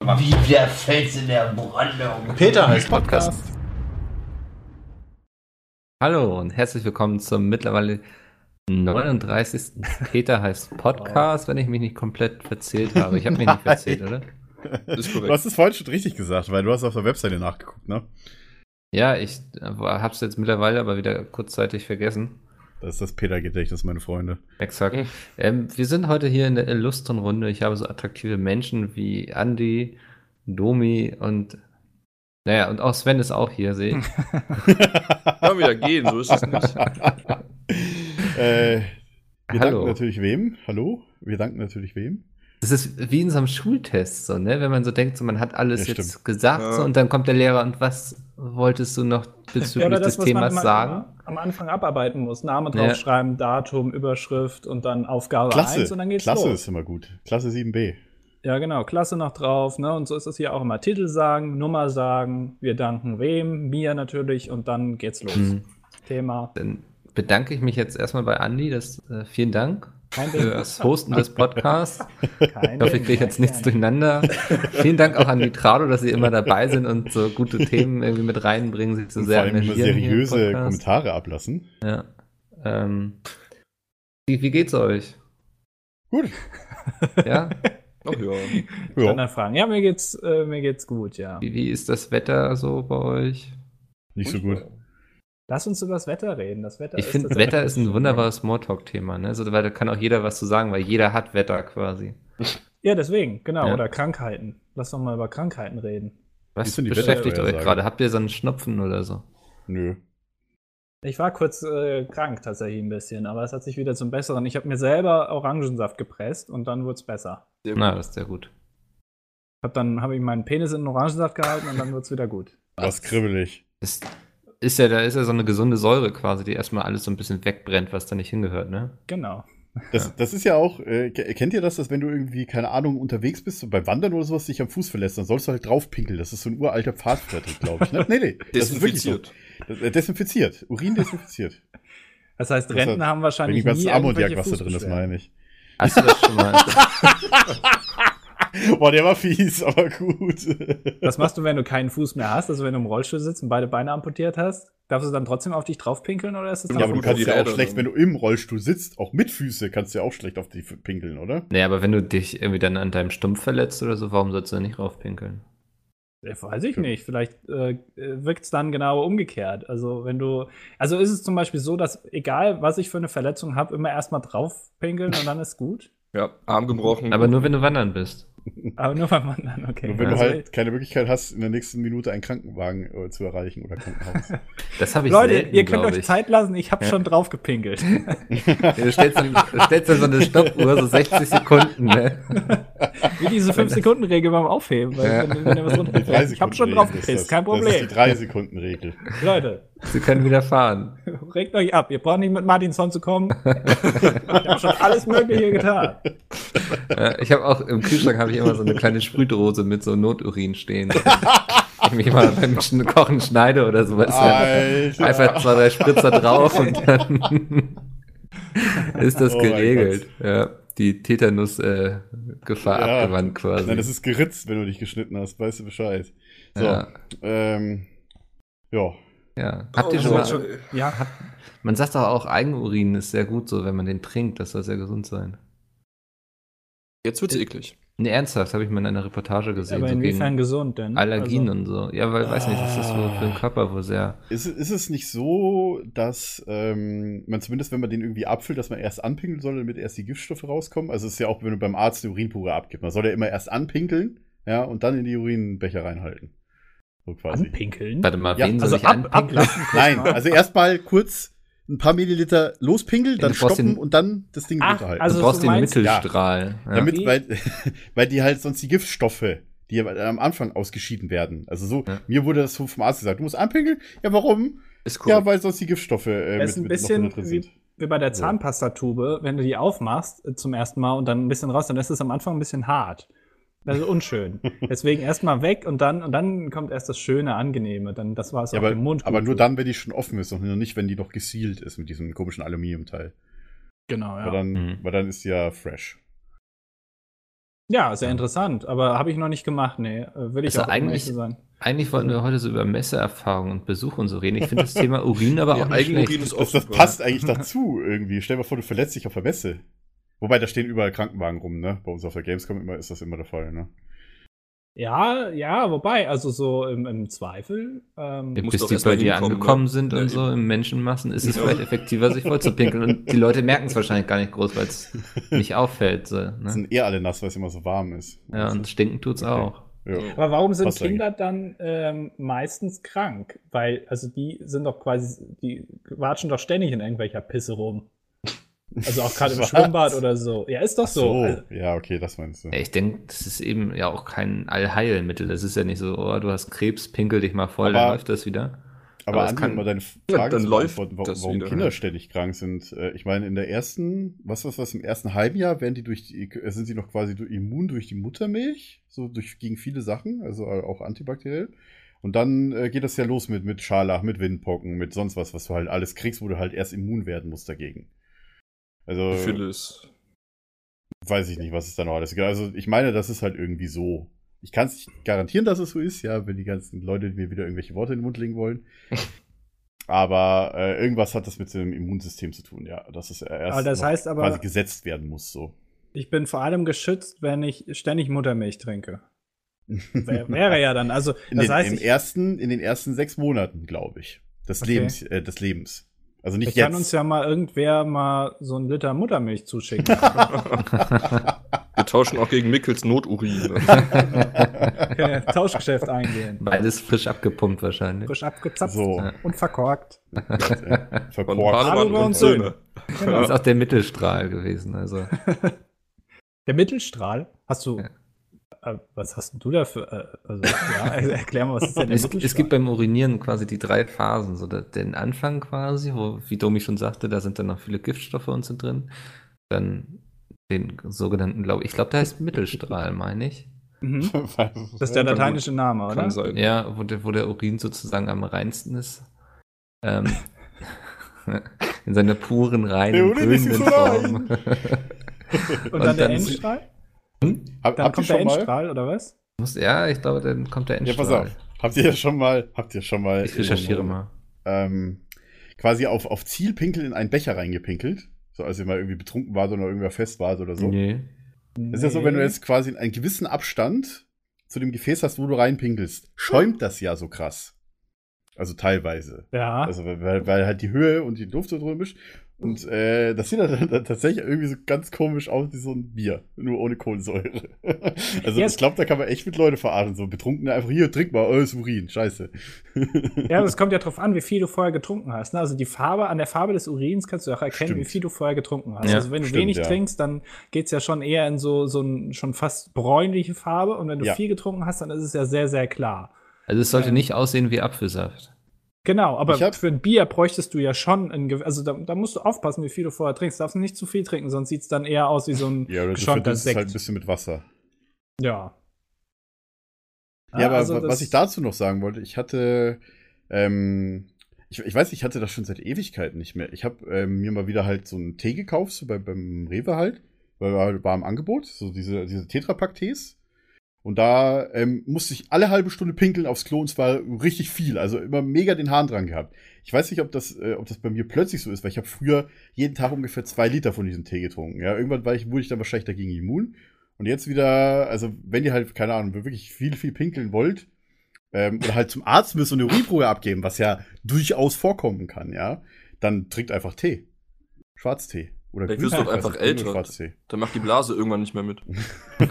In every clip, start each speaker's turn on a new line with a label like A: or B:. A: Wie der Fels in der Brandung.
B: Peter heißt Podcast.
C: Hallo und herzlich willkommen zum mittlerweile 39. Peter heißt Podcast, wenn ich mich nicht komplett verzählt habe. Ich habe mich nicht
B: Nein.
C: verzählt, oder?
D: ist
B: Du
D: korrekt.
B: hast es vorhin schon richtig gesagt, weil du hast auf der Webseite nachgeguckt, ne?
C: Ja, ich äh, hab's jetzt mittlerweile aber wieder kurzzeitig vergessen.
B: Das ist das Peter-Gedächtnis, meine Freunde.
C: Exakt.
D: Mhm.
C: Ähm, wir sind heute hier in der illustren Runde. Ich habe so attraktive Menschen wie Andy, Domi und naja, und auch Sven ist auch hier, sehe ich.
D: Kann wieder gehen, so ist es nicht.
B: äh, wir danken
C: Hallo.
B: natürlich wem? Hallo? Wir danken natürlich wem?
C: Das ist wie in so einem Schultest, so, ne? Wenn man so denkt, so, man hat alles
B: Ja,
C: jetzt
B: stimmt.
C: gesagt
D: Ja.
C: so, und dann kommt der Lehrer und was wolltest du noch bezüglich des Themas
E: immer
C: sagen?
E: am Anfang abarbeiten muss. Name
C: Ja.
E: draufschreiben, Datum, Überschrift und dann Aufgabe
B: Klasse.
E: 1 und dann geht's
B: Klasse
E: los.
B: ist immer gut. Klasse 7b.
E: Ja, genau, Klasse noch drauf, ne? Und so ist es hier auch immer. Titel sagen, Nummer sagen, wir danken wem, mir natürlich und dann geht's los.
C: Mhm.
E: Thema.
C: Dann bedanke ich mich jetzt erstmal bei Andy. Das, äh, vielen Dank
E: Kein
C: für das Hosten des Podcasts.
E: Kein
C: Ich hoffe, ich
E: Ding,
C: kriege jetzt nichts durcheinander. Vielen Dank auch an Nitrado, dass sie immer dabei sind und so gute Themen irgendwie mit reinbringen, sich so
B: Und
C: sehr
B: vor allem immer
C: engagieren hier im
B: seriöse
C: Podcast.
B: Kommentare ablassen.
C: Ähm, wie, wie geht's euch?
B: Gut.
C: Ja?
D: Ach ja.
B: Ja,
E: Dann fragen. Ja, mir geht's, äh, mir geht's gut, ja.
C: Wie, wie ist das Wetter so bei euch?
B: nicht so gut.
E: Lass uns über das Wetter reden. Das Wetter
C: Ich
E: ist
C: finde,
E: das-
C: Wetter ist ein wunderbares Smalltalk-Thema, ne? Also, weil da kann auch jeder was zu sagen, weil jeder hat Wetter quasi.
E: Ja, deswegen, genau.
C: Ja.
E: Oder Krankheiten. Lass doch mal über Krankheiten reden.
C: Was
B: Ist denn die
C: beschäftigt euch
B: Wettervorhersage?
C: gerade? Habt ihr so einen Schnupfen oder so?
B: Nö.
E: Ich war kurz äh, krank tatsächlich ein bisschen, aber es hat sich wieder zum Besseren. Ich habe mir selber Orangensaft gepresst und dann wurde es besser.
D: Sehr
C: Na,
D: gut.
C: das ist ja gut.
E: Hab dann habe ich meinen Penis in den Orangensaft gehalten und dann wurde es wieder gut.
B: Was kribbelig.
C: Das ist ja, da ist ja so eine gesunde Säure quasi, die erstmal alles so ein bisschen wegbrennt, was da nicht hingehört, ne?
E: Genau.
B: Das, das ist ja auch, äh, ke- kennt ihr das, dass wenn du irgendwie, keine Ahnung, unterwegs bist, so beim Wandern oder sowas, dich am Fuß verlässt, dann sollst du halt draufpinkeln. Das ist so ein uralter Pfadfretter, glaube ich. Ne? Nee, nee. Das ist wirklich so.
D: Desinfiziert.
B: Das, äh, desinfiziert. Urin desinfiziert.
E: Das heißt,
B: Das
E: Rentner
B: hat-
E: haben wahrscheinlich
B: Wegen
E: nie
B: dem Ammoniak,
E: irgendwelche
B: was da drin ist,
E: Fußbeschwerden.
B: meine ich.
C: Hast du das schon mal?
B: Boah, der war fies, aber gut.
E: Was machst du, wenn du keinen Fuß mehr hast? Also wenn du im Rollstuhl sitzt und beide Beine amputiert hast, darfst du dann trotzdem auf dich draufpinkeln oder ist es dann
B: Ja, aber du
D: gut,
B: kannst
D: dass
B: ja
D: die
B: auch
D: Räder
B: schlecht,
D: sind.
B: wenn du im Rollstuhl sitzt, auch mit Füße, kannst du ja auch schlecht auf die f- pinkeln, oder?
C: nee, aber wenn du dich irgendwie dann an deinem Stumpf verletzt oder so, warum sollst du da nicht raufpinkeln?
E: Ja, Weiß ich nicht. Vielleicht äh, wirkt es dann genau umgekehrt. Also wenn du, also ist es zum Beispiel so, dass egal was ich für eine Verletzung habe, immer erstmal draufpinkeln und dann ist gut.
D: Ja, Arm gebrochen.
C: Aber nur wenn du wandern bist.
E: Aber nur beim Wandern, okay.
B: Nur wenn du
E: Also,
B: halt keine Möglichkeit hast, in der nächsten Minute einen Krankenwagen äh, zu erreichen oder Krankenhaus.
C: Das habe ich
E: Leute,
C: selten,
E: ihr könnt
C: glaub
E: euch
C: ich.
E: Zeit lassen, ich habe
C: Ja.
E: schon drauf gepinkelt.
C: Du stellst dann, stellst dann so eine Stoppuhr, so 60 Sekunden, ne?
E: Wie diese 5-Sekunden-Regel beim Aufheben, weil
C: Ja.
E: wenn, wenn ihr was runterfällt. Ich habe schon drauf
B: Sekunden-Regel ist
E: gepisst,
B: das.
E: kein
B: Das
E: Problem.
B: ist die 3-Sekunden-Regel.
E: Leute,
C: Sie können wieder fahren.
E: regt euch ab, ihr braucht nicht mit Martinson zu kommen. ich habe schon alles Mögliche getan.
C: Ja, ich habe auch im Kühlschrank habe ich immer so eine kleine Sprühdose mit so Noturin stehen. Wenn ich mich mal beim Schn- Kochen schneide oder so, weißt
B: Ah,
C: du,
B: Alter.
C: einfach zwei, drei Spritzer drauf und dann ist das
B: Oh mein
C: geregelt. Ja, die Tetanus-Gefahr
B: Ja.
C: abgewandt quasi.
B: Nein, das ist geritzt, wenn du dich geschnitten hast, weißt du Bescheid. So,
C: ja,
B: ähm, ja.
C: ja. Habt ihr
D: Oh,
C: schon mal,
D: das ist
E: Ja,
C: man sagt doch auch, Eigenurin ist sehr gut so, wenn man den trinkt, das soll sehr gesund sein.
D: Jetzt wird's eklig.
C: Nee, ernsthaft, habe ich mal in einer Reportage gesehen.
E: aber
C: so
E: inwiefern
C: also gegen
E: gesund denn?
C: Allergien
E: Also,
C: und so. Ja, weil, weiß nicht, das ist so für den Körper wohl sehr...
B: Ist, ist es nicht so, dass ähm, man zumindest, wenn man den irgendwie abfüllt, dass man erst anpinkeln soll, damit erst die Giftstoffe rauskommen? Also es ist ja auch, wenn du beim Arzt eine Urinprobe abgibst, man soll ja immer erst anpinkeln, ja, und dann in die Urinbecher reinhalten. So quasi.
E: anpinkeln?
C: Warte mal,
B: Ja,
C: wen soll
E: Also
C: ich
E: ab,
C: anpinkeln?
E: ablassen.
B: Nein, also erstmal kurz ein paar Milliliter lospinkeln, dann
C: Du brauchst
B: stoppen
C: den-
B: und dann das Ding
E: Ach,
B: runterhalten.
C: Du
E: Also,
C: brauchst
E: du
C: den
E: meinst-
C: Mittelstrahl. Ja.
B: Damit,
E: Wie?
B: weil, weil die halt sonst die Giftstoffe, die ja am Anfang ausgeschieden werden. Also so,
C: Ja.
B: mir wurde das so vom Arzt gesagt, du musst anpinkeln. Ja, warum?
D: Ist
B: Ja,
D: korrekt.
B: weil sonst die Giftstoffe äh,
E: Das ist ein bisschen wie, wie bei der Zahnpastatube, wenn du die aufmachst äh, zum ersten Mal und dann ein bisschen raus, dann ist es am Anfang ein bisschen hart. Das ist unschön. Deswegen erstmal weg und dann und dann kommt erst das Schöne, Angenehme. Dann das war es
B: Ja,
E: auf
B: aber,
E: dem Mund.
B: aber
E: gut
B: nur
E: tut.
B: dann, wenn die schon offen ist und nicht, wenn die noch gesealt ist mit diesem komischen Aluminiumteil.
E: Genau,
B: Weil,
E: ja.
B: dann,
C: Mhm.
B: weil dann ist die ja fresh.
E: Ja, sehr interessant, aber habe ich noch nicht gemacht, nee. Äh, Will ich
C: Also
E: auch um ehrlich
C: eigentlich-
E: zu sein.
C: Eigentlich wollten wir heute so über Messeerfahrungen und Besuch und so reden. Ich finde das Thema Urin aber
D: Ja,
C: auch nicht
D: Eigenurin
C: schlecht.
D: ist
B: Das,
D: oft
B: das
D: super.
B: passt eigentlich dazu irgendwie. Stell dir mal vor, du verletzt dich auf der Messe. Wobei, da stehen überall Krankenwagen rum, ne? Bei uns auf der Gamescom immer, ist das immer der Fall, ne?
E: Ja, ja, wobei, also so im, im Zweifel. Ähm,
D: musst
C: Bis
D: doch
C: die
D: erst mal
C: bei dir
D: hinkommen,
C: angekommen
D: ne?
C: sind
D: Ja,
C: und so im Menschenmassen, ist es vielleicht effektiver, sich vollzupinkeln. Und die Leute merken es wahrscheinlich gar nicht groß, weil es nicht auffällt. So, ne?
B: Sind eh alle nass, weil es immer so warm ist.
C: Ja, und stinken tut's
B: Okay.
C: auch.
B: ja.
E: aber warum sind
B: passt
E: Kinder dann ähm, meistens krank? Weil, also die sind doch quasi, die watschen doch ständig in irgendwelcher Pisse rum. Also auch gerade im
B: Was?
E: Schwimmbad oder so. Ja, ist doch
B: Ach so.
E: so. Also,
B: Ja, okay, das meinst du.
C: Ja, ich denke, das ist eben ja auch kein Allheilmittel. Das ist ja nicht so, oh, du hast Krebs, pinkel dich mal voll, dann
B: Aber-
C: läuft das wieder.
B: Aber
C: Aber es
B: Andi,
C: kann-
B: um mal deine
D: Ja,
B: Frage
D: dann
B: zu
D: läuft
B: beantworten, wa-
D: das
B: warum
D: wieder,
B: Kinder
D: ja.
B: ständig krank sind. Äh, Ich meine, in der ersten, was was was im ersten halben Jahr werden die durch die, äh, sind sie noch quasi du- immun durch die Muttermilch, so durch gegen viele Sachen, also äh, auch antibakteriell. Und dann äh, geht das ja los mit mit Scharlach, mit Windpocken, mit sonst was, was du halt alles kriegst, wo du halt erst immun werden musst dagegen. Also
D: Phyllis.
B: weiß ich nicht, was es da noch alles gibt. Also ich meine, das ist halt irgendwie so. Ich kann es nicht garantieren, dass es so ist, ja, wenn die ganzen Leute mir wieder irgendwelche Worte in den Mund legen wollen. aber äh, irgendwas hat das mit dem Immunsystem zu tun, ja. Dass es erst
E: aber das
B: noch
E: heißt aber,
B: quasi gesetzt werden muss, so.
E: ich bin vor allem geschützt, wenn ich ständig Muttermilch trinke. Wär, wäre ja dann. Also,
B: in,
E: das
B: den,
E: heißt,
B: im
E: ich-
B: ersten, in den ersten sechs Monaten, glaube ich. Des
E: Okay.
B: Lebens, äh, des Lebens. Also nicht
E: Ich
B: jetzt.
E: kann uns ja mal irgendwer mal so einen Liter Muttermilch zuschicken.
D: Wir tauschen auch gegen Mickels Noturin. ne?
E: Können ja Tauschgeschäft eingehen.
C: Beides frisch abgepumpt wahrscheinlich.
E: Frisch abgezapft
B: so.
C: Ja.
E: und verkorkt.
D: Von
B: Verkorkst.
D: Panemann
E: Hallo,
D: und
E: Söhne.
D: Söhne.
C: Das ist auch der Mittelstrahl gewesen. Also
E: Der Mittelstrahl, hast du.
C: Ja.
E: Äh, was hast denn du da für. Äh, also, ja, also erklär mal, was ist denn der
C: es,
E: Mittelstrahl?
C: es gibt beim Urinieren quasi die drei Phasen. So der- den Anfang quasi, wo, wie Domi schon sagte, da sind dann noch viele Giftstoffe und so drin. Dann den sogenannten, glaube ich, glaube, der heißt Mittelstrahl, meine ich.
E: mhm. Das ist
B: das
E: der
D: Ja, kann
E: lateinische Name, oder?
D: Kann sein.
C: Ja, wo der, wo der Urin sozusagen am reinsten ist. Ähm, in seiner puren,
B: Der
C: reinen,
B: Urin ist so
C: grünen Form.
E: Und, dann der
C: ist-
E: Endstrahl?
B: Hab,
E: Dann
B: habt ihr
E: kommt der
B: schon mal?
E: Endstrahl, oder was?
C: muss, ja, ich glaube, dann kommt der
B: Ja,
C: Endstrahl.
B: pass auf. Habt ihr schon mal, habt ihr schon mal.
C: Ich recherchiere mal.
B: ähm, quasi auf, auf Zielpinkel in einen Becher reingepinkelt. So als ihr mal irgendwie betrunken wart oder irgendwer fest wart oder so.
C: Nee.
B: Das ist ja so, wenn du jetzt quasi einen gewissen Abstand zu dem Gefäß hast, wo du reinpinkelst, schäumt das ja so krass. Also teilweise.
E: Ja,
B: Also weil- weil, weil halt die Höhe und die Luft so drüber mischt. Und äh, das sieht dann dann tatsächlich irgendwie so ganz komisch aus wie so ein Bier, nur ohne Kohlensäure. also
E: Yes.
B: ich glaube, da kann man echt mit Leute verarschen. So Betrunkene einfach hier, trink mal, oh, ist Urin, scheiße.
E: ja, aber es kommt ja drauf an, wie viel du vorher getrunken hast. ne? Also die Farbe, an der Farbe des Urins kannst du auch erkennen,
B: Stimmt.
E: wie viel du vorher getrunken hast.
C: Ja,
E: also wenn du
B: stimmt,
E: wenig
B: ja.
E: trinkst, dann geht's ja schon eher in so, so ein schon fast bräunliche Farbe. Und wenn du
B: Ja.
E: viel getrunken hast, dann ist es ja sehr, sehr klar.
C: Also es sollte
E: Ähm.
C: nicht aussehen wie Apfelsaft.
E: Genau, aber
B: Ich hab-
E: für ein Bier bräuchtest du ja schon, ein, gew- also da, da musst du aufpassen, wie viel du vorher trinkst. Darfst nicht zu viel trinken, sonst sieht's dann eher aus wie so ein
B: Ja, oder du
E: geschäumter
B: verdünnst es
E: Sekt.
B: halt ein bisschen mit Wasser.
E: ja.
B: Ja, aber
E: also
B: wa-
E: das-
B: was ich dazu noch sagen wollte, ich hatte, ähm, ich, ich weiß, ich hatte das schon seit Ewigkeiten nicht mehr. Ich habe ähm, mir mal wieder halt so einen Tee gekauft, so bei, beim Rewe halt, weil war, war im Angebot, so diese, diese Tetrapack-Tees. Und da ähm, musste ich alle halbe Stunde pinkeln aufs Klo und zwar richtig viel, also immer mega den Hahn dran gehabt. Ich weiß nicht, ob das, äh, ob das bei mir plötzlich so ist, weil ich habe früher jeden Tag ungefähr zwei Liter von diesem Tee getrunken. Ja, irgendwann war ich, wurde ich dann wahrscheinlich dagegen immun. Und jetzt wieder, also wenn ihr halt, keine Ahnung, wirklich viel, viel pinkeln wollt, ähm, oder halt zum Arzt müsst und eine Urinprobe abgeben, was ja durchaus vorkommen kann, ja, dann trinkt einfach Tee. Schwarztee. Oder
D: Vielleicht wirst du
B: grünen-
D: doch einfach
B: also grünen
D: älter.
B: Schwarztee.
D: Dann macht die Blase irgendwann nicht mehr mit.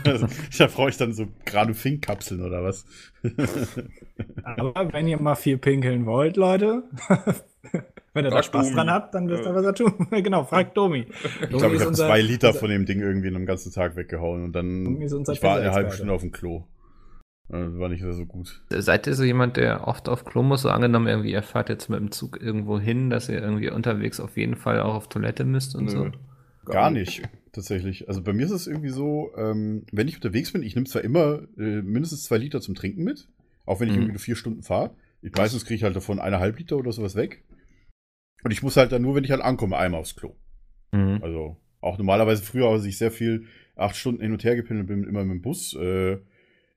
B: Also, da brauche ich dann so Granufink-Kapseln oder was.
E: Aber wenn ihr mal viel pinkeln wollt, Leute, wenn ihr da
D: Frag
E: Spaß
D: Domi.
E: dran habt, dann wisst ihr,
D: Ja.
E: was er tun. genau, fragt Domi.
B: Ich glaube, ich habe zwei Liter von dem Ding irgendwie in einem ganzen Tag weggehauen und dann
E: Domi ist unser
B: ich war eine halbe
E: Pille-Experte.
B: Stunde auf dem Klo. Äh, War nicht so gut.
C: Seid ihr so jemand, der oft auf Klo muss? So angenommen, irgendwie, ihr fahrt jetzt mit dem Zug irgendwo hin, dass ihr irgendwie unterwegs auf jeden Fall auch auf Toilette müsst und
D: Nö.
C: so?
B: Gar nicht, tatsächlich. Also bei mir ist es irgendwie so, ähm, wenn ich unterwegs bin, ich nehme zwar immer äh, mindestens zwei Liter zum Trinken mit, auch wenn ich
C: Mhm.
B: irgendwie nur vier Stunden fahre. Ich- Meistens kriege ich halt davon eineinhalb Liter oder sowas weg. Und ich muss halt dann nur, wenn ich halt ankomme, einmal aufs Klo.
C: Mhm.
B: Also auch normalerweise früher, als ich sehr viel, äh, acht Stunden hin und her gependelt bin, immer mit dem Bus. Äh,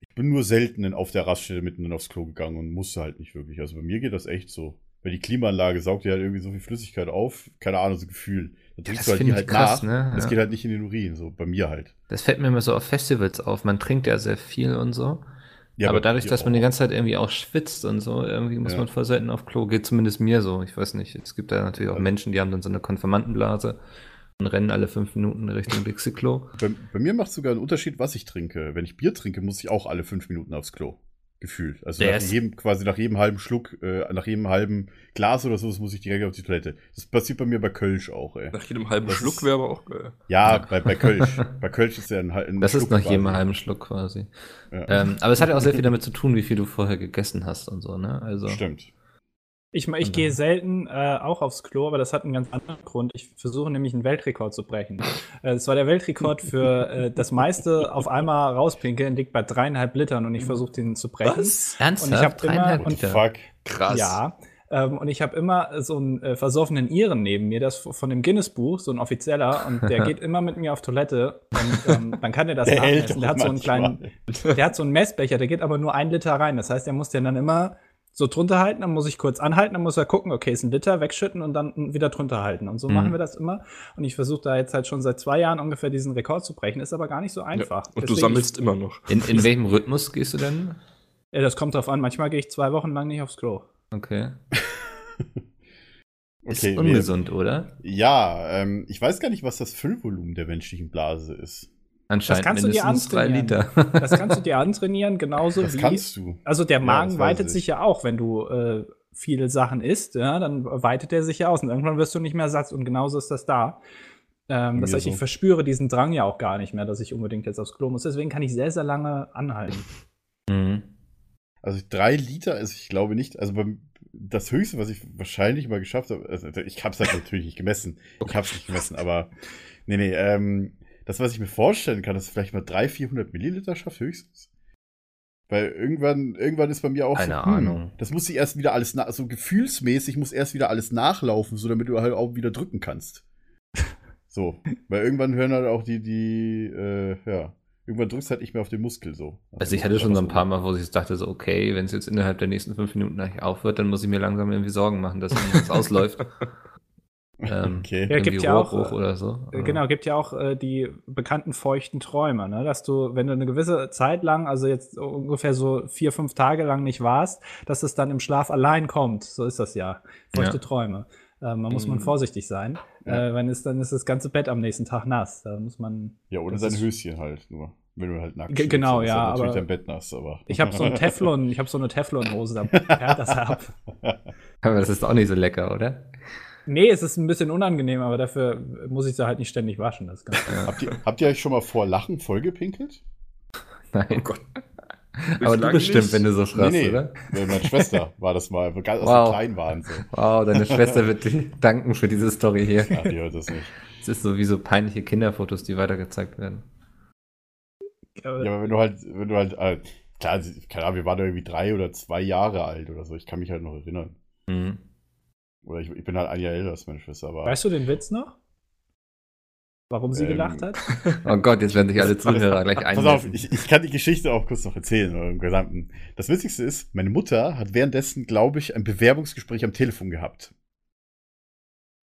B: ich bin nur selten auf der Raststätte mitten aufs Klo gegangen und musste halt nicht wirklich. Also bei mir geht das echt so. Weil die Klimaanlage saugt ja halt irgendwie so viel Flüssigkeit auf. Keine Ahnung, so ein Gefühl. Da trinkst
C: das
B: du halt,
C: finde
B: die
C: ich
B: halt
C: krass,
B: nach.
C: ne?
B: Das
C: Ja.
B: geht halt nicht in den Urin, so bei mir halt.
C: Das fällt mir immer so auf Festivals auf. Man trinkt ja sehr viel und so.
B: Ja,
C: aber
B: bei
C: dadurch,
B: dir
C: dass man
B: auch.
C: die ganze Zeit irgendwie auch schwitzt und so, irgendwie muss
B: Ja.
C: man voll selten auf Klo. Geht zumindest mir so. Ich weiß nicht. Es gibt da natürlich auch
B: Ja.
C: Menschen, die haben dann so eine Konfirmandenblase und rennen alle fünf Minuten Richtung Dixie-Klo.
B: Bei, bei mir macht es sogar einen Unterschied, was ich trinke. Wenn ich Bier trinke, muss ich auch alle fünf Minuten aufs Klo. Gefühlt. Also
C: Der
B: nach
C: ist-
B: jedem, quasi nach jedem halben Schluck, äh, nach jedem halben Glas oder so, das muss ich direkt auf die Toilette. Das passiert bei mir bei Kölsch auch, ey.
D: Nach jedem halben
B: Das
D: Schluck
B: ist-
D: wäre aber auch geil.
B: Ja, bei, bei Kölsch. bei Kölsch ist ja ein, hal- ein
C: Das ist
B: Schluck
C: nach
B: quasi.
C: jedem halben Schluck quasi.
B: Ja.
C: Ähm, aber es hat ja auch sehr viel damit zu tun, wie viel du vorher gegessen hast und so, ne? Also,
B: Stimmt.
E: Ich, ich gehe selten äh, auch aufs Klo, aber das hat einen ganz anderen Grund. Ich versuche nämlich einen Weltrekord zu brechen. Äh, Es war der Weltrekord für äh, das meiste auf einmal rauspinkeln, liegt bei dreieinhalb Litern und ich versuche den zu brechen.
C: Ernsthaft?
E: Und ich hab immer-
C: Dreieinhalb
B: What the
C: Liter?
B: fuck?
D: Krass.
E: Ja. Ähm, und ich habe immer so einen äh, versoffenen Iren neben mir, das von dem Guinness-Buch, so ein offizieller, und der geht immer mit mir auf Toilette und ähm, dann kann der das
B: Der hält
E: nachmessen.
B: doch
E: Der hat so einen
B: manchmal.
E: kleinen, der hat so einen Messbecher, der geht aber nur ein Liter rein. Das heißt, er muss den dann immer so drunter halten, dann muss ich kurz anhalten, dann muss er gucken, okay, ist ein Liter, wegschütten und dann wieder drunter halten. Und so
C: Mhm.
E: machen wir das immer. Und ich versuche da jetzt halt schon seit zwei Jahren ungefähr diesen Rekord zu brechen, ist aber gar nicht so einfach.
D: Und du
E: Deswegen-
D: sammelst immer noch.
C: In, in welchem Rhythmus gehst du denn?
E: Ja, das kommt drauf an. Manchmal gehe ich zwei Wochen lang nicht aufs Klo.
C: Okay.
B: Okay,
C: ist
B: nee.
C: ungesund, oder?
B: Ja, ähm, ich weiß gar nicht, was das Füllvolumen der menschlichen Blase ist.
C: Anscheinend
E: kannst du dir
C: mindestens drei
E: antrainieren.
C: Liter.
E: Das kannst du dir antrainieren, genauso
B: Das
E: wie
B: kannst du.
E: Also der
B: Ja,
E: Magen
B: das weiß
E: weitet
B: ich.
E: sich ja auch, wenn du äh, viele Sachen isst, ja, dann weitet er sich ja aus und irgendwann wirst du nicht mehr satt und genauso ist das da. Ähm,
B: Bei
E: das
B: mir
E: heißt, ich
B: so.
E: verspüre diesen Drang ja auch gar nicht mehr, dass ich unbedingt jetzt aufs Klo muss. Deswegen kann ich sehr, sehr lange anhalten.
C: Mhm.
B: Also drei Liter ist, ich glaube nicht, also beim, das Höchste, was ich wahrscheinlich mal geschafft habe, also ich habe es halt natürlich nicht gemessen, ich habe es nicht gemessen, aber nee, nee, ähm, das, was ich mir vorstellen kann, dass ich vielleicht mal 300, 400 Milliliter schafft höchstens. Weil irgendwann, irgendwann ist bei mir auch
C: Keine
B: so, hm,
C: Ahnung.
B: das muss ich erst wieder alles, na- so gefühlsmäßig muss erst wieder alles nachlaufen, so damit du halt auch wieder drücken kannst. So, weil irgendwann hören halt auch die, die, äh, ja, irgendwann drückst halt nicht mehr auf den Muskel so.
C: Also ich hatte schon so ein paar Mal, wo ich dachte so, okay, wenn es jetzt innerhalb der nächsten fünf Minuten gleich aufhört, dann muss ich mir langsam irgendwie Sorgen machen, dass es ausläuft. Ähm,
B: Okay.
E: Ja, gibt
C: irgendwie
E: ja auch,
C: Rohrbruch
E: äh,
C: oder so.
E: Äh, Genau, gibt ja auch äh, die bekannten feuchten Träume, ne? dass du, wenn du eine gewisse Zeit lang, also jetzt ungefähr so vier, fünf Tage lang nicht warst, dass es dann im Schlaf allein kommt. So ist das ja. Feuchte
C: Ja.
E: Träume. Äh, man muss man
D: Mhm.
E: vorsichtig sein,
B: Ja.
E: äh, wenn es dann ist das ganze Bett am nächsten Tag nass. Da muss man.
B: Ja, ohne
E: Das
B: sein
E: ist-
B: Höschen halt nur. Wenn du halt nackt
E: Ge- genau,
B: schläfst,
E: ja,
B: ist natürlich
E: aber-
B: dein Bett nass, aber.
E: Ich habe so ein Teflon, ich habe so eine Teflonhose, da perlt das ab.
C: Aber das ist auch nicht so lecker, oder?
E: Nee, es ist ein bisschen unangenehm, aber dafür muss ich sie halt nicht ständig waschen. Das ist ganz
B: habt, ihr, habt ihr euch schon mal vor Lachen vollgepinkelt?
C: Nein.
D: Oh Gott.
C: Aber du
D: Bislang
C: bestimmt,
D: nicht.
C: wenn du so fragst, oder?
B: Weil Meine Schwester war das mal, als wir
C: Wow.
B: klein waren. So.
C: Wow, deine Schwester wird dir danken für diese Story hier.
B: Ja, die hört das nicht.
C: Es ist so wie so peinliche Kinderfotos, die weitergezeigt werden.
B: Ja, aber wenn du halt, wenn du halt, äh, klar, sie- keine Ahnung, wir waren irgendwie drei oder zwei Jahre alt oder so. Ich kann mich halt noch erinnern.
C: Mhm.
B: Oder ich, ich bin halt ein Jahr älter als meine Schwester, aber.
E: Weißt du den Witz noch? Warum sie
B: Ähm,
E: gelacht hat?
C: Oh Gott, jetzt werden sich alle Zuhörer gleich
B: Pass auf,
C: einmelden.
B: ich, ich kann die Geschichte auch kurz noch erzählen oder im Gesamten. Das Witzigste ist, meine Mutter hat währenddessen, glaube ich, ein Bewerbungsgespräch am Telefon gehabt.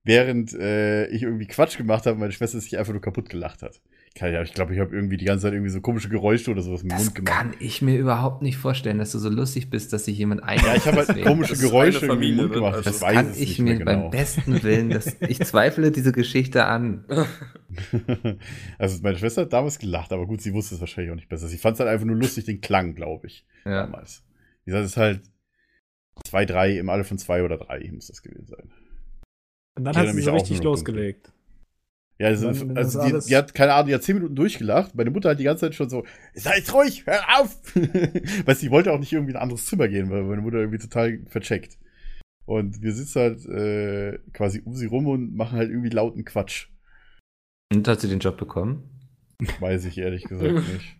B: Während äh, ich irgendwie Quatsch gemacht habe, und meine Schwester sich einfach nur kaputt gelacht hat. Keine Ahnung, Ich glaube, ich habe irgendwie die ganze Zeit irgendwie so komische Geräusche oder sowas im
C: Das
B: Mund gemacht.
C: kann ich mir überhaupt nicht vorstellen, dass du so lustig bist, dass sich jemand einlädt.
B: Ja, ich habe halt
C: deswegen.
B: komische
D: Das ist eine
B: Geräusche irgendwie
D: Familie,
B: im Mund
D: ne?
B: gemacht.
D: Also
B: Ich
C: Das
B: weiß
C: kann
B: es
C: ich
B: nicht
C: mir
B: mehr
C: beim
B: genau.
C: besten Willen, das, ich zweifle diese Geschichte an.
B: also meine Schwester hat damals gelacht, aber gut, sie wusste es wahrscheinlich auch nicht besser. Sie fand es halt einfach nur lustig, den Klang, glaube ich.
C: Ja.
B: damals. Wie gesagt, es ist halt 2, 3, im Alle von 2 oder 3 muss das gewesen sein.
E: Und dann
B: Ich
E: hat
B: erinnere
E: sie
B: mich
E: so
B: auch
E: richtig
B: nur noch dunkel.
E: losgelegt.
B: Ja, also,
E: Dann ist
B: also
E: das
B: die,
E: alles-
B: die hat, keine Ahnung, die hat 10 Minuten durchgelacht. Meine Mutter hat die ganze Zeit schon so, seid ruhig, hör auf! weißt du, die wollte auch nicht irgendwie in ein anderes Zimmer gehen, weil meine Mutter irgendwie total vercheckt. Und wir sitzen halt äh, quasi um sie rum und machen halt irgendwie lauten Quatsch.
C: Und hat sie den Job bekommen?
B: Weiß ich ehrlich gesagt nicht.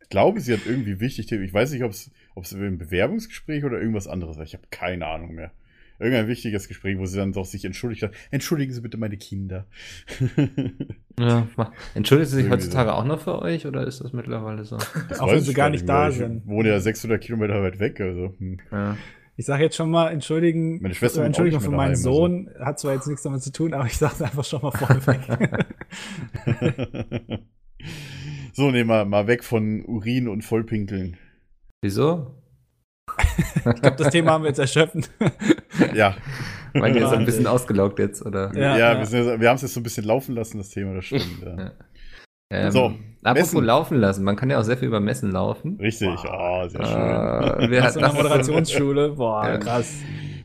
B: Ich glaube, sie hat irgendwie wichtig Themen. Ich weiß nicht, ob es ob es ein Bewerbungsgespräch oder irgendwas anderes war. Ich habe keine Ahnung mehr. irgendein wichtiges Gespräch, wo sie dann doch sich entschuldigt hat. Entschuldigen Sie bitte meine Kinder.
C: Ja, mach- entschuldigen Sie sich
B: Irgendwie
C: heutzutage auch noch für euch oder ist das mittlerweile so?
B: Das
E: Auch
B: weiß
E: wenn sie
B: ich
E: gar nicht da
B: mehr. Ich
E: sind.
B: wohne ja 600 Kilometer weit weg. Also, hm.
C: Ja.
E: Ich sage jetzt schon mal, entschuldigen,
B: Meine Schwester wohnt auch
E: Entschuldigung
B: nicht
E: für
B: mehr
E: meinen
B: daheim, also.
E: Sohn, hat zwar jetzt nichts damit zu tun, aber ich sage es einfach schon mal vorweg.
B: so, nehmen wir mal weg von Urin und Vollpinkeln.
C: Wieso?
E: ich glaube, das Thema haben wir jetzt erschöpft.
B: Ja.
C: Meint ihr, ist ein
E: Wahnsinn.
C: bisschen ausgelaugt jetzt, oder?
E: Ja,
B: Ja,
E: ja.
B: wir, sind jetzt- wir haben es jetzt so ein bisschen laufen lassen, das Thema, das stimmt. Ja.
C: Ja. Ähm,
B: So,
C: Apropos
B: Messen.
C: laufen lassen, man kann ja auch sehr viel über Messen laufen.
B: Richtig, oh, sehr schön.
C: Äh, wir
E: Aus so einer
C: das-
E: Moderationsschule. Boah,
C: Ja.
E: krass.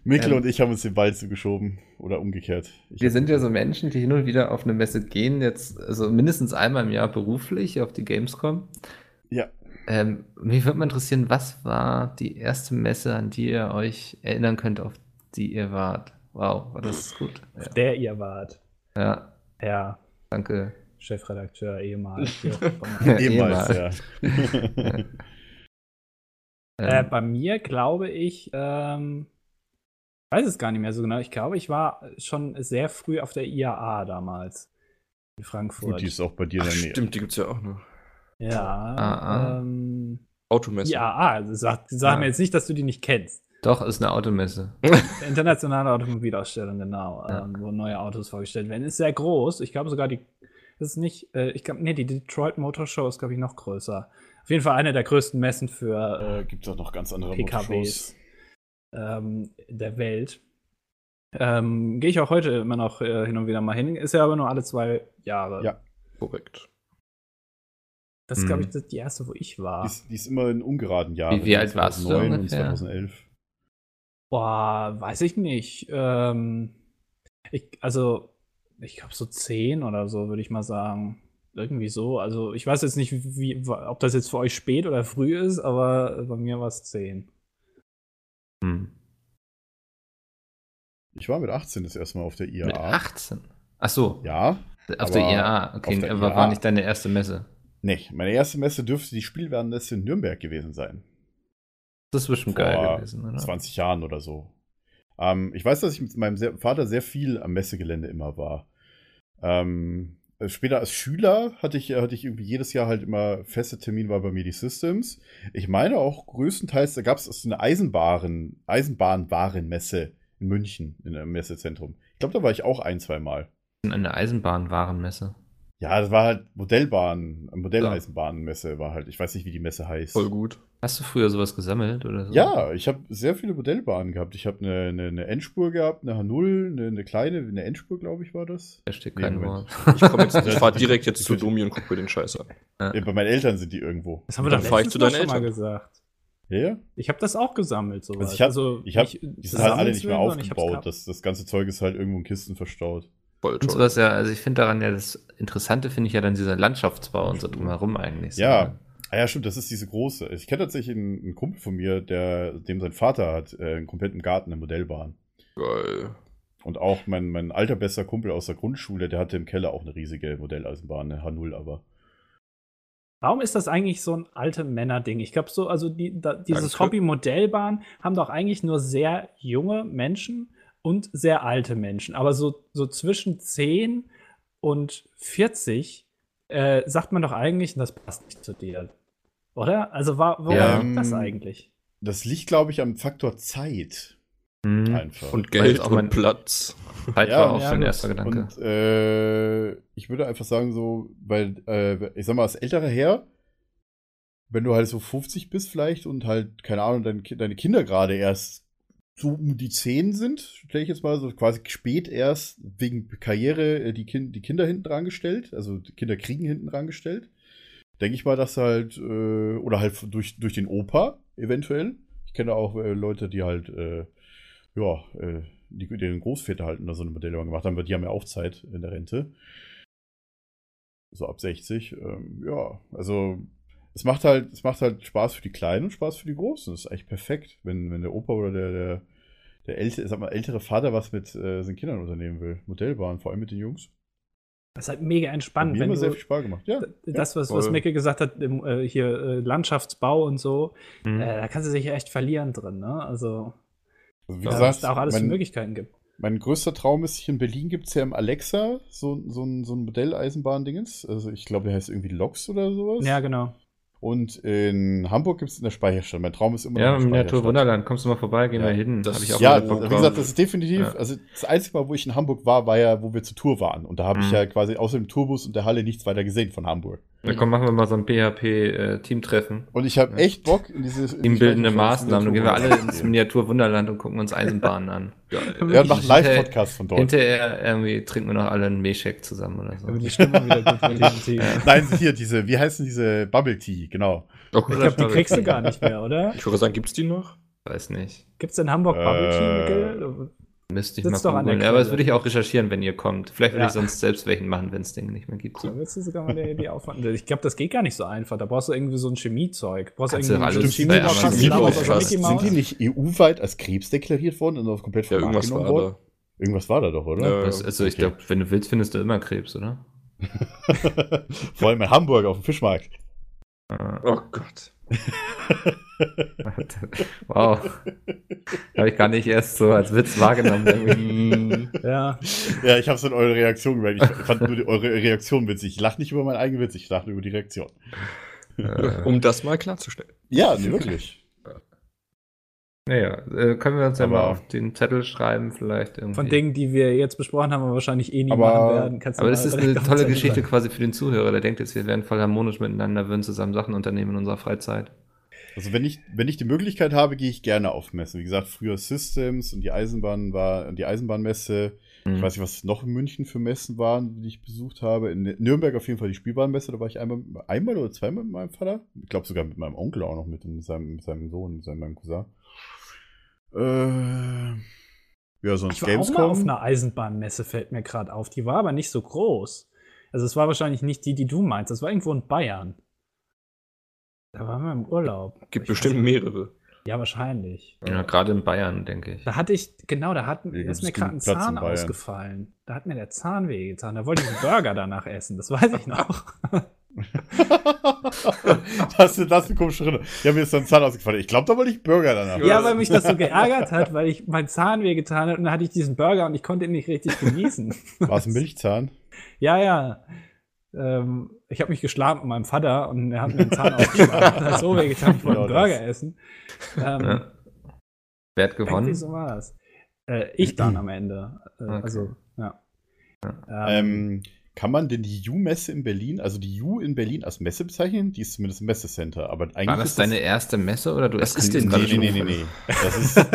B: Mikkel
C: ähm,
B: und ich haben uns den Ball zugeschoben. Oder umgekehrt. Ich
C: Wir
B: hab-
C: sind ja so Menschen, die hin und wieder auf eine Messe gehen, jetzt also mindestens einmal im Jahr beruflich auf die Gamescom.
B: Ja.
C: Ähm, mich würde mal interessieren, was war die erste Messe, an die ihr euch erinnern könnt, auf die ihr wart? Wow, war das gut. Ja,
E: Der ihr wart.
C: ja
E: Ja,
C: danke.
E: Chefredakteur, ehemals. wie auch immer.
B: Ehemals,
C: Ehemal.
B: ja.
E: Äh,
C: Ähm,
E: bei mir glaube ich, ähm, weiß es gar nicht mehr so genau. Ich glaube, ich war schon sehr früh auf der IAA damals in Frankfurt.
B: Gut, die ist auch bei dir
D: Ach,
B: in der Nähe.
D: stimmt, die gibt's ja auch noch.
E: ja.
B: Ah,
C: AA.
E: Ähm,
D: Automesse.
E: IAA, also sag, sag
C: Ah.
E: mir jetzt nicht, dass du die nicht kennst.
C: doch, ist eine Automesse.
E: Internationale Automobilausstellung, genau,
C: Ja.
E: ähm, wo neue Autos vorgestellt werden. Ist sehr groß. Ich glaube sogar die, das ist nicht, äh, ich glaube, nee, die Detroit Motor Show ist, glaube ich, noch größer. Auf jeden Fall eine der größten Messen für äh,
B: Äh, Gibt es auch noch ganz andere Motorshows.
E: PKWs ähm, der Welt. Ähm, Gehe ich auch heute immer noch äh, hin und wieder mal hin. Ist ja aber nur alle zwei Jahre.
B: Ja.
D: Korrekt.
E: Das ist, glaube ich,
C: Mhm.
E: das- die erste, wo ich
B: Die
E: war.
B: ist, die ist immer in ungeraden Jahren.
C: Ah. Wie- wie alt warst du
B: 2009 und
C: ungefähr?
B: 2011.
E: Boah, weiß ich nicht. Ähm, ich, also, ich glaube, so zehn oder so, würde ich mal sagen. Irgendwie so. Also, ich weiß jetzt nicht, wie, ob das jetzt für euch spät oder früh ist, aber bei mir war es zehn.
C: Hm.
B: Ich war mit 18 das erste Mal auf der IAA.
C: Mit 18. Ach so,
B: Ja.
C: auf der
B: aber
C: IAA. Okay,
B: auf der E
C: aber war
B: IAA.
C: nicht deine erste Messe.
B: Nee, meine erste Messe dürfte die Spielwarenmesse in Nürnberg gewesen sein.
C: Das ist bestimmt
B: Vor
C: geil gewesen, oder?
B: 20 Jahren oder so. Ähm, ich weiß, dass ich mit meinem sehr, Vater sehr viel am Messegelände immer war. Ähm, äh, später als Schüler hatte ich, hatte ich irgendwie jedes Jahr halt immer feste Termin war bei mir die Systems. Ich meine auch größtenteils, da gab es eine Eisenbahn, Eisenbahnwarenmesse in München, in einem Messezentrum. Ich glaube, da war ich auch ein, zwei Mal.
C: Eine Eisenbahnwarenmesse.
B: Ja, das war halt Modellbahn,
C: Ja.
B: Modelleisenbahnmesse war halt. Ich weiß nicht, wie die Messe heißt.
D: Voll gut.
C: Hast du früher sowas gesammelt oder so?
D: Also
B: Ja, ich habe sehr viele Modellbahnen gehabt. Ich habe eine, eine, eine Endspur gehabt, eine H0, eine, eine kleine, eine Endspur, glaube ich, war das.
C: Da steht
B: Nee,
C: kein
B: Moment.
D: Ich,
C: Wort.
D: komm jetzt- ich fahr direkt jetzt zu Domi und guck mir den Scheiß an.
B: Ja, bei meinen Eltern sind die irgendwo.
E: Das haben wir
D: Dann
E: doch
D: fahr ich
E: letztes
D: zu
E: Mal
D: deinen
E: schon mal
D: Eltern.
E: gesagt.
B: Ja, ja.
E: Ich habe das auch gesammelt, so
B: Also ich hab- ich hab-
D: äh,
B: Die sind halt alle nicht mehr aufgebaut.
E: Das
B: Das, das ganze Zeug ist halt irgendwo in Kisten verstaut.
D: Voll
C: Und so
D: toll.
C: was ja, also ich finde daran ja das Interessante, finde ich ja dann dieser Landschaftsbau und so drumherum eigentlich.
B: Mhm. Ja. Ah ja, stimmt, das ist diese große. Ich kenne tatsächlich einen, einen Kumpel von mir, der, dem sein Vater hat, äh, einen kompletten Garten, eine Modellbahn.
D: Geil.
B: Und auch mein, mein alter bester Kumpel aus der Grundschule, der hatte im Keller auch eine riesige Modelleisenbahn, eine H0 aber.
E: Warum ist das eigentlich so ein alte Männer-Ding? Ich glaube so, also die, da, dieses
D: Danke.
E: Hobby Modellbahn haben doch eigentlich nur sehr junge Menschen und sehr alte Menschen. Aber so, so zwischen 10 und 40 äh, sagt man doch eigentlich, das passt nicht zu dir. Oder? Also wa warum
C: Ja.
E: liegt das eigentlich?
B: Das liegt, glaube ich, am Faktor Zeit
C: Mhm.
B: einfach.
D: Und
C: Weil
D: Geld
C: jetzt auch
D: und
C: mein-
D: Platz.
C: Halt
B: Ja,
C: war auch
E: ja,
C: schon
E: gut.
C: erster Gedanke.
B: Und äh, ich würde einfach sagen, so, weil, äh, ich sag mal, als älterer Herr, wenn du halt so 50 bist vielleicht und halt, keine Ahnung, dein, Ki- deine Kinder gerade erst so um die 10 sind, stelle ich jetzt mal so quasi spät erst wegen Karriere äh, die, kind, die Kinder hinten dran gestellt, also die Kinder kriegen hinten dran gestellt, denke ich mal, dass halt, äh, oder halt durch, durch den Opa eventuell. Ich kenne auch äh, Leute, die halt, äh, ja, äh, die, die den Großväter halt so eine Modellbahn gemacht haben, weil die haben ja auch Zeit in der Rente. So ab 60. Ähm, ja, also es macht halt, es macht halt Spaß für die Kleinen und Spaß für die Großen. Das ist eigentlich perfekt, wenn, wenn der Opa oder der, der, der ältere, sag mal, ältere Vater was mit äh, seinen Kindern unternehmen will. Modellbahn, vor allem mit den Jungs.
E: Das ist halt mega
B: Hat
E: entspannt,
B: mir
E: wenn
B: immer sehr
E: du
B: viel Spaß gemacht. Ja.
E: das, was, was
D: voll.
E: Micke gesagt hat, im, äh, hier äh, Landschaftsbau und so,
C: Mhm.
E: äh, da kannst du dich echt verlieren drin, ne? Also
B: Also wie
C: Ja,
E: dass es
B: gesagt,
E: da auch alles für
B: mein,
E: Möglichkeiten gibt.
B: mein größter Traum ist, hier in Berlin gibt es ja im Alexa so, so ein, so ein Modelleisenbahn-Dingens. Also ich glaube, der heißt irgendwie Loks oder sowas.
E: Ja, genau.
B: Und in Hamburg gibt es in der Speicherstadt. Mein Traum ist immer
C: Ja,
B: noch
C: im
B: eine
C: Natur
B: Speicherstadt.
C: Wunderland, kommst du mal vorbei, gehen
B: Ja,
C: wir hin.
D: das-
C: Hab ich auch
B: Ja, also,
C: mal Bock
B: wie gesagt,
C: drauf.
B: das ist definitiv,
C: Ja.
B: also das einzige Mal, wo ich in Hamburg war, war ja, wo wir zur Tour waren. Und da habe ich
C: Mhm.
B: ja quasi außer dem Tourbus und der Halle nichts weiter gesehen von Hamburg.
C: Na komm, machen wir mal so ein äh, PHP-Teamtreffen.
B: Und ich habe
C: Ja.
B: echt Bock in diese... in die
C: Teambildende
B: Speicherstadt-
C: Maßnahmen. Dann gehen wir alle ins
B: Ja,
C: Miniatur Wunderland und gucken uns Eisenbahnen an.
B: Ja, und machen einen Live-Podcast von dort.
C: Hinterher irgendwie trinken wir noch alle einen Meshek zusammen oder so.
E: Damit die Stimmung wieder gut wird. in diesem Team.
B: Nein, hier, diese, wie heißen diese Bubble Tea, genau.
D: Okay.
E: Ich glaube, die kriegst du gar nicht mehr, oder?
D: Ich würde sagen, gibt's die noch?
C: Weiß nicht.
E: Gibt's in Hamburg Bubble
B: Äh,
E: Tea? Mikkel?
C: Müsste ich
E: Sitzt
C: mal
E: doch an der
C: googeln. Aber das
E: Quelle.
C: würde ich auch recherchieren, wenn ihr kommt. Vielleicht würde
E: Ja.
C: ich sonst selbst welchen machen, wenn es Dinge nicht mehr gibt.
E: Da willst du sogar mal die, die Aufwand. Ich glaube, das geht gar nicht so einfach. Da brauchst du irgendwie so ein Chemiezeug. Brauchst du
C: Kannst du
E: irgendwie so ein
C: alles bei
E: Chemie-Baukasten,
D: Amazon
E: da brauchst du
D: kaufen.
E: Mickey
B: Sind die
E: Mouse.
B: nicht EU-weit als Krebs deklariert worden und auf komplett
D: Ja,
B: vom Markt
D: irgendwas
B: genommen
D: war
B: worden?
D: da.
B: Irgendwas war da doch, oder?
D: Ja.
C: Das, also ich
B: okay.
C: glaube, wenn du willst, findest du immer Krebs, oder?
B: Vor allem in Hamburg auf dem Fischmarkt.
C: Ah.
D: Oh Gott.
C: wow. Habe ich gar nicht erst so als Witz wahrgenommen. irgendwie.
D: Mm.
E: Ja,
B: Ja, ich habe so in eure Reaktion gemerkt. Ich fand nur die, eure Reaktion witzig. Ich lache nicht über meinen eigenen Witz, ich lache über die Reaktion.
C: Äh,
D: um das mal klarzustellen.
B: Ja, nee, wirklich.
C: naja, äh, können wir uns ja
B: Aber-
C: mal auf den Zettel schreiben, vielleicht irgendwie.
E: von Dingen, die wir jetzt besprochen haben, aber wahrscheinlich eh nie
B: Aber-
E: machen werden. Kannst du
C: Aber
E: mal
C: das ist eine
E: direkt auf
C: tolle
E: Zettel
C: Geschichte
E: sagen.
C: quasi für den Zuhörer, der denkt jetzt, wir wären voll harmonisch miteinander, würden zusammen Sachen unternehmen in unserer Freizeit.
B: Also wenn ich, wenn ich die Möglichkeit habe, gehe ich gerne auf Messen. Wie gesagt, früher Systems und die Eisenbahn war die Eisenbahnmesse. Ich
C: Mhm.
B: weiß nicht, was noch in München für Messen waren, die ich besucht habe. In Nürnberg auf jeden Fall die Spielbahnmesse, da war ich einmal, einmal oder zweimal mit meinem Vater. Ich glaube sogar mit meinem Onkel auch noch mit, und mit, seinem, mit seinem Sohn, mit seinem, meinem Cousin. Äh, ja, sonst
E: Ich war auch mal auf einer Eisenbahnmesse, fällt mir gerade auf. Die war aber nicht so groß. Also es war wahrscheinlich nicht die, die du meinst. Das war irgendwo in Bayern. Da waren wir im Urlaub.
D: Gibt
E: Ich weiß
D: bestimmt
E: nicht.
D: mehrere.
E: Ja, wahrscheinlich.
C: Ja, gerade in Bayern, denke ich.
E: Da hatte ich, genau, da hat,
B: Hier
E: ist
B: gibt's
E: mir gerade ein
B: genug Platz in
E: Zahn
B: Bayern.
E: ausgefallen. Da hat mir der Zahn wehgetan. Da wollte ich einen Burger danach essen. Das weiß ich noch.
B: Was ist das für komische Schritte? Ja, mir ist dann Zahn ausgefallen. Ich glaube, da wollte ich Burger danach.
E: ja, weil mich das so geärgert hat, weil ich mein Zahn wehgetan hat und dann hatte ich diesen Burger und ich konnte ihn nicht richtig genießen.
B: War es ein Milchzahn?
E: Ja, ja. Ähm, ich habe mich geschlagen mit meinem Vater und er hat mir den Zahn aufgeschlagen. Das hat so wehgetan, ich wollte einen
B: Genau das.
E: Burger essen. Ähm,
C: Ja. Wer hat
E: Irgendwie
C: gewonnen?
E: so war das. Äh, ich dann am Ende. Äh,
C: Okay.
E: Also, ja.
B: Ähm, kann man denn die U-Messe in Berlin, also die U in Berlin als Messe bezeichnen? Die ist zumindest ein Messecenter, aber eigentlich
C: War das
B: ist
C: deine erste Messe oder du
D: Was
C: eskalierst
D: ist denn
C: gerade
B: das, nee,
C: schon?
B: nee, nee, nee, nee. Das ist,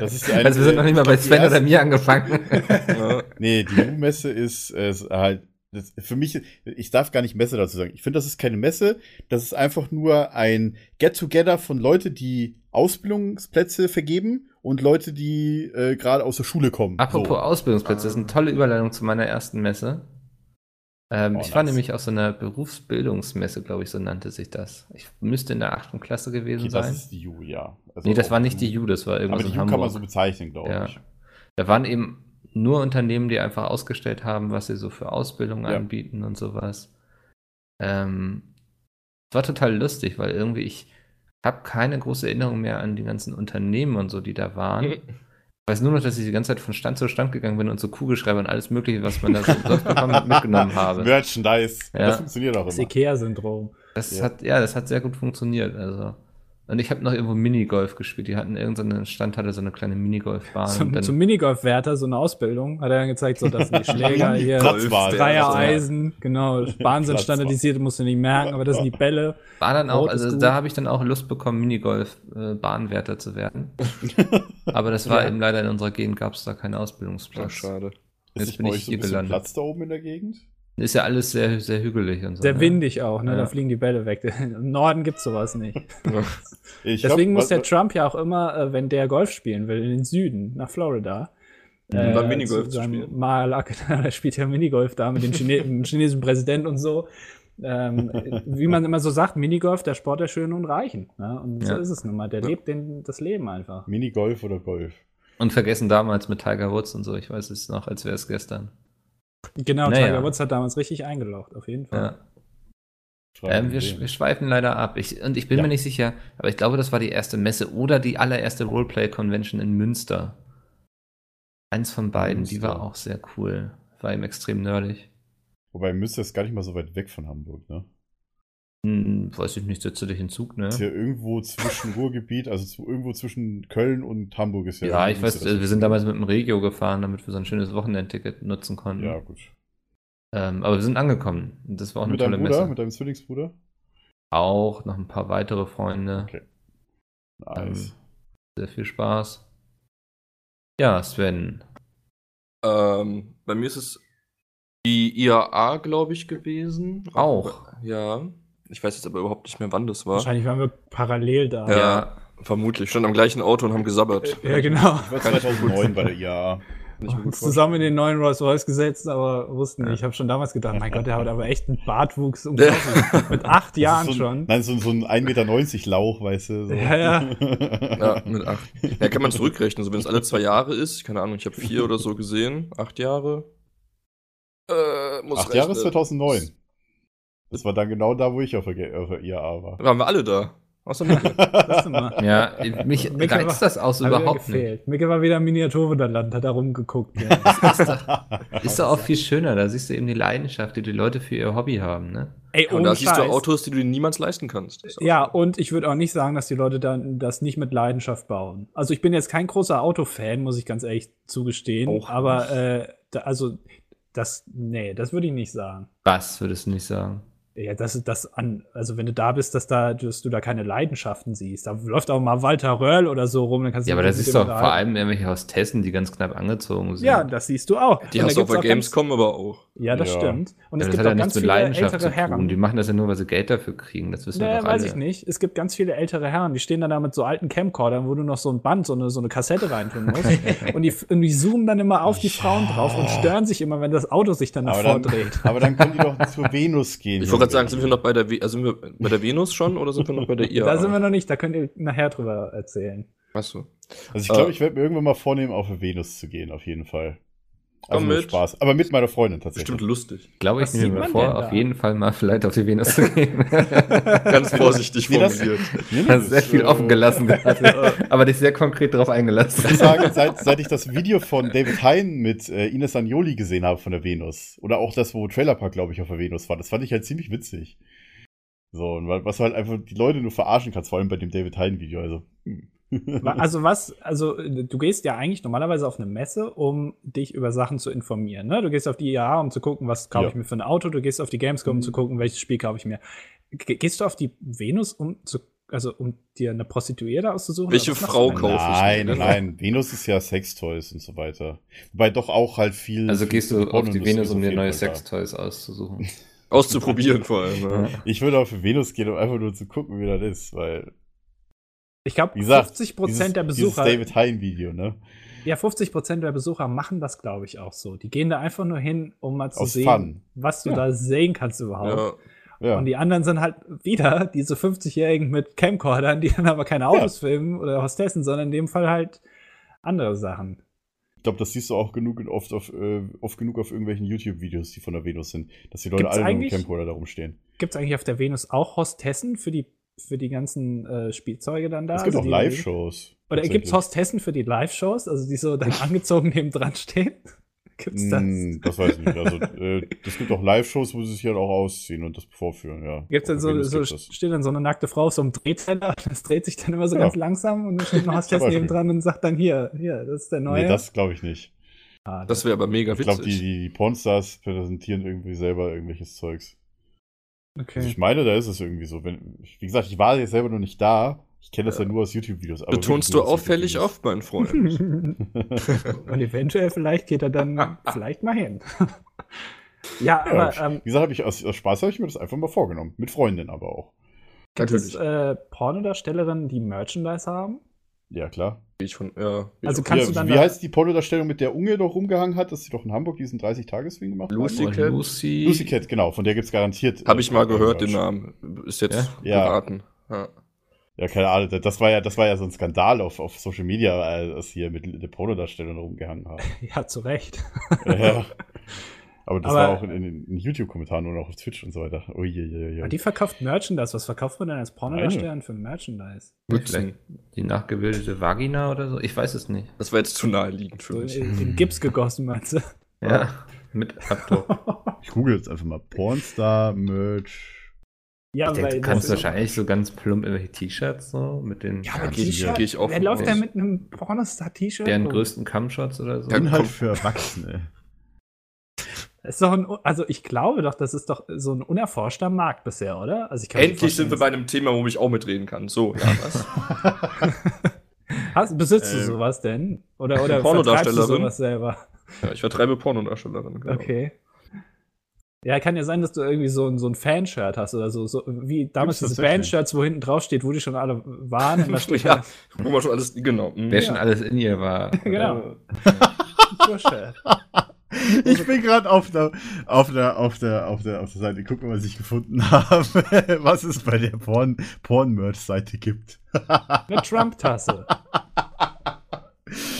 B: das ist eine,
C: also wir sind noch nicht mal bei
B: die
C: Sven oder
B: erste-
C: mir angefangen.
D: Ja.
B: Nee, die U-Messe ist, äh, ist halt das, für mich, ich darf gar nicht Messe dazu sagen. Ich finde, das ist keine Messe, das ist einfach nur ein Get-Together von Leute, die Ausbildungsplätze vergeben und Leute, die äh, gerade aus der Schule kommen.
C: Apropos
B: So.
C: Ausbildungsplätze, das ist eine tolle Überleitung zu meiner ersten Messe. Ähm,
B: Oh,
C: ich war
B: nice.
C: nämlich auf so einer Berufsbildungsmesse, glaube ich, so nannte sich das. Ich müsste in der achten Klasse gewesen
B: Okay, das
C: sein.
B: ist die U, ja. Also
C: Nee, das
B: auch
C: war nicht die U, das war irgendwas
B: Aber die U
C: in
B: kann man so
C: Hamburg.
B: bezeichnen, glaube
C: Ja.
B: ich.
C: Da waren eben nur Unternehmen, die einfach ausgestellt haben, was sie so für Ausbildung
B: Ja.
C: anbieten und sowas. Ähm, es war total lustig, weil irgendwie ich habe keine große Erinnerung mehr an die ganzen Unternehmen und so, die da waren.
D: Mhm.
C: Ich weiß nur noch, dass ich die ganze Zeit von Stand zu Stand gegangen bin und so Kugelschreiber und alles Mögliche, was man da so umsonst bekommen hat, mitgenommen habe.
B: Merchandise.
C: Ja.
B: Das funktioniert auch
E: Das
B: immer.
E: Ikea-Syndrom.
C: Das
B: Ja.
C: hat, ja, das hat sehr gut funktioniert. Also. Und ich habe noch irgendwo Minigolf gespielt. Die hatten irgendeinen Stand, hatte so eine kleine Minigolfbahn.
E: So,
C: und dann-
E: zum Minigolf-Wärter, so eine Ausbildung, hat er dann gezeigt, so dass die Schläger hier,
B: Platz war
D: Golf,
B: der.
E: Dreiereisen, genau, Bahn
B: Platz
E: sind
B: war.
E: standardisiert, musst du nicht merken, aber das sind die Bälle.
C: War dann auch,
E: Rot ist
C: also
E: gut.
C: da habe ich dann auch Lust bekommen, Minigolf-Bahnwärter zu werden. Aber das war
E: Ja.
C: eben leider in unserer Gegend gab es da keinen
D: Oh,
C: Ausbildungsplatz.
D: schade.
B: Ist
C: Jetzt
B: nicht
C: bin
B: bei
C: ich
B: euch so
C: hier
B: ein bisschen
C: gelandet.
B: Platz da oben in der Gegend?
C: Ist ja alles sehr, sehr hügelig und so.
E: Sehr
C: ne?
E: windig auch, ne?
C: Ja.
E: Da fliegen die Bälle weg. Im Norden gibt's sowas nicht.
B: Ich
E: Deswegen
B: glaub,
E: muss der
B: wa-
E: Trump ja auch immer, äh, wenn der Golf spielen will, in den Süden, nach Florida. äh,
D: Um dann Minigolf zu
E: seinem
D: spielen.
E: Malak, da spielt ja Minigolf da mit dem, Chine mit dem chinesischen Präsidenten und so. Ähm, wie man immer so sagt, Minigolf, der Sport der Schönen und Reichen. Ne? Und so
C: Ja.
E: ist es nun mal. Der lebt den, das Leben einfach.
B: Minigolf oder Golf?
C: Und vergessen damals mit Tiger Woods und so, ich weiß es noch, als wäre es gestern.
E: Genau,
C: Naja.
E: Tiger Woods hat damals richtig eingelaucht, auf jeden Fall.
C: Ja.
B: Schreiben
C: Ähm, wir,
B: sehen.
C: sch- wir schweifen leider ab. Ich, und ich bin
B: Ja.
C: mir nicht sicher, aber ich glaube, das war die erste Messe oder die allererste Roleplay-Convention in Münster. Eins von beiden, die
B: Münster.
C: war auch sehr cool. War eben extrem nerdig.
B: Wobei müsste das gar nicht mal so weit weg von Hamburg, ne?
C: Hm, weiß ich nicht, sitze dich in Zug, ne?
B: Ist ja irgendwo zwischen Ruhrgebiet, also zu, irgendwo zwischen Köln und Hamburg ist ja.
C: Ja, ich
B: irgendwie
C: weiß, also
B: müsste
D: äh,
B: das-
C: wir sind damals mit dem Regio gefahren, damit wir so ein schönes Wochenendticket nutzen konnten.
B: Ja, gut.
C: Ähm, aber wir sind angekommen. Das war auch
B: mit
C: eine
B: deinem
C: tolle
B: Bruder,
C: Messe.
B: mit deinem Zwillingsbruder?
C: Auch noch ein paar weitere Freunde.
B: Okay. Nice.
C: Ähm, sehr viel Spaß. Ja, Sven.
D: Ähm, bei mir ist es die IAA, glaube ich, gewesen.
C: Auch.
D: Ja. Ich weiß jetzt aber überhaupt nicht mehr, wann das war.
E: Wahrscheinlich waren wir parallel da.
D: Ja. Vermutlich. Stand am gleichen Auto und haben gesabbert.
E: Äh, ja genau.
B: Ich war
D: kann ich mir gut
B: 2009 bei der IAA.
D: Kann ich mir gut vorstellen.
E: Zusammen in den neuen Rolls Royce gesetzt, aber wussten nicht. Ich habe schon damals gedacht, mein Gott, der hat aber echt einen Bartwuchs. Unglaublich. Mit acht
B: Das
E: Jahren
B: ist so ein,
E: schon.
B: Nein, so, so ein 1,90 Meter Lauch, weißt du. So.
E: Ja, ja.
D: Ja, mit acht. Ja, kann man zurückrechnen. Also, wenn es alle zwei Jahre ist, keine Ahnung, ich habe vier oder so gesehen. Acht Jahre. Äh, muss
B: Acht Jahre ist
D: rechnen.
B: 2009. Das war dann genau da, wo ich auf der, Ge- auf der IAA war.
D: Da waren wir alle da. Außer Mikkel.
E: Lass ihn mal.
C: Ja, mich
E: Micke war-
C: reizt das aus
E: Hat wieder
C: überhaupt nicht.
E: gefehlt. Micke war wieder im Miniaturwunderland, hat da rumgeguckt. Ja.
C: Ist doch auch viel schöner. Da siehst du eben die Leidenschaft, die die Leute für ihr Hobby haben, ne?
E: Ey,
D: Und da siehst du Autos, die du dir niemals leisten kannst. Das ist auch-
E: Ja, oh, und ich würde auch nicht sagen, dass die Leute dann das nicht mit Leidenschaft bauen. Also ich bin jetzt kein großer Autofan, muss ich ganz ehrlich zugestehen.
D: Auch
E: aber äh, da, also das, nee, das würde ich nicht sagen.
C: Was würdest du nicht sagen?
E: Ja, das ist das an, also wenn du da bist, dass da, dass du da keine Leidenschaften siehst. Da läuft auch mal Walter Röhrl oder so rum, dann kannst du
C: Ja, aber
E: dich
C: das
E: mit
C: ist
E: dem
C: doch vor
E: unterhalten.
C: allem irgendwelche Hostessen, die ganz knapp angezogen sind.
E: Ja, das siehst du auch.
D: Die
E: Und da
D: hast du auf der
E: gibt's auch ganz-
D: Gamescom aber auch.
E: Ja, das
B: Ja.
E: stimmt. Und
C: Ja, das
E: es
C: hat
E: gibt
C: ja
E: auch ganz
C: nichts mit
E: viele
C: Leidenschaft
E: ältere
C: zu tun.
E: Herren.
C: Die machen das ja nur, weil sie Geld dafür kriegen. Das wissen wir
E: Naja,
C: doch
E: weiß
C: alle.
E: ich nicht. Es gibt ganz viele ältere Herren, die stehen dann da mit so alten Camcordern, wo du noch so ein Band, so eine, so eine Kassette reintun musst. und, die, und die zoomen dann immer auf die Frauen drauf und stören sich immer, wenn das Auto sich dann nach
B: aber,
E: vorn
B: dann,
E: dreht.
B: aber dann können die doch zur Venus gehen.
D: Ich wollte gerade
B: Junge.
D: sagen, sind wir noch bei der, We also sind wir bei der Venus schon oder sind wir noch bei der IAA?
E: Da sind wir noch nicht, da könnt ihr nachher drüber erzählen.
D: Achso.
B: Also ich glaube,
D: Äh.
B: ich werde mir irgendwann mal vornehmen, auf Venus zu gehen, auf jeden Fall. Also
D: Komm
B: mit
D: mit.
B: Spaß. Aber mit meiner Freundin
D: Bestimmt
B: tatsächlich.
D: lustig.
C: Ich glaube, ich
E: Was
C: nehme
E: sieht
C: mir
E: man denn
C: vor,
E: da?
C: auf jeden Fall mal vielleicht auf die Venus zu gehen.
D: Ganz vorsichtig
B: Nee, das-
D: formuliert.
B: Nee, nee,
C: Hast sehr
B: das,
C: viel
B: äh,
C: offen gelassen gerade, aber dich sehr konkret darauf
B: Ich muss
C: eingelassen.
B: sagen, seit, seit ich das Video von David Hein mit äh, Ines Agnoli gesehen habe von der Venus, oder auch das, wo Trailer Park, glaube ich, auf der Venus war, das fand ich halt ziemlich witzig. So, und wa- was du halt einfach die Leute nur verarschen kannst, vor allem bei dem David Hein-Video. Also,
E: Wa- Also was, also äh, du gehst ja eigentlich normalerweise auf eine Messe, um dich über Sachen zu informieren. Ne? Du gehst auf die IAA, um zu gucken, was kaufe
B: Ja. Mhm.
E: ich mir für ein Auto. Du gehst auf die Gamescom, um zu gucken, welches Spiel kaufe ich mir. Ge gehst du auf die Venus, um zu, also um dir eine Prostituierte auszusuchen?
D: Welche
E: Oder was machst
D: Frau
E: du denn da?
D: kaufe ich
B: nein,
D: mir, ne?
B: nein, Venus ist ja Sextoys und so weiter. Wobei doch auch halt viel.
C: Also gehst du auf die Venus, um dir neue
B: Sextoys.
C: Sextoys auszusuchen.
D: Auszuprobieren vor allem. Ja.
B: Ich würde auf die Venus gehen, um einfach nur zu gucken, wie das ist, weil.
E: Ich glaube,
B: Wie gesagt,
E: 50
B: dieses-
E: Prozent der Besucher,
B: Dieses David Hein-Video, ne?
E: ja, 50 Prozent der Besucher machen das, glaube ich, auch so. Die gehen da einfach nur hin, um mal zu
B: Aus
E: sehen,
B: Fun.
E: was du
B: Ja.
E: da sehen kannst überhaupt.
D: Ja.
B: Ja.
E: Und die anderen sind halt wieder diese 50-Jährigen mit Camcordern, die dann aber keine Autos filmen oder Hostessen, sondern in dem Fall halt andere Sachen.
B: Ich glaube, das siehst du auch genug und oft, auf, äh, oft genug auf irgendwelchen YouTube-Videos, die von der Venus sind, dass die Leute
E: Gibt's
B: alle mit dem
E: eigentlich-
B: Camcorder da rumstehen.
E: Gibt es eigentlich auf der Venus auch Hostessen für die, für die ganzen äh, Spielzeuge dann da?
B: es gibt
E: Also
B: auch
E: die-
B: Live-Shows.
E: Oder gibt es
B: tatsächlich.
E: Hostessen für die Live-Shows, also die so dann angezogen neben dran stehen? Gibt's das?
B: Mm, das weiß ich nicht. Also, äh, es gibt auch Live-Shows, wo sie sich halt auch ausziehen und das vorführen, ja.
E: Gibt's dann
B: Auf
E: so,
B: Venus
E: so
B: gibt's das.
E: steht dann so eine nackte Frau auf so einem Drehteller, das dreht sich dann immer so
B: Ja.
E: ganz langsam und dann steht eine Hostess
B: Beispiel.
E: neben dran und sagt dann hier, hier, das ist der neue.
B: Nee, das glaube ich nicht.
E: Ah,
D: Das wäre aber mega
B: Ich glaube, die,
D: witzig.
B: die, die Pornstars präsentieren irgendwie selber irgendwelches Zeugs. Also
E: okay.
B: ich meine, da ist es irgendwie so. Wenn, ich- wie gesagt, ich war jetzt selber noch nicht da. Ich kenne das ja,
D: Ja.
B: nur aus YouTube-Videos. aber
D: Äh, Betonst du
B: wirklich nur aus
D: auffällig oft,
B: YouTube-Videos.
D: mein Freund.
E: und eventuell vielleicht geht er dann vielleicht mal hin. ja,
B: Ja,
E: aber ähm,
B: Wie gesagt, habe ich aus, aus Spaß habe ich mir das einfach mal vorgenommen. Mit Freundin aber auch.
E: gibt es äh, Pornodarstellerinnen, die Merchandise haben?
B: Ja, klar.
D: Wie ich von, ja, wie
E: Also
D: ich
E: kannst
B: ja,
E: du dann
B: wie
E: da-
B: heißt die Pornodarstellung, mit der Unge doch rumgehangen hat, dass sie doch in Hamburg diesen 30-Tages-Swing gemacht hat?
D: Lucy Cat.
C: Lucy.
B: Lucy Cat, genau. Von der gibt es garantiert.
D: Habe
B: äh,
D: ich mal gehört, den
B: Merch.
D: Namen. Ist jetzt
C: Ja?
B: Ja.
D: geraten. Ja.
B: Ja, keine Ahnung. das- Das war ja, das war ja so ein Skandal auf, auf Social Media, äh, dass hier mit der Pornodarstellung rumgehangen haben.
E: Ja, zu Recht.
B: ja. Aber das
E: Aber-
B: war auch in, in, in YouTube-Kommentaren und auch auf Twitch und so weiter. Ui, ui, ui,
E: Aber
B: ui.
E: die verkauft Merchandise. Was verkauft man denn als Pornodarstellerin für Merchandise?
C: Vielleicht die nachgebildete Vagina oder so? Ich weiß es nicht.
D: Das war jetzt zu naheliegend für
E: So
D: mich.
E: in, in Gips gegossen, meinst du?
C: Ja, mit Abdruck.
B: Ich google jetzt einfach mal Pornstar, Merch.
E: Ja,
C: Ich denke, du
E: das
C: kannst
E: ist-
C: wahrscheinlich so ganz plump irgendwelche T-Shirts so mit den
E: Ja, aber
B: geh ich-
E: T-Shirt.
D: geh ich auch
E: Wer
D: von
E: läuft
D: aus.
E: denn mit einem Pornostar-T-Shirt?
C: deren
E: rum?
C: größten Kampfshots oder so.
D: Ja,
B: Inhalt
D: komm.
B: für Erwachsene.
E: Das ist doch ein, also ich glaube doch, das ist doch so ein unerforschter Markt bisher, oder? Also ich kann mir
D: Endlich sind wir bei
E: vorstellen,
D: einem Thema, wo ich auch mitreden kann. So, ja, was?
E: Hast, besitzt
B: Ähm,
E: du sowas denn? Oder, oder vertreibst du
D: Pornodarstellerin?
E: sowas selber?
D: ja, ich vertreibe Pornodarstellerin. Genau.
E: Okay. Ja, kann ja sein, dass du irgendwie so ein, so ein Fanshirt hast oder so. so wie
B: Gibt's
E: damals diese
B: tatsächlich.
E: Bandshirts, wo hinten drauf steht, wo die schon alle waren. Und da steht
D: Ja.
E: ja.
D: Wo man schon alles, genau. mhm.
C: Wer schon alles in ihr war. oder?
E: Genau. Bursche.
B: Ich bin gerade auf der, auf, der, auf, der, auf, der, auf der Seite. Gucken, was ich gefunden habe. Was es bei der Porn- Porn-Merch-Seite gibt.
E: Eine Trump-Tasse.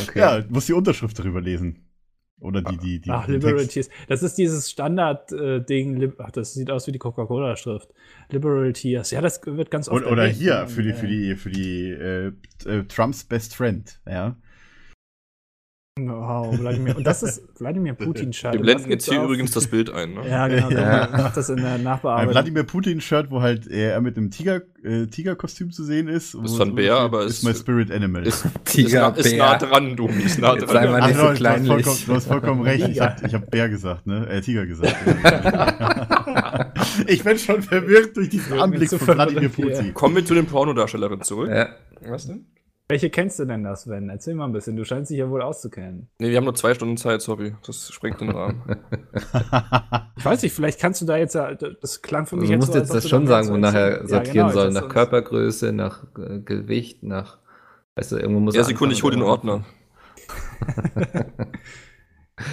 C: Okay.
B: Ja, muss die Unterschrift darüber lesen. Oder die, die, die.
E: Ach,
B: den Text.
E: Liberal Tears. Das ist dieses Standard-Ding. Lib- Ach, das sieht aus wie die Coca-Cola-Schrift. Liberal Tears. Ja, das wird ganz oft.
B: Und, oder
E: erwähnt.
B: hier für die, für die, für die äh, äh, Trumps Best Friend, ja.
E: Wow, Oh, Wladimir. Und das ist Wladimir Putin schade.
D: Wir blenden jetzt hier übrigens das Bild ein. Ne?
E: Ja, genau.
B: Ja.
E: Ja. Macht das in der
B: Ein
E: Nachbearbeitung.
B: Wladimir Putin-Shirt, wo halt er mit einem Tiger, äh, Tiger-Kostüm zu sehen ist.
D: Ist
B: Wo
D: von
B: so
D: Bär,
B: steht,
D: aber
B: ist.
D: ist-
B: mein Spirit Animal.
D: Ist, ist, nah,
C: Tiger,
D: ist nah
C: Bär.
D: dran, du. Ist nah
C: Jetzt
D: dran.
C: sei mal
B: Ach,
C: nicht so
B: nein, du hast
C: kleinlich.
B: vollkommen, du hast vollkommen recht. Ich habe ich hab Bär gesagt, ne? Äh, Tiger gesagt. ich bin schon verwirrt durch diesen
E: Irgendwie
B: Anblick
E: zu
B: von Wladimir
E: verwirrt, ja.
B: Putin.
D: Kommen wir zu den Pornodarstellerinnen zurück.
C: Ja.
D: Was denn?
E: Welche kennst du denn das, Sven? Erzähl mal ein bisschen. Du scheinst dich ja wohl auszukennen.
D: Nee, wir haben nur zwei Stunden Zeit, sorry. Das sprengt den Rahmen.
E: Ich weiß nicht, vielleicht kannst du da jetzt, ja- das klang für mich
C: du musst
E: so, als
C: Also jetzt
E: ob
C: das
E: du
C: schon
E: da
C: sagen,
E: so
C: wo
E: Ja,
C: nachher sortieren
E: genau, ich
C: sollen.
E: weiß
C: Nach
E: sonst-
C: Körpergröße, nach äh, Gewicht, nach. Weißt du, irgendwo muss
D: Ja,
C: er
D: Sekunde, ich hole
C: anfangen,
D: den
C: oder?
D: Ordner.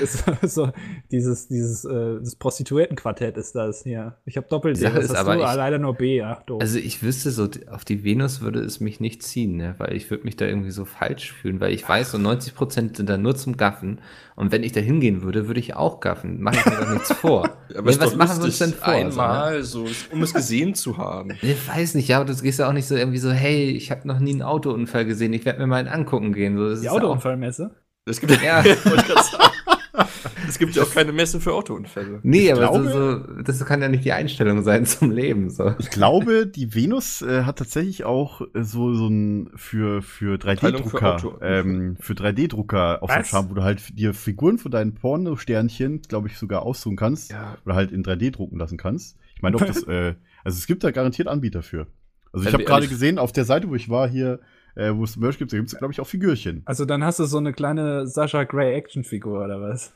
E: Ist so, dieses, dieses äh, das Prostituiertenquartett ist das hier. Ich habe doppelt
C: Die Sache
E: das
C: ist
E: hast
C: aber,
E: du,
C: ich-
E: ah, leider nur B, ach doof.
C: Also ich wüsste so, die- auf die Venus würde es mich nicht ziehen, ne? weil ich würde mich da irgendwie so falsch fühlen, weil ich weiß, so 90% sind da nur zum Gaffen und wenn ich da hingehen würde, würde ich auch gaffen. Mache ich mir doch nichts vor.
D: Aber
C: nee,
D: ist
C: was
D: doch
C: machen wir uns
D: lustig,
C: denn vor?
D: Einmal so, um es gesehen zu haben.
C: So, ne? Ich weiß nicht, ja, aber du gehst ja auch nicht so irgendwie so, hey, ich habe noch nie einen Autounfall gesehen, ich werde mir mal einen angucken gehen. So, das
E: die
C: ist ja auch-
E: Autounfallmesse?
D: Es gibt ja,
C: Ja.
D: wollte ich grad sagen. es gibt ja auch keine Messe für Autounfälle.
C: Nee, aber
B: glaube-
C: so, so, das kann ja nicht die Einstellung sein zum Leben. So.
B: Ich glaube, die Venus äh, hat tatsächlich auch äh, so, so ein für, für
D: Abteilung für
B: 3D-Drucker,
D: Auto-
B: ähm, für 3D-Drucker auf dem
E: Was?
B: Charme, wo du halt dir Figuren von deinen Porno-Sternchen, glaube ich, sogar aussuchen kannst
D: Ja.
B: oder halt in 3D drucken lassen kannst. Ich meine, ob das, äh, also es gibt da garantiert Anbieter für. Also ich
D: Also
B: habe gerade
D: ehrlich-
B: gesehen, auf der Seite, wo ich war, hier, äh, wo es Merch gibt, da gibt es, glaube ich, auch Figürchen.
E: Also dann hast du so eine kleine Sascha Grey Actionfigur oder was?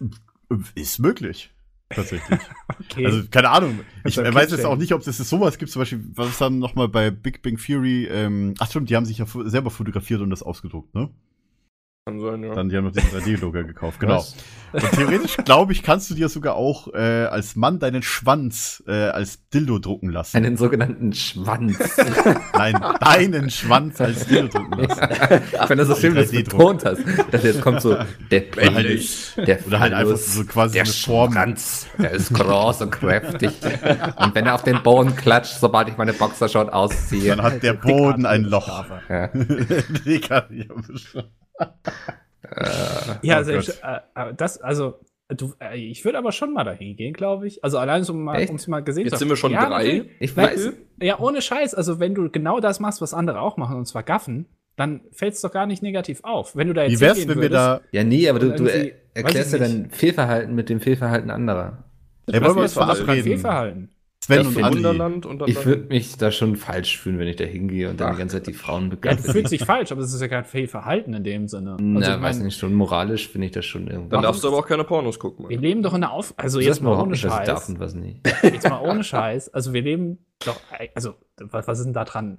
B: Ist möglich. Tatsächlich.
E: Okay.
B: Also, keine Ahnung. Ich
E: Also,
B: äh,
E: Kids
B: weiß jetzt
E: Day.
B: auch nicht, ob es es sowas gibt. Zum Beispiel, was dann nochmal bei Big Bang Theory, ähm, ach stimmt, die haben sich ja fu- selber fotografiert und das ausgedruckt, ne?
D: Kann sein, ja.
B: Dann, die haben noch den 3D-Logo gekauft, genau.
C: Was?
B: Und theoretisch, glaube ich, kannst du dir sogar auch äh, als Mann deinen Schwanz äh, als Dildo drucken lassen.
C: Einen sogenannten Schwanz.
B: Nein, deinen Schwanz als Dildo drucken lassen.
C: Ich fand das so schön, dass du
B: 3D-Druck.
C: betont hast. Dass jetzt kommt so der
B: Oder halt,
C: Penis, der
B: oder halt einfach
C: Phallus,
B: so quasi
C: der
B: eine Form.
C: Schwanz, der ist groß und kräftig. Und wenn er auf den Boden klatscht, sobald ich meine Boxershort ausziehe.
B: Dann hat der Boden ein Loch.
C: Ja.
B: Digga, ich hab schon-
E: Ja,
B: Oh
E: selbst, äh, äh, das, also, du, äh, ich würde aber schon mal dahin gehen, glaube ich. Also allein so mal,
C: Echt?
E: um's mal gesehen
D: Jetzt
E: zu
D: sind
E: haben.
D: wir schon
E: ja,
D: drei.
E: natürlich.
C: Ich
E: Weil-
C: weiß.
E: Ja, ohne Scheiß. Also wenn du genau das machst, was andere auch machen, und zwar gaffen, dann fällt es doch gar nicht negativ auf. Wenn du da jetzt
B: Wie wär's,
E: hingehen
B: wenn wir
E: würdest-
B: da.
C: Ja, nee, aber du,
E: Und
C: du
E: irgendwie-
C: er, erklärst
E: weiß
C: ja
E: ich
C: dein Fehlverhalten mit dem Fehlverhalten anderer.
B: Ey, wollen wir uns
D: ist aber kein
E: Kein
B: verabreden?
E: Fehlverhalten.
B: Sven
C: Das
B: und
C: find
B: Andi.
D: Wunderland und dann.
C: Ich würde mich da schon falsch fühlen, wenn ich da hingehe und dann die ganze Zeit die Frauen
E: Ja, du
C: begeistert.
E: fühlst dich falsch, aber es ist ja kein Fehlverhalten in dem Sinne.
C: Na,
E: Also, ich
C: weiß
E: mein,
C: nicht, schon moralisch finde ich das schon irgendwie.
D: dann darfst du aber auch keine Pornos gucken.
E: Wir
D: Mann.
E: leben doch in einer Auf... Also
C: das
E: jetzt mal
C: überhaupt
E: ohne
C: nicht, was ich darf
E: Scheiß.
C: und was nicht.
E: Jetzt mal ohne Scheiß. Also wir leben doch... Also was was ist denn da dran?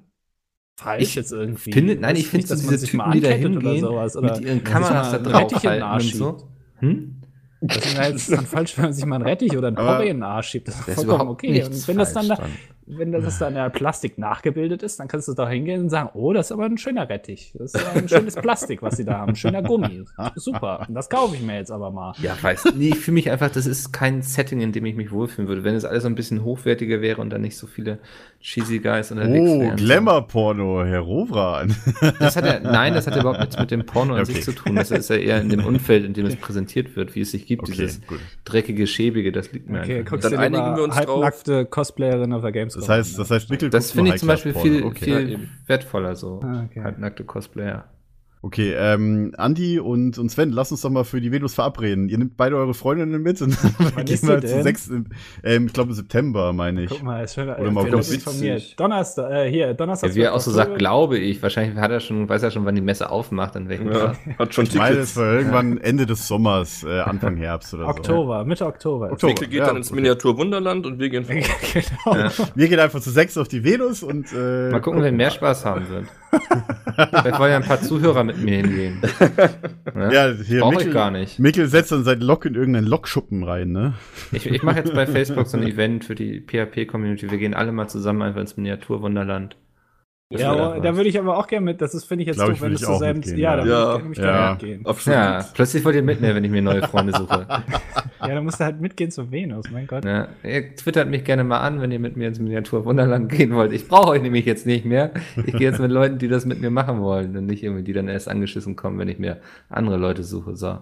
E: Falsch
C: Ich
E: jetzt irgendwie?
C: finde- nein,
E: Weiß
C: ich finde
E: nicht, dass
C: so
E: man
C: diese
E: sich mal
C: Typen, die da
E: ankettet
C: hingehen,
E: Oder sowas, oder
C: Mit ihren
E: dass man
C: Kameras da
E: einen
C: drauf
E: Rettich in den Arsch
C: halten und so. Hm?
E: Das ist ja jetzt dann falsch, wenn man sich mal einen Rettich oder einen
B: Aber-
E: Porree in den Arsch schiebt. Das ist
C: Da ist
E: vollkommen
C: überhaupt
E: okay.
C: nichts
E: Und wenn das dann
C: falsch
E: da,
C: dran.
E: wenn das dann ja Plastik nachgebildet ist, dann kannst du da hingehen und sagen, oh, das ist aber ein schöner Rettich. Das ist aber ein schönes Plastik, was sie da haben. Schöner Gummi. Super. Und das kaufe ich mir jetzt aber mal.
C: Ja, weiß. Nee, ich fühle mich einfach, das ist kein Setting, in dem ich mich wohlfühlen würde. Wenn es alles ein bisschen hochwertiger wäre und dann nicht so viele cheesy Guys unterwegs
B: Oh,
C: wären.
B: Glamour-Porno, Herr Rovran.
C: Das hat ja, nein, das hat ja überhaupt nichts mit dem Porno an
B: Okay.
C: sich zu tun. Das ist ja eher in dem Umfeld, in dem es präsentiert wird, wie es sich gibt. Dieses
B: gut.
C: dreckige, schäbige, das liegt mir
E: Okay,
C: einfach.
E: guckst
C: nicht.
E: du
D: Dann
E: dir
D: einigen
E: lieber
D: wir uns drauf.
E: halbnackte Cosplayerin auf der Gamescom.
B: Das heißt, das heißt, Mikkel
C: Das
B: guckt
C: finde
B: nur
C: ich zum Beispiel viel,
B: High-Class-Porno. okay.
C: viel
D: Ja, eben.
C: wertvoller, so
E: Ah, okay.
C: halbnackte Cosplayer.
B: Okay, ähm, Andi und, und Sven, lasst uns doch mal für die Venus verabreden. Ihr nehmt beide eure Freundinnen mit und dann
E: Wann
B: gehen
E: ist
B: wir
E: die
B: zu
E: denn?
B: sechs. in- Ähm, ich glaube im September, meine ich.
E: Guck mal, ist schön.
B: Oder mal
E: ich bin
D: witzig.
E: informiert. Donnerstag, äh, hier, Donnerstag.
C: Ja, wie er auch so sagt,
E: 12.
C: glaube ich. Wahrscheinlich hat er schon, weiß er schon, wann die Messe aufmacht, an welchem
D: Ja,
C: Tag.
D: hat schon
B: Ich meine,
D: Tickets.
B: das war irgendwann Ende des Sommers, äh, Anfang Herbst oder
E: Oktober, Mitte Oktober.
B: Oktober.
D: Mikkel geht
B: Ja,
D: dann ins
B: okay.
D: Miniatur Wunderland und wir gehen vor.
E: genau.
C: Ja.
B: so. Wir gehen einfach zu sechs auf die Venus und äh,
C: Mal gucken, wer mehr Spaß haben wird. Vielleicht wollen ja ein paar Zuhörer mit mir hingehen.
B: Ja, hier
C: Brauch ne? ich
B: Mikkel,
C: gar nicht.
B: Mikkel setzt dann sein Lock in irgendeinen Lokschuppen rein, ne?
C: Ich, ich mache jetzt bei Facebook so ein Event für die PHP-Community. Wir gehen alle mal zusammen einfach ins Miniaturwunderland. Das
E: Ja,
C: wird
E: aber
C: auch
E: da
C: nice.
E: würde ich aber auch gerne mit. Das ist, finde ich, jetzt
B: Glaub
E: doof,
B: ich,
E: wenn
B: würde
E: es
B: ich
E: zur
B: auch
E: selben
B: mitgehen,
E: Ja,
B: ja.
E: da würde
D: Ja.
E: ich nämlich
B: Ja.
E: gerne mitgehen.
D: Absolut.
C: Ja, plötzlich wollt ihr mitnehmen, wenn ich mir neue Freunde suche.
E: Ja, dann musst du halt mitgehen zu Venus, mein Gott.
C: Ja, Ne? ihr twittert mich gerne mal an, wenn ihr mit mir ins Miniaturwunderland gehen wollt. Ich brauche euch nämlich jetzt nicht mehr. Ich gehe jetzt mit Leuten, die das mit mir machen wollen und nicht irgendwie, die dann erst angeschissen kommen, wenn ich mir andere Leute suche. So.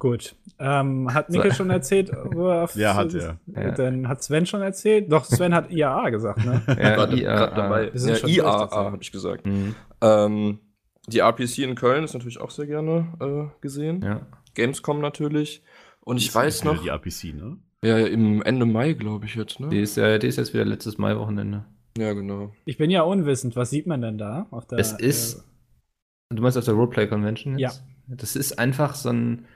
E: Gut. Ähm, hat Mikkel schon erzählt? wo er auf-
B: Ja, hat er.
C: Ja.
E: Dann hat Sven schon erzählt? Doch, Sven hat IAA gesagt, ne?
C: Ja,
D: Gerade
C: IAA.
D: gerade dabei.
E: Wir sind
D: Ja,
E: schon durch,
D: IAA,
E: tatsächlich.
D: habe ich gesagt.
C: Mhm.
D: Ähm, die RPC in Köln ist natürlich auch sehr gerne äh, gesehen.
C: Ja.
D: Gamescom natürlich. Und ich weiß
B: Wieder
D: noch,
B: Die APC, ne?
D: ja, ja, im Ende Mai, glaube ich jetzt, ne?
C: Die, ist, äh, die ist jetzt wieder letztes Mai-Wochenende.
D: Ja, genau.
E: Ich bin ja unwissend. Was sieht man denn da? Auf der,
C: Es ist- Du meinst auf der Roleplay Convention jetzt? Ja. Das ist einfach so ein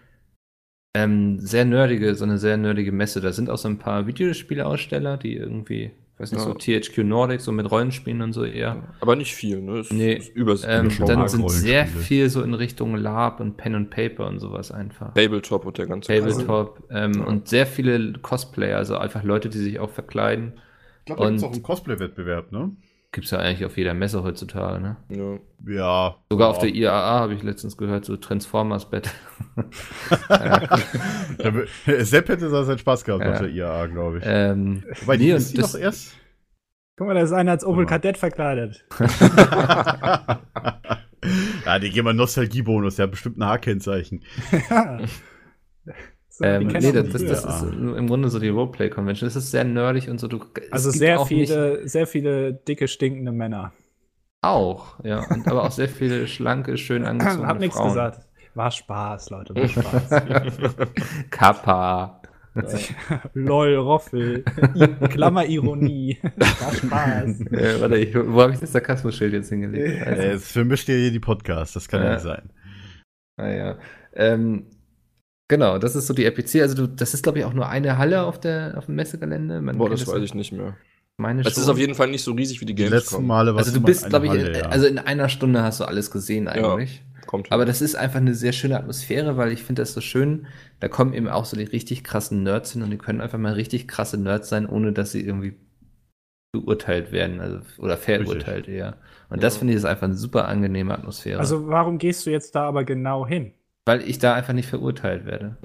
C: ähm, sehr nerdige, so eine sehr nerdige Messe. Da sind auch so ein paar Videospielaussteller, die irgendwie, weiß nicht,
D: Ja.
C: so THQ Nordic, so mit Rollenspielen und so eher.
D: Aber nicht viel, ne? Es,
C: Nee.
D: Ist übersichtlich.
C: Ähm,
B: schon
C: dann
B: arg
C: sind sehr
B: Rollenspiele.
C: viel so in Richtung Lab und Pen und Paper und sowas einfach.
D: Tabletop und der ganze
C: Tabletop ähm,
D: Ja.
C: und sehr viele Cosplayer, also einfach Leute, die sich auch verkleiden.
B: Ich glaube, da gibt's
C: Und-
B: auch einen Cosplay-Wettbewerb, ne?
C: Gibt's ja eigentlich auf jeder Messe heutzutage, ne?
D: Kram. Ja.
B: Ja.
C: Sogar
B: ja.
C: auf der IAA habe ich letztens gehört, so Transformers Battle.
B: Da wär- Sepp hätte da seinen Spaß gehabt
C: Ja.
B: auf der IAA, glaube ich.
C: ähm,
B: Wobei,
C: nee,
B: die
C: und
B: ist die
C: das-
B: doch erst.
E: Guck mal, da ist einer als Opel
B: Guck mal.
E: Kadett verkleidet.
B: ja, die geben mal Nostalgiebonus, der hat bestimmt ein Haarkennzeichen.
E: Ja. So, die
C: Ähm,
E: kennen
C: nee,
E: auch
C: das,
E: die
C: das,
E: Höhe.
C: das ist im Grunde so die Roleplay-Convention. Das ist sehr nerdig und so. Du, es
E: also
C: gibt
E: sehr
C: auch Nicht,
E: viele, sehr viele dicke, stinkende Männer.
C: auch, ja. Und, aber auch sehr viele schlanke, schön angezogene
E: Hab nichts
C: Frauen.
E: gesagt. War Spaß, Leute, war Spaß.
C: Kappa.
E: Lol, Roffel. I- Klammer Ironie. War Spaß.
C: Äh, warte, ich, wo habe ich das Sarkasmus-Schild jetzt hingelegt?
B: Äh, Jetzt vermischt ihr hier die Podcasts, das kann ja
C: Ja.
B: nicht sein.
C: Naja. Ah, Ähm, genau, das ist so die RPC. Also, du, das ist, glaube ich, auch nur eine Halle auf, der, auf dem Messegelände. Man
D: Boah,
C: kennt
D: das weiß ich nicht mehr.
C: Meine
D: Es
C: schon.
D: ist auf jeden Fall nicht so riesig wie die
B: Die letzten
D: Gamescom.
B: Male war
C: also,
B: es
C: du
B: immer
C: bist,
B: eine
C: glaube ich,
B: Halle,
C: in,
B: ja.
C: also in einer Stunde hast du alles gesehen, eigentlich.
D: Kommt
C: Aber das ist einfach eine sehr schöne Atmosphäre, weil ich finde das so schön. Da kommen eben auch so die richtig krassen Nerds hin und die können einfach mal richtig krasse Nerds sein, ohne dass sie irgendwie beurteilt werden also, oder verurteilt eher. Und das
D: Ja.
C: finde ich ist einfach eine super angenehme Atmosphäre,
E: Also warum gehst du jetzt da aber genau hin?
C: weil ich da einfach nicht verurteilt werde.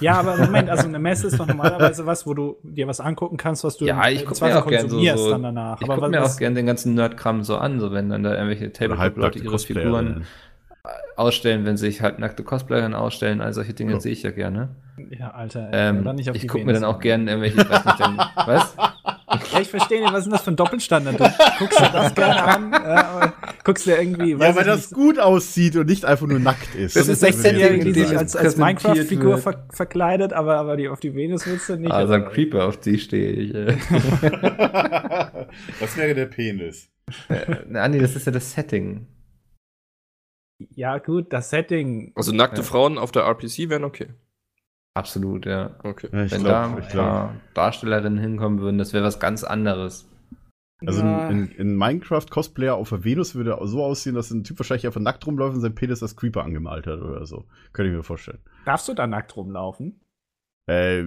E: Ja, aber Moment, also eine Messe ist doch normalerweise was, wo du dir was angucken kannst, was du
C: Ja,
E: im-
C: ich
E: im
C: guck mir
E: Zweifel
C: auch gern so-
E: konsumierst
C: so-
E: dann danach.
C: Ich
E: aber
C: gucke
E: was,
C: mir auch
E: was,
C: gerne den ganzen Nerdkram so an, so wenn dann da irgendwelche
B: Oder
C: Tabletop-Leute ihre
B: Cosplayer,
C: Figuren
B: ne?
C: ausstellen, wenn sich halt nackte Cosplayerinnen ausstellen, all solche Dinge
B: Ja.
C: sehe ich ja gerne.
E: ja, Alter, ey,
C: Ähm,
E: dann nicht auf
C: ich
E: die
C: gucke mir
E: Venus.
C: dann auch gerne irgendwelche, weiß nicht, dann, was?
E: Ja, ich verstehe nicht, was ist denn das für ein Doppelstandard? Du guckst dir das gerne an, äh, aber guckst dir irgendwie,
B: Ja,
E: weiß
B: weil
E: ich
B: das
E: nicht,
B: gut aussieht und nicht einfach nur nackt ist.
C: Das ist
B: würde ich
C: 16 Jahre
B: sagen.
E: die sich
C: Ding,
E: als,
C: das
E: als
C: präsentiert
E: Minecraft-Figur
C: wird.
E: ver verkleidet, aber, aber die, auf die Venus willst du nicht.
C: Also ein
E: oder?
C: Creeper, auf die stehe ich. ey.
B: Das wäre der Penis.
C: Na, Äh, Andi, das ist ja das Setting.
E: Ja, gut, das Setting.
D: also nackte
C: Ja.
D: Frauen auf der RPC wären okay.
C: Absolut, ja.
D: Okay.
B: Ja, ich
C: Wenn da
B: glaube,
C: ein
B: ich glaube.
C: paar Darstellerinnen hinkommen würden, das wäre was ganz anderes.
B: Also
E: na,
B: ein, ein, ein Minecraft-Cosplayer auf der Venus würde so aussehen, dass ein Typ wahrscheinlich einfach nackt rumläuft und sein Penis als Creeper angemalt hat oder so. Könnte ich mir vorstellen.
E: darfst du da nackt rumlaufen?
B: Äh,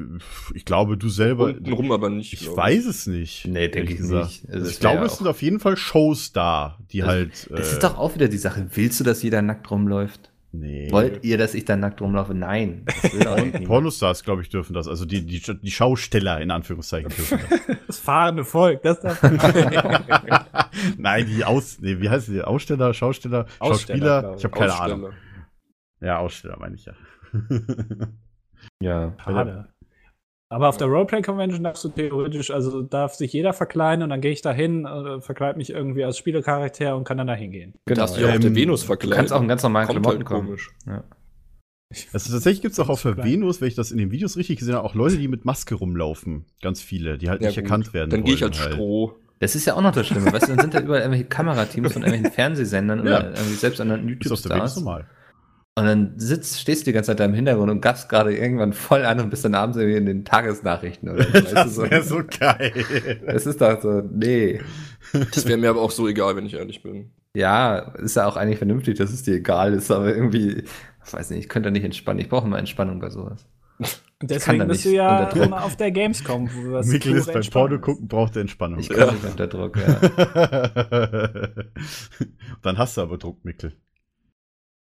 B: ich glaube, du selber.
D: Untenrum aber nicht.
B: ich
D: glaub
B: weiß es nicht.
C: Nee, denke
B: ehrlich
C: ich
B: gesagt.
C: nicht. Also
B: Also
C: es
B: ich glaube,
C: wär
B: es
C: auch-
B: sind auf jeden Fall Shows da, die
C: Also,
B: halt.
C: Das
B: äh,
C: ist doch auch wieder die Sache. Willst du, dass jeder nackt rumläuft?
B: Nee.
C: Wollt ihr, dass ich da nackt rumlaufe? Nein. Das will auch niemand.
B: Pornostars, glaube ich, dürfen das. Also die, die, die Schausteller in Anführungszeichen dürfen das.
E: Das fahrende Volk, das darf man
B: Nein, die Aus. Nee, wie heißen die? Aussteller, Schausteller, Schauspieler?
E: Aussteller, glaub
B: Ich
E: ich.
B: habe keine
D: Aussteller.
B: Ahnung. Ja, Aussteller meine ich ja.
C: Ja.
E: Schade. Aber auf der Roleplay Convention darfst du theoretisch, also darf sich jeder verkleiden und dann gehe ich da hin, äh, verkleide mich irgendwie als Spielecharakter und kann dann da hingehen.
D: Du
C: Genau.
D: darfst dich auch auf
B: Ähm,
D: der Venus
C: Du
D: verkleiden.
C: kannst auch in ganz normalen
D: Kommt
C: Klamotten
D: halt
C: kommen.
D: komisch.
C: Ja.
B: Also tatsächlich gibt's auch auf der
E: Klein.
B: Venus, wenn ich das in den Videos richtig gesehen habe, auch Leute, die mit Maske rumlaufen. Ganz viele, die halt
D: Ja,
B: nicht
D: gut.
B: erkannt werden.
D: Dann gehe ich
B: wollen
D: als
B: halt.
D: Stroh.
C: Das ist ja auch noch das Schlimme. Weißt du, dann sind da überall irgendwelche Kamerateams von irgendwelchen Fernsehsendern
B: Ja.
C: oder irgendwie selbst anderen
B: Ist auf der Venus
C: YouTube-Stars. Und
B: normal.
C: dann sitzt, stehst du die ganze Zeit da im Hintergrund und gaffst gerade irgendwann voll an und bist dann abends irgendwie in den Tagesnachrichten oder so. Weißt du,
B: Das
C: so.
B: wäre so geil.
C: Es ist doch so, nee.
D: Das wäre mir aber auch so egal, wenn ich ehrlich bin.
C: Ja, ist ja auch eigentlich vernünftig, dass es dir egal ist, aber irgendwie, ich weiß nicht, ich könnte da nicht entspannen. Ich brauche mal Entspannung bei sowas.
E: Und
C: kann da
E: deswegen bist du
C: nicht
E: ja
C: unter Druck.
E: immer auf der Gamescom, wo das
B: Mikkel ist
E: pure
B: beim
E: Entspannung
B: Porno
E: ist.
B: gucken, braucht er Entspannung.
C: Ich kann nicht unter Druck, ja.
B: Dann hast du aber Druck, Mikkel.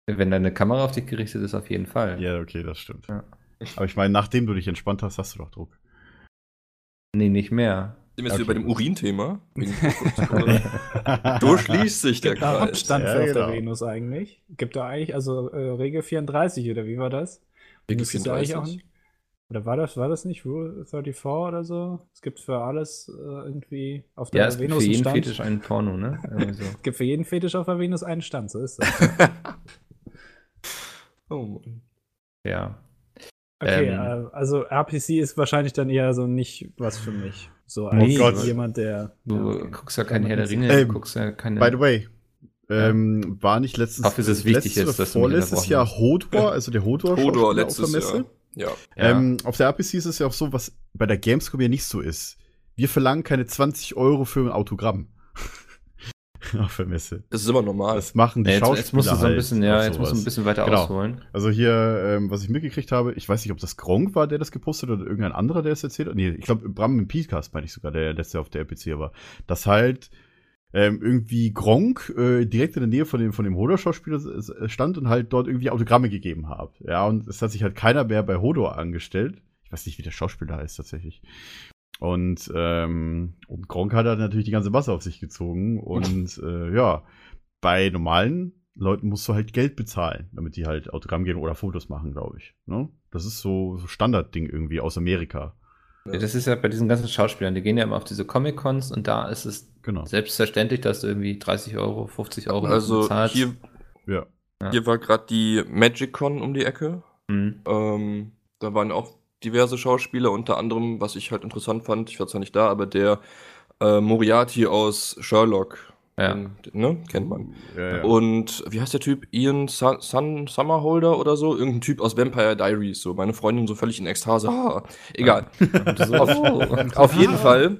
C: Wenn deine Kamera auf dich gerichtet ist, auf jeden Fall.
B: Ja, okay, das stimmt.
C: Ja.
B: Aber ich meine, nachdem du dich entspannt hast, hast du doch Druck.
C: Nee, nicht mehr.
D: Sind wir jetzt
B: Okay.
D: wieder bei dem Urin-Thema? Wegen- so schließt sich der
E: Gibt da
D: Kreis.
E: Abstand
B: Ja,
E: für auf
B: genau.
E: der Venus eigentlich? Gibt da eigentlich, also äh, Regel 34 oder wie war das?
D: Regel
E: Müsste es da eigentlich
D: 34?
E: auch- Oder war das, war das nicht Rule 34 oder so? Es gibt für alles äh, irgendwie auf der
C: Ja, es gibt
E: Venus
C: für
E: einen
C: jeden
E: Stand.
C: Fetisch einen Porno, ne? Irgendwie so.
E: Es gibt für jeden Fetisch auf der Venus einen Stand, so ist das.
D: Oh Mann.
C: Ja.
E: Okay,
C: Ähm.
E: äh, also RPC ist wahrscheinlich dann eher so nicht was für mich.
C: Oh
E: So als
B: Nee. Gott.
E: jemand, der.
C: Du
E: Ja, okay.
C: guckst ja kein Herr der Ringe,
B: Ähm,
C: du guckst ja keine.
B: By the way, ähm, war nicht letztes,
C: Ich hoffe, es ist
B: letztes
C: wichtig jetzt,
B: oder
C: dass du mich
B: vorletztes
C: unterbrochen
B: Jahr
C: hast.
B: Hodor, also der Hodor,
D: Hodor
B: Schauspieler auf der
D: letztes
B: Messe?
D: Jahr. Ja.
C: ja.
B: Ähm, auf der APC ist es ja auch so, was bei der Gamescom ja nicht so ist. Wir verlangen keine 20 Euro für ein Autogramm. auf der Messe.
D: Das ist immer normal.
B: Das machen die
C: ja, jetzt,
B: Schauspieler
C: jetzt musst du so ein
B: halt
C: bisschen, ja,
B: auf
C: jetzt musst du
B: sowas.
C: ein bisschen weiter
B: Genau.
C: ausholen.
B: Also hier, ähm, was ich mitgekriegt habe, ich weiß nicht, ob das Gronk war, der das gepostet hat oder irgendein anderer, der es erzählt hat. Nee, ich glaube, Bram im Podcast meine ich sogar, der letzte auf der RPC war. Dass halt ähm, irgendwie Gronk äh, direkt in der Nähe von dem, von dem Hodor-Schauspieler s- s- stand und halt dort irgendwie Autogramme gegeben hat. Ja, und es hat sich halt keiner mehr bei Hodor angestellt. Ich weiß nicht, wie der Schauspieler heißt tatsächlich. Und, ähm, und Gronk hat halt natürlich die ganze Masse auf sich gezogen. Und äh, ja, bei normalen Leuten musst du halt Geld bezahlen, damit die halt Autogramm geben oder Fotos machen, glaube ich. Ne? Das ist so so Standardding irgendwie aus Amerika.
C: Ja, Das ist ja bei diesen ganzen Schauspielern, die gehen ja immer auf diese Comic-Cons und da ist es
B: Genau.
C: selbstverständlich, dass du irgendwie 30 Euro, 50 Euro
D: Also
C: bezahlst.
D: hier,
B: Ja.
D: hier war gerade die Magic-Con um die Ecke.
C: Hm.
D: Ähm, da waren auch diverse Schauspieler, unter anderem, was ich halt interessant fand, ich war zwar nicht da, aber der äh, Moriarty aus Sherlock.
C: Ja.
D: Den- Ne? Kennt man.
B: Ja, ja.
D: Und wie heißt der Typ? Ian Sun, Sun Summerholder oder so? Irgendein Typ aus Vampire Diaries. So, meine Freundin so völlig in Ekstase. Ah, egal.
C: Und so,
D: Auf, auf jeden Fall.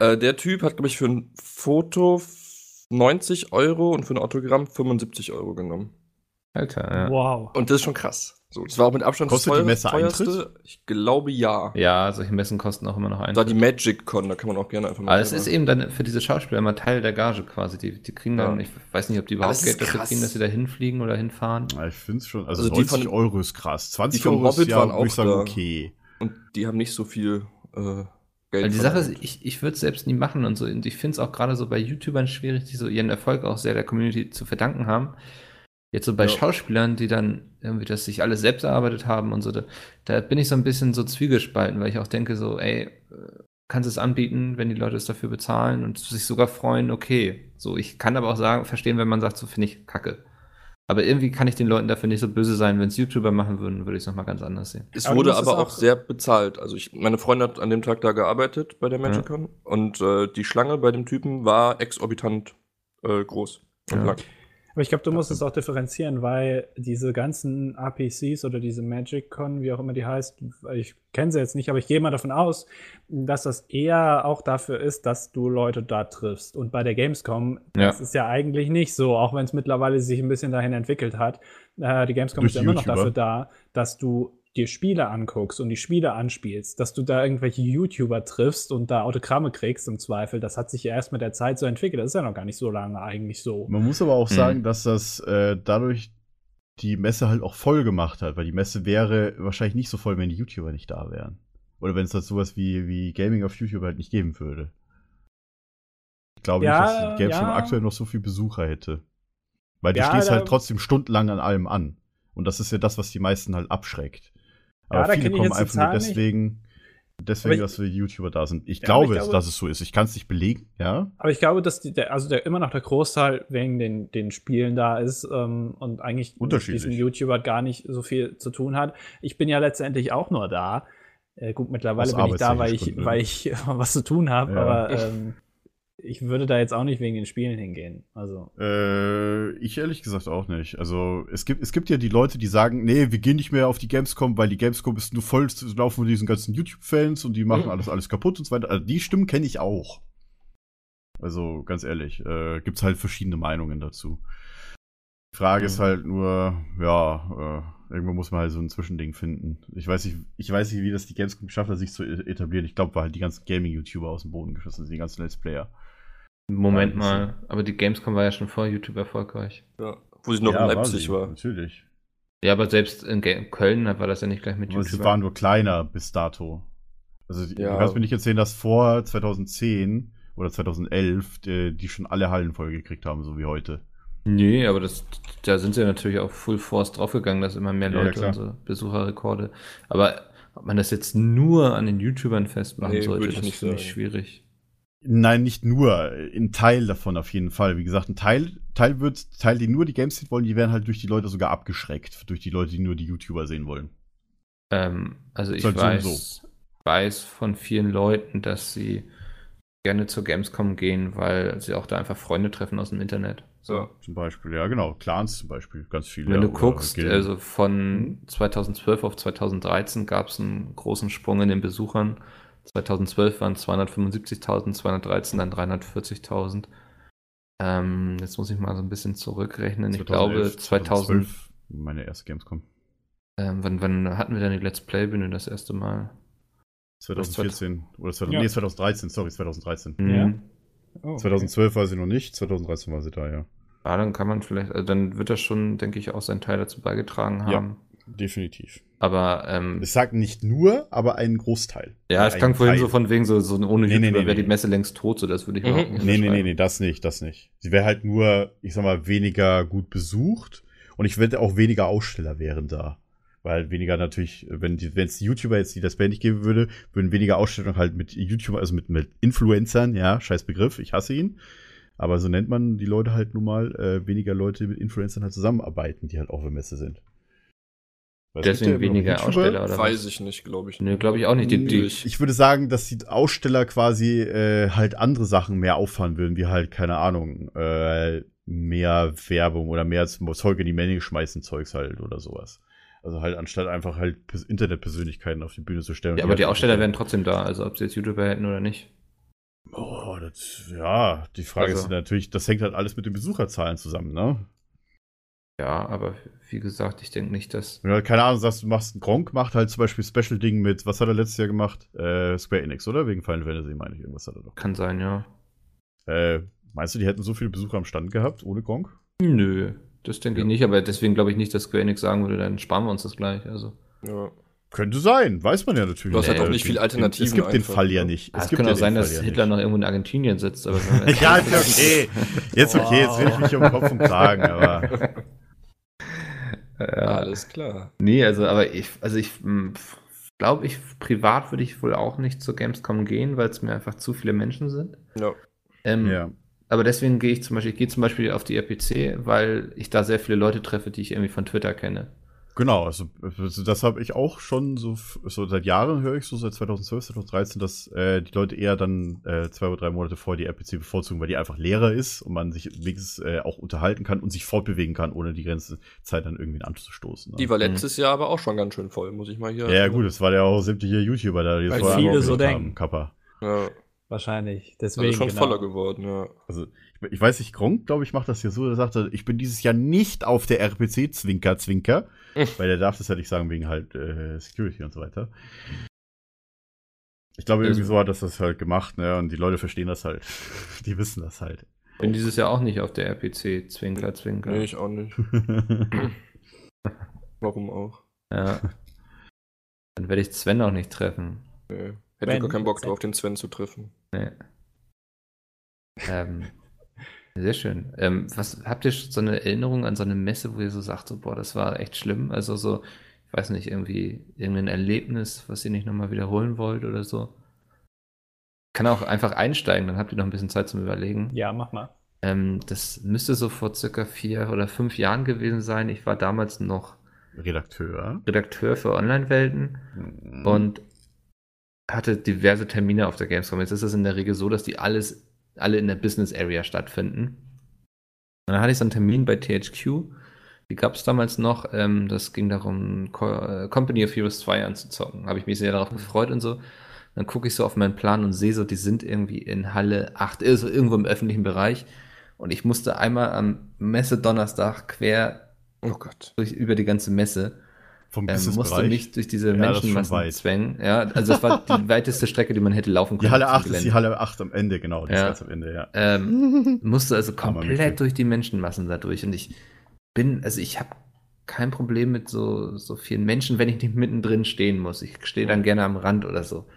D: Äh, der Typ hat, glaube ich, für ein Foto f- 90 Euro und für ein Autogramm 75 Euro genommen.
C: Alter, ja.
E: Wow.
D: Und das ist schon krass. So, das war auch mit Abstand
B: Kostet die Messe
D: Ich glaube ja.
C: Ja, solche Messen kosten auch immer noch ein.
D: Da die Magic Con, da kann man auch gerne einfach
C: Aber Ah, es
D: selber-
C: ist eben dann für diese Schauspieler immer Teil der Gage quasi. Die, die kriegen dann,
D: Ja.
C: ich weiß nicht, ob die
D: Aber es
C: überhaupt
D: ist
C: Geld dafür
D: krass.
C: kriegen, dass sie da hinfliegen oder hinfahren.
B: Ja, Ich finde es schon, also,
D: Also die
B: 90
D: von-
B: Euro ist krass. 20
D: vom
B: Euro ist
D: Hobbit
B: ja,
D: waren
B: würde ich
D: auch
B: sagen,
D: da.
B: okay.
D: Und die haben nicht so viel äh, Geld.
C: Weil Also die Sache ist,
D: verdient.
C: ich, ich würde es selbst nie machen und so. Und ich finde es auch gerade so bei YouTubern schwierig, die so ihren Erfolg auch sehr der Community zu verdanken haben. Jetzt so bei
D: Ja.
C: Schauspielern, die dann irgendwie das sich alles selbst erarbeitet haben und so, da, da bin ich so ein bisschen so zwiegespalten, weil ich auch denke so, ey, äh, kannst es anbieten, wenn die Leute es dafür bezahlen und sich sogar freuen, okay. So, ich kann aber auch sagen, verstehen, wenn man sagt, so finde ich kacke. Aber irgendwie kann ich den Leuten dafür nicht so böse sein, wenn es YouTuber machen würden, würde ich es nochmal ganz anders sehen.
D: Es
E: Aber du
D: wurde
E: musst es
D: aber auch,
E: auch-
D: sehr bezahlt. Also ich, meine Freundin hat an dem Tag da gearbeitet bei der Magicon und äh, die Schlange bei dem Typen war exorbitant äh, groß und
C: Ja.
D: lang.
E: Aber ich glaube, du musst es auch differenzieren, weil diese ganzen APCs oder diese Magic Con, wie auch immer die heißt, ich kenne sie jetzt nicht, aber ich gehe mal davon aus, dass das eher auch dafür ist, dass du Leute da triffst. Und bei der Gamescom,
C: Ja.
E: das ist ja eigentlich nicht so, auch wenn es mittlerweile sich ein bisschen dahin entwickelt hat. Äh, die Gamescom
B: Durch
E: ist ja
B: die
E: immer noch
B: YouTuber.
E: dafür da, dass du dir Spiele anguckst und die Spiele anspielst, dass du da irgendwelche YouTuber triffst und da Autogramme kriegst im Zweifel, das hat sich ja erst mit der Zeit so entwickelt. Das ist ja noch gar nicht so lange eigentlich so.
B: Man muss aber auch
C: Mhm.
B: sagen, dass das äh, dadurch die Messe halt auch voll gemacht hat, weil die Messe wäre wahrscheinlich nicht so voll, wenn die YouTuber nicht da wären. Oder wenn es da sowas wie, wie Gaming auf YouTube halt nicht geben würde. Ich glaube
E: Ja,
B: nicht, dass die Gamescom
E: ja.
B: aktuell noch so viel Besucher hätte. Weil du
E: Ja,
B: stehst
E: da-
B: halt trotzdem stundenlang an allem an. Und das ist ja das, was die meisten halt abschreckt. Aber
E: Ja, da
B: viele
E: kenn ich
B: kommen
E: jetzt die
B: einfach nur
E: Zahl nicht.
B: deswegen, deswegen,
E: Aber ich-
B: dass wir YouTuber da sind. Ich
E: Ja, aber ich
B: glaube,
E: glaube-
B: dass es so ist. Ich kann es nicht belegen, ja.
E: Aber ich glaube, dass die, der, also der, immer noch der Großteil wegen den, den Spielen da ist ähm, und eigentlich mit
B: Unterschiedlich.
E: diesem YouTuber gar nicht so viel zu tun hat. Ich bin ja letztendlich auch nur da. Äh, gut, mittlerweile
B: Aus
E: bin ich da, weil ich,
B: arbeitstechnischen
E: weil ich was zu tun habe,
B: Ja.
E: aber ähm, ich würde da jetzt auch nicht wegen den Spielen hingehen. Also,
B: Äh, ich ehrlich gesagt auch nicht. Also es gibt, es gibt ja die Leute, die sagen, nee, wir gehen nicht mehr auf die Gamescom, weil die Gamescom ist nur voll zu laufen mit diesen ganzen YouTube-Fans und die machen
D: Mhm.
B: alles, alles kaputt und so weiter. Also, die Stimmen kenne ich auch. Also ganz ehrlich, äh, gibt's halt verschiedene Meinungen dazu. Die Frage ist
D: Mhm.
B: halt nur, ja, äh, irgendwo muss man halt so ein Zwischending finden. Ich weiß nicht, ich weiß nicht, wie das die Gamescom geschafft hat, sich zu e- etablieren. Ich glaube, war halt die ganzen Gaming-YouTuber aus dem Boden geschossen, sind, die ganzen Let's Player.
C: Moment
B: Ja,
C: mal, aber die Gamescom war ja schon vor YouTube erfolgreich.
D: Ja. Wo sie noch
B: Ja,
D: in
B: war
D: Leipzig
B: sie,
D: war.
B: Natürlich.
C: Ja, aber selbst in Ga- Köln war das ja nicht gleich mit
B: Aber
C: YouTube.
B: sie waren nur kleiner bis dato. Also die-
D: Ja.
B: du kannst mir nicht erzählen, dass vor 2010 oder 2011 die, die schon alle Hallen voll gekriegt haben, so wie heute.
C: Nee, aber das, da sind sie natürlich auch Full Force draufgegangen, dass immer mehr
B: Ja,
C: Leute
B: klar.
C: und so Besucherrekorde. Aber ob man das jetzt nur an den YouTubern festmachen
D: Nee,
C: sollte,
D: würde ich
C: das
D: nicht
C: finde ich
D: sagen.
C: schwierig.
B: Nein, nicht nur. äh, Ein Teil davon auf jeden Fall. Wie gesagt, ein Teil, Teil wird, Teil, die nur die Games sehen wollen, die werden halt durch die Leute sogar abgeschreckt. Durch die Leute, die nur die YouTuber sehen wollen.
C: Ähm, also ich
B: Ist halt so und
C: weiß, weiß von vielen Leuten, dass sie gerne zur Gamescom gehen, weil sie auch da einfach Freunde treffen aus dem Internet. So.
D: Ja.
B: Zum Beispiel, ja genau. Clans zum Beispiel, ganz viele.
C: Wenn du
B: Oder
C: guckst,
B: Gilden.
C: also von 2012 auf 2013 gab es einen großen Sprung in den Besuchern. 2012 waren es 275.000, 2013 dann 340.000. Ähm, jetzt muss ich mal so ein bisschen zurückrechnen. ich glaube, 2000,
B: 2012, meine erste Gamescom.
C: ähm, wann, wann hatten wir denn die Let's Play-Bühne das erste Mal?
B: 2014 oder 2000,
E: Ja.
B: nee, 2013, sorry, 2013.
C: Hm.
E: Ja. oh, okay.
B: 2012 war sie noch nicht, 2013 war sie da, ja.
C: Ja, dann kann man vielleicht, also dann wird das schon, denke ich, auch seinen Teil dazu beigetragen
B: Ja.
C: haben.
B: Definitiv.
C: Aber ähm,
B: Ich sag nicht nur, aber einen Großteil.
C: ja, ich klang
B: Einen
C: vorhin
B: Teil.
C: so von wegen so, so ohne
B: Nee, nee,
C: YouTuber
B: nee,
C: wäre
B: nee.
C: die Messe längst tot, so das würde ich
D: Mhm.
C: überhaupt nicht
B: Nee, nee, nee,
C: unterschreiben.
B: nee, das nicht, das nicht. Sie wäre halt nur, ich sag mal, weniger gut besucht und ich wette auch weniger Aussteller wären da. Weil weniger natürlich, wenn es YouTuber jetzt, die das Band nicht geben würde, würden weniger Ausstellungen halt mit YouTuber, also mit, mit Influencern, ja, scheiß Begriff, ich hasse ihn. Aber so nennt man die Leute halt nun mal, äh, weniger Leute mit Influencern halt zusammenarbeiten, die halt auf der Messe sind. Weil es gibt
C: Deswegen
B: ja immer noch
C: weniger
B: YouTuber,
C: Aussteller oder
D: Weiß ich nicht, glaube ich.
C: was? Nö, glaube ich auch nicht. Die, die,
D: Nö.
B: Ich würde sagen, dass die Aussteller quasi äh, halt andere Sachen mehr auffahren würden, wie halt, keine Ahnung, äh, mehr Werbung oder mehr zum Zeug in die Menge schmeißen, Zeugs halt oder sowas. Also halt anstatt einfach halt Pers- Internetpersönlichkeiten auf die Bühne zu stellen.
C: ja, aber die
B: halt-
C: Aussteller wären trotzdem da, also ob sie jetzt YouTuber hätten oder nicht.
B: Oh, das, ja, die Frage
C: Also-
B: ist natürlich, das hängt halt alles mit den Besucherzahlen zusammen, ne?
C: Ja, aber wie gesagt, ich denke nicht, dass.
B: Wenn du halt, keine Ahnung, sagst, du machst einen Gronk, macht halt zum Beispiel Special-Ding mit, was hat er letztes Jahr gemacht? Äh, Square Enix, oder? Wegen Final Fantasy, meine ich, irgendwas hat er doch.
C: Kann sein, ja.
B: Äh, meinst du, die hätten so viele Besucher am Stand gehabt, ohne Gronk?
C: Nö, das denke
B: Ja.
C: ich nicht, aber deswegen glaube ich nicht, dass Square Enix sagen würde, dann sparen wir uns das gleich. Also.
D: Ja.
B: Könnte sein, weiß man ja natürlich.
D: Du hast halt
B: Äh,
D: auch nicht viel Alternativen
B: Es gibt den
D: einfach,
B: Fall ja
D: ne?
B: nicht.
C: Ah, Es
B: gibt
C: kann
B: ja
C: auch
B: den
C: sein,
B: Fall
C: dass
B: ja
C: Hitler
B: nicht.
C: noch irgendwo in Argentinien sitzt. Aber
B: Ja, ist okay. Jetzt okay, jetzt will ich mich um Kopf und Kragen, aber.
C: Ja,
D: Alles klar.
C: Nee, also, aber ich, also ich glaube, ich privat würde ich wohl auch nicht zur Gamescom gehen, weil es mir einfach zu viele Menschen sind.
D: Ja.
C: Ähm,
B: Ja.
C: Aber deswegen gehe ich zum Beispiel, ich gehe zum Beispiel auf die RPC, weil ich da sehr viele Leute treffe, die ich irgendwie von Twitter kenne.
B: Genau, also also das habe ich auch schon so, f- so seit Jahren höre ich so, seit 2012, 2013, dass äh, die Leute eher dann äh, zwei oder drei Monate vor die RPC bevorzugen, weil die einfach leerer ist und man sich wenigstens äh, auch unterhalten kann und sich fortbewegen kann, ohne die ganze Zeit dann irgendwie anzustoßen. Ne?
D: Die war letztes Jahr aber auch schon ganz schön voll, muss ich mal hier.
B: ja, ja, gut, das war ja auch sämtliche YouTuber da, die
D: Weil
B: vorher
E: genau. viele
B: auch
E: so
B: gesagt haben,
E: denken.
B: Kappa.
D: Ja.
E: Wahrscheinlich.
D: Also
E: Deswegen.
D: schon
E: genau.
D: voller geworden, ja.
B: Ich, ich weiß nicht, Gronk, glaube ich, macht das hier so, er sagte, ich bin dieses Jahr nicht auf der RPC-Zwinker-Zwinker, weil der darf das ja nicht sagen, wegen halt äh, Security und so weiter. Ich glaube, irgendwie
C: Also-
B: so hat das das halt gemacht, ne, und die Leute verstehen das halt. Die wissen das halt.
C: Bin dieses Jahr auch nicht auf der RPC. Zwinker, zwinker.
D: Nee, ich auch nicht. Warum auch?
C: Ja. Dann werde ich Sven auch nicht treffen.
D: Nee. Hätte
E: Wenn,
D: ich gar keinen Bock
E: Sven.
D: drauf, den Sven zu treffen.
C: Nee. Ähm, sehr schön. Ähm, was habt ihr so eine Erinnerung an so eine Messe, wo ihr so sagt, so, boah, das war echt schlimm? Also so, ich weiß nicht, irgendwie irgendein Erlebnis, was ihr nicht nochmal wiederholen wollt oder so. Kann auch einfach einsteigen, dann habt ihr noch ein bisschen Zeit zum Überlegen.
E: Ja, mach mal.
C: Ähm, das müsste so vor circa vier oder fünf Jahren gewesen sein. Ich war damals noch
B: Redakteur. Hm.
C: Redakteur für Online-Welten
B: Mhm.
C: und hatte diverse Termine auf der Gamescom. Jetzt ist es in der Regel so, dass die alles, alle in der Business Area stattfinden. Und dann hatte ich so einen Termin bei THQ. Die gab es damals noch. Ähm, das ging darum, Co äh, Company of Heroes 2 anzuzocken. Habe ich mich sehr darauf gefreut und so. Dann gucke ich so auf meinen Plan und sehe so, die sind irgendwie in Halle 8, also irgendwo im öffentlichen Bereich. Und ich musste einmal am Messe-Donnerstag quer
D: Oh Gott.
C: durch, über die ganze Messe
B: vom
C: ähm, musste
B: Businessbereich.
C: mich durch
B: Ja,
C: diese
B: das ist schon
C: Menschenmassen
B: weit.
C: zwängen. Ja, also es war die weiteste Strecke, die man hätte laufen können. um
B: Die Halle
C: auf diesem
B: 8 ist die
C: Gelände.
B: Halle 8 am Ende, genau. Die ist
C: Ja.
B: ganz am Ende, ja.
C: Ähm, musste also
B: Armer Mittel.
C: komplett durch die Menschenmassen dadurch. Und ich bin, also ich habe kein Problem mit so, so vielen Menschen, wenn ich nicht mittendrin stehen muss. Ich stehe dann gerne am Rand oder so.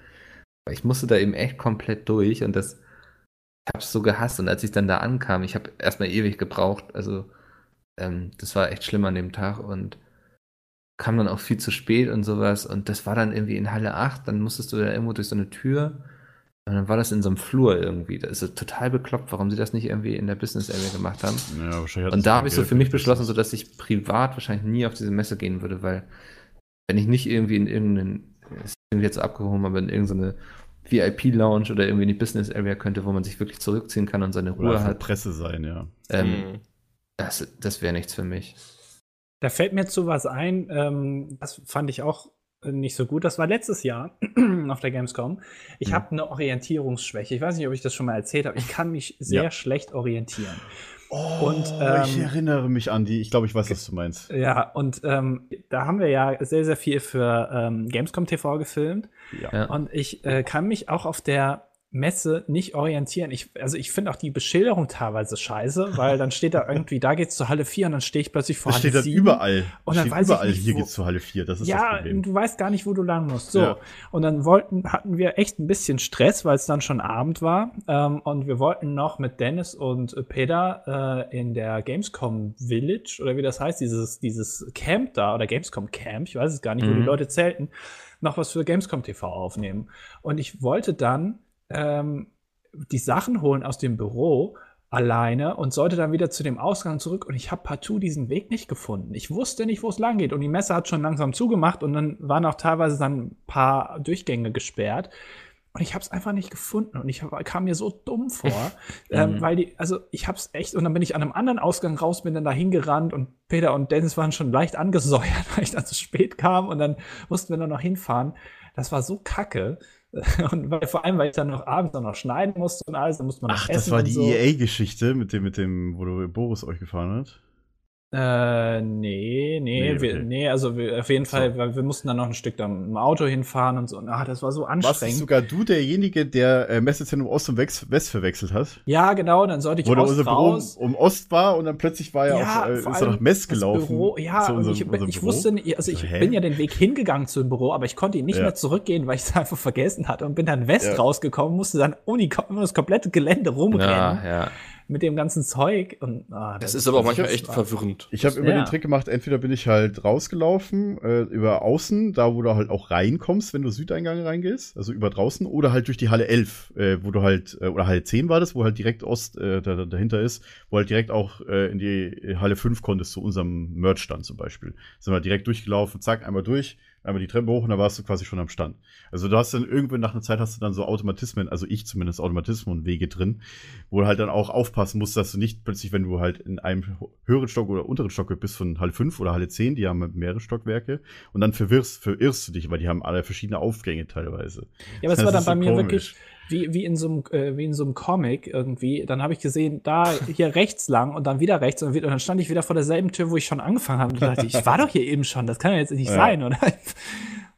C: Aber ich musste da eben echt komplett durch und das ich hab's so gehasst. Und als ich dann da ankam, ich habe erstmal ewig gebraucht. Also ähm, das war echt schlimm an dem Tag und kam dann auch viel zu spät und sowas. Und das war dann irgendwie in Halle 8, dann musstest du da irgendwo durch so eine Tür. Und dann war das in so einem Flur irgendwie. Das ist so total bekloppt, warum sie das nicht irgendwie in der Business Area gemacht haben.
B: ja wahrscheinlich hat das
C: Und da habe
B: kein
C: ich so
B: Geld
C: für mich
B: das
C: beschlossen,
B: ist-
C: so dass ich privat wahrscheinlich nie auf diese Messe gehen würde, weil wenn ich nicht irgendwie in irgendeinen, das klingt jetzt abgehoben, aber in irgendeine VIP-Lounge oder irgendwie in die Business Area könnte, wo man sich wirklich zurückziehen kann und seine
B: Oder
C: Ruhe halt.
B: einfach
C: hat,
B: Presse sein, ja.
C: ähm,
D: Hm.
C: das, das wäre nichts für mich.
E: Da fällt mir zu was ein, ähm, das fand ich auch äh, nicht so gut. Das war letztes Jahr auf der Gamescom. Ich
C: Mhm.
E: habe eine Orientierungsschwäche. Ich weiß nicht, ob ich das schon mal erzählt habe. Ich kann mich sehr
B: Ja.
E: schlecht orientieren.
B: Oh,
E: Und, ähm, Äh,
B: ich erinnere mich an die. Ich glaube, ich weiß, was du meinst.
E: Ja, und ähm, da haben wir ja sehr, sehr viel für ähm, Gamescom TV gefilmt.
B: Ja.
C: Ja.
E: Und ich äh, kann mich auch auf der Messe nicht orientieren. Ich, also ich finde auch die Beschilderung teilweise scheiße, weil dann steht da irgendwie, da geht's zur Halle 4 und dann stehe ich plötzlich vor
B: Das
E: Halle
B: steht dann
E: 7.
B: überall.
E: Und
B: Das
E: dann
B: steht
E: weiß ich
B: überall,
E: nicht,
B: hier
E: wo-
B: geht's zur Halle 4. Das ist das
E: ja,
B: Problem.
E: du weißt gar nicht, wo du lang musst. So.
B: Ja.
E: Und dann wollten, hatten wir echt ein bisschen Stress, weil es dann schon Abend war. Ähm, und wir wollten noch mit Dennis und äh, Peter äh, in der Gamescom Village oder wie das heißt, dieses, dieses Camp da oder Gamescom Camp, ich weiß es gar nicht, wo
C: Mhm.
E: die Leute zelten, noch was für Gamescom TV aufnehmen. Und ich wollte dann ähm, die Sachen holen aus dem Büro alleine und sollte dann wieder zu dem Ausgang zurück und ich habe partout diesen Weg nicht gefunden. Ich wusste nicht, wo es lang geht und die Messe hat schon langsam zugemacht und dann waren auch teilweise dann ein paar Durchgänge gesperrt und ich habe es einfach nicht gefunden und ich hab, kam mir so dumm vor, ähm,
C: Mhm.
E: weil die, also ich habe es echt und dann bin ich an einem anderen Ausgang raus, bin dann da hingerannt und Peter und Dennis waren schon leicht angesäuert, weil ich dann zu spät kam und dann mussten wir nur noch hinfahren. Das war so kacke. Und weil, vor allem, weil ich dann noch abends dann noch schneiden musste und alles, dann musste man noch
B: Ach,
E: essen
B: das war
E: und
B: die E
E: so.
B: EA-Geschichte mit dem, mit dem, wo du Boris euch gefahren hat.
E: Äh, nee, nee,
B: Nee,
E: wir,
B: okay.
E: nee, also wir, auf jeden Fall, weil wir mussten dann noch ein Stück dann im Auto hinfahren und so. Und, Ah, das war so
B: Warst
E: anstrengend.
B: sogar du derjenige, der äh, Messezentrum Ost und Wex- West verwechselt hat?
E: ja, genau, dann sollte ich
B: Wo da
E: aus
B: unser Büro
E: raus.
B: um Ost war und dann plötzlich war ja,
E: Ja,
B: auch, äh, ist
E: vor
B: er
E: allem
B: nach Mess
E: das
B: gelaufen.
E: Büro, ja,
B: zu
E: und
B: unserem-
E: ich,
B: unserem
E: ich
B: Büro.
E: wusste nicht, also ich
B: So, hä?
E: bin ja den Weg hingegangen zum Büro, aber ich konnte ihn nicht
B: Ja.
E: mehr zurückgehen, weil ich es einfach vergessen hatte und bin dann West
B: Ja.
E: rausgekommen, musste dann um, die, um das komplette Gelände rumrennen
C: Ja, ja.
E: mit dem ganzen Zeug und ah,
D: Das ist aber auch
B: das
D: manchmal
B: ist
D: echt
E: wahr.
D: verwirrend.
B: Ich habe immer
E: Ja.
B: den Trick gemacht, entweder bin ich halt rausgelaufen, äh, über außen, da wo du halt auch reinkommst, wenn du Südeingang reingehst, also über draußen, oder halt durch die Halle 11, äh, wo du halt, äh, oder Halle 10 war das, wo halt direkt Ost äh, da, da- dahinter ist, wo halt direkt auch äh, in die Halle 5 konntest, zu unserem Merch-Stand zum Beispiel. Sind wir direkt durchgelaufen, zack, einmal durch, einmal die Treppe hoch und da warst du quasi schon am Stand. Also du hast dann irgendwann nach einer Zeit hast du dann so Automatismen, also ich zumindest Automatismen und Wege drin, wo du halt dann auch aufpassen musst, dass du nicht plötzlich, wenn du halt in einem höheren Stock oder unteren Stock bist von Halle 5 oder Halle 10, die haben mehrere Stockwerke, und dann verwirrst, verirrst du dich, weil die haben alle verschiedene Aufgänge teilweise.
E: Ja, aber es war dann
B: ist
E: bei
B: so
E: mir
B: komisch.
E: wirklich wie, wie, in so einem, äh, wie in so einem Comic irgendwie. Dann habe ich gesehen, da hier rechts lang und dann wieder rechts und, wieder, und dann stand ich wieder vor derselben Tür, wo ich schon angefangen habe. Und dachte, ich ich war doch hier eben schon, das kann ja jetzt nicht
B: Ja.
E: sein, oder?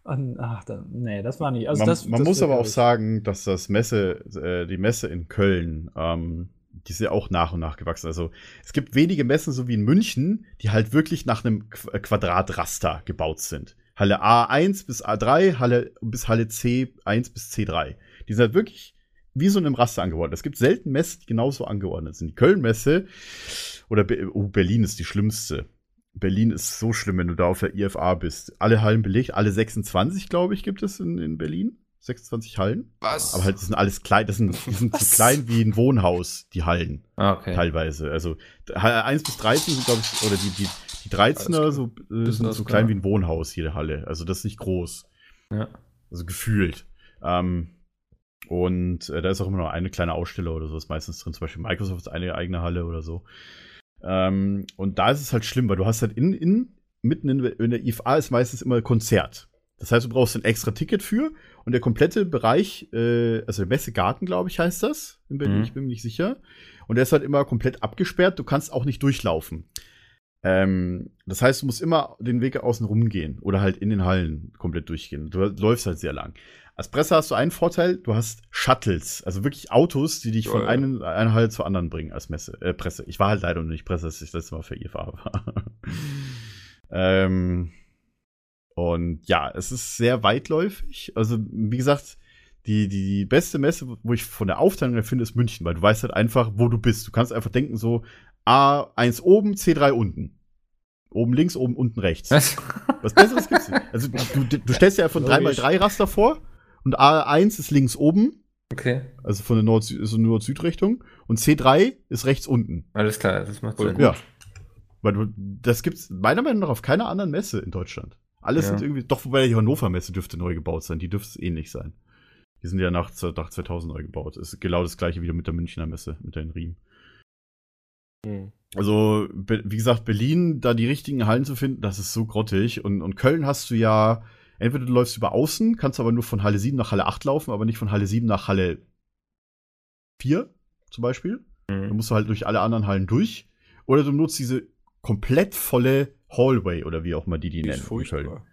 E: Und, ach, dann, nee, das war nicht. Also
B: man
E: das,
B: man
E: das
B: muss
E: wird,
B: aber auch
E: glaub ich-
B: sagen, dass das Messe, äh, die Messe in Köln, ähm, die ist ja auch nach und nach gewachsen. Also es gibt wenige Messen, so wie in München, die halt wirklich nach einem Qu äh, Quadratraster gebaut sind. Halle A1 bis A3, Halle bis Halle C1 bis C3. Die sind halt wirklich wie so in einem Raster angeordnet. Es gibt selten Messen, die genauso angeordnet sind. Die Köln-Messe oder Be oh, Berlin ist die schlimmste. Berlin ist so schlimm, wenn du da auf der IFA bist. Alle Hallen belegt, alle 26, glaube ich, gibt es in, in Berlin. 26 Hallen.
D: Was?
B: Aber halt, das sind alles klein, das sind, die sind so
D: Was?
B: klein wie ein Wohnhaus, die Hallen,
C: Ah, okay.
B: teilweise. Also d- Halle 1 bis 13 sind, glaube ich, oder die, die, die
D: Alles
B: 13er
D: klar.
B: so, äh,
C: Bisschen
B: sind
C: was
B: so klein
C: klar.
B: wie ein Wohnhaus, jede Halle. Also das ist nicht groß.
C: Ja.
B: Also gefühlt. Ähm, und äh, da ist auch immer noch eine kleine Aussteller oder so, ist meistens drin. Zum Beispiel Microsoft ist eine eigene Halle oder so. Ähm, und da ist es halt schlimm, weil du hast halt in, in, mitten in, in der IFA ist meistens immer Konzert. Das heißt, du brauchst ein extra Ticket für und der komplette Bereich, äh, also der Messegarten, glaube ich, heißt das in Berlin,
C: Mhm.
B: ich bin mir nicht sicher. Und der ist halt immer komplett abgesperrt, du kannst auch nicht durchlaufen. Ähm, das heißt, du musst immer den Weg außen rumgehen oder halt in den Hallen komplett durchgehen. Du läufst halt sehr lang. Als Presse hast du einen Vorteil, du hast Shuttles, also wirklich Autos, die dich von
D: Geil.
B: einem, einer Halle zur anderen bringen als Messe, äh, Presse. Ich war halt leider noch nicht Presse, als ich das letzte Mal für IFA war. ähm, und ja, es ist sehr weitläufig. Also, wie gesagt, die, die, die beste Messe, wo ich von der Aufteilung her finde, ist München, weil du weißt halt einfach, wo du bist. Du kannst einfach denken, so A1 oben, C3 unten. Oben links, oben unten rechts.
C: Was?
B: Was Besseres gibt's nicht. Also du, du, du stellst dir einfach ein
E: Logisch.
B: 3x3-Raster vor und A1 ist links oben,
C: Okay,
B: also von der Nord- ist eine Nord-Süd-Richtung und C3 ist rechts unten.
C: alles klar, das macht
D: Voll
C: Sinn.
D: gut.
B: Ja. Weil du, das gibt's meiner Meinung nach auf keiner anderen Messe in Deutschland. Alles
C: Ja.
B: sind irgendwie, doch wobei die Hannover Messe dürfte neu gebaut sein, die dürfte es ähnlich sein. Die sind ja nach, nach 2000 neu gebaut. Ist genau das gleiche wieder mit der Münchner Messe, mit den Riemen.
D: Hm.
B: Also, Be- wie gesagt, Berlin, da die richtigen Hallen zu finden, das ist so grottig. Und, und Köln hast du ja, entweder du läufst über außen, kannst aber nur von Halle 7 nach Halle 8 laufen, aber nicht von Halle 7 nach Halle 4 zum Beispiel. Dann
C: Mhm.
B: musst du halt durch alle anderen Hallen durch. Oder du nutzt diese komplett volle Hallway oder wie auch immer die die
D: Die
B: nennen.
D: ist
B: in Köln.
D: furchtbar.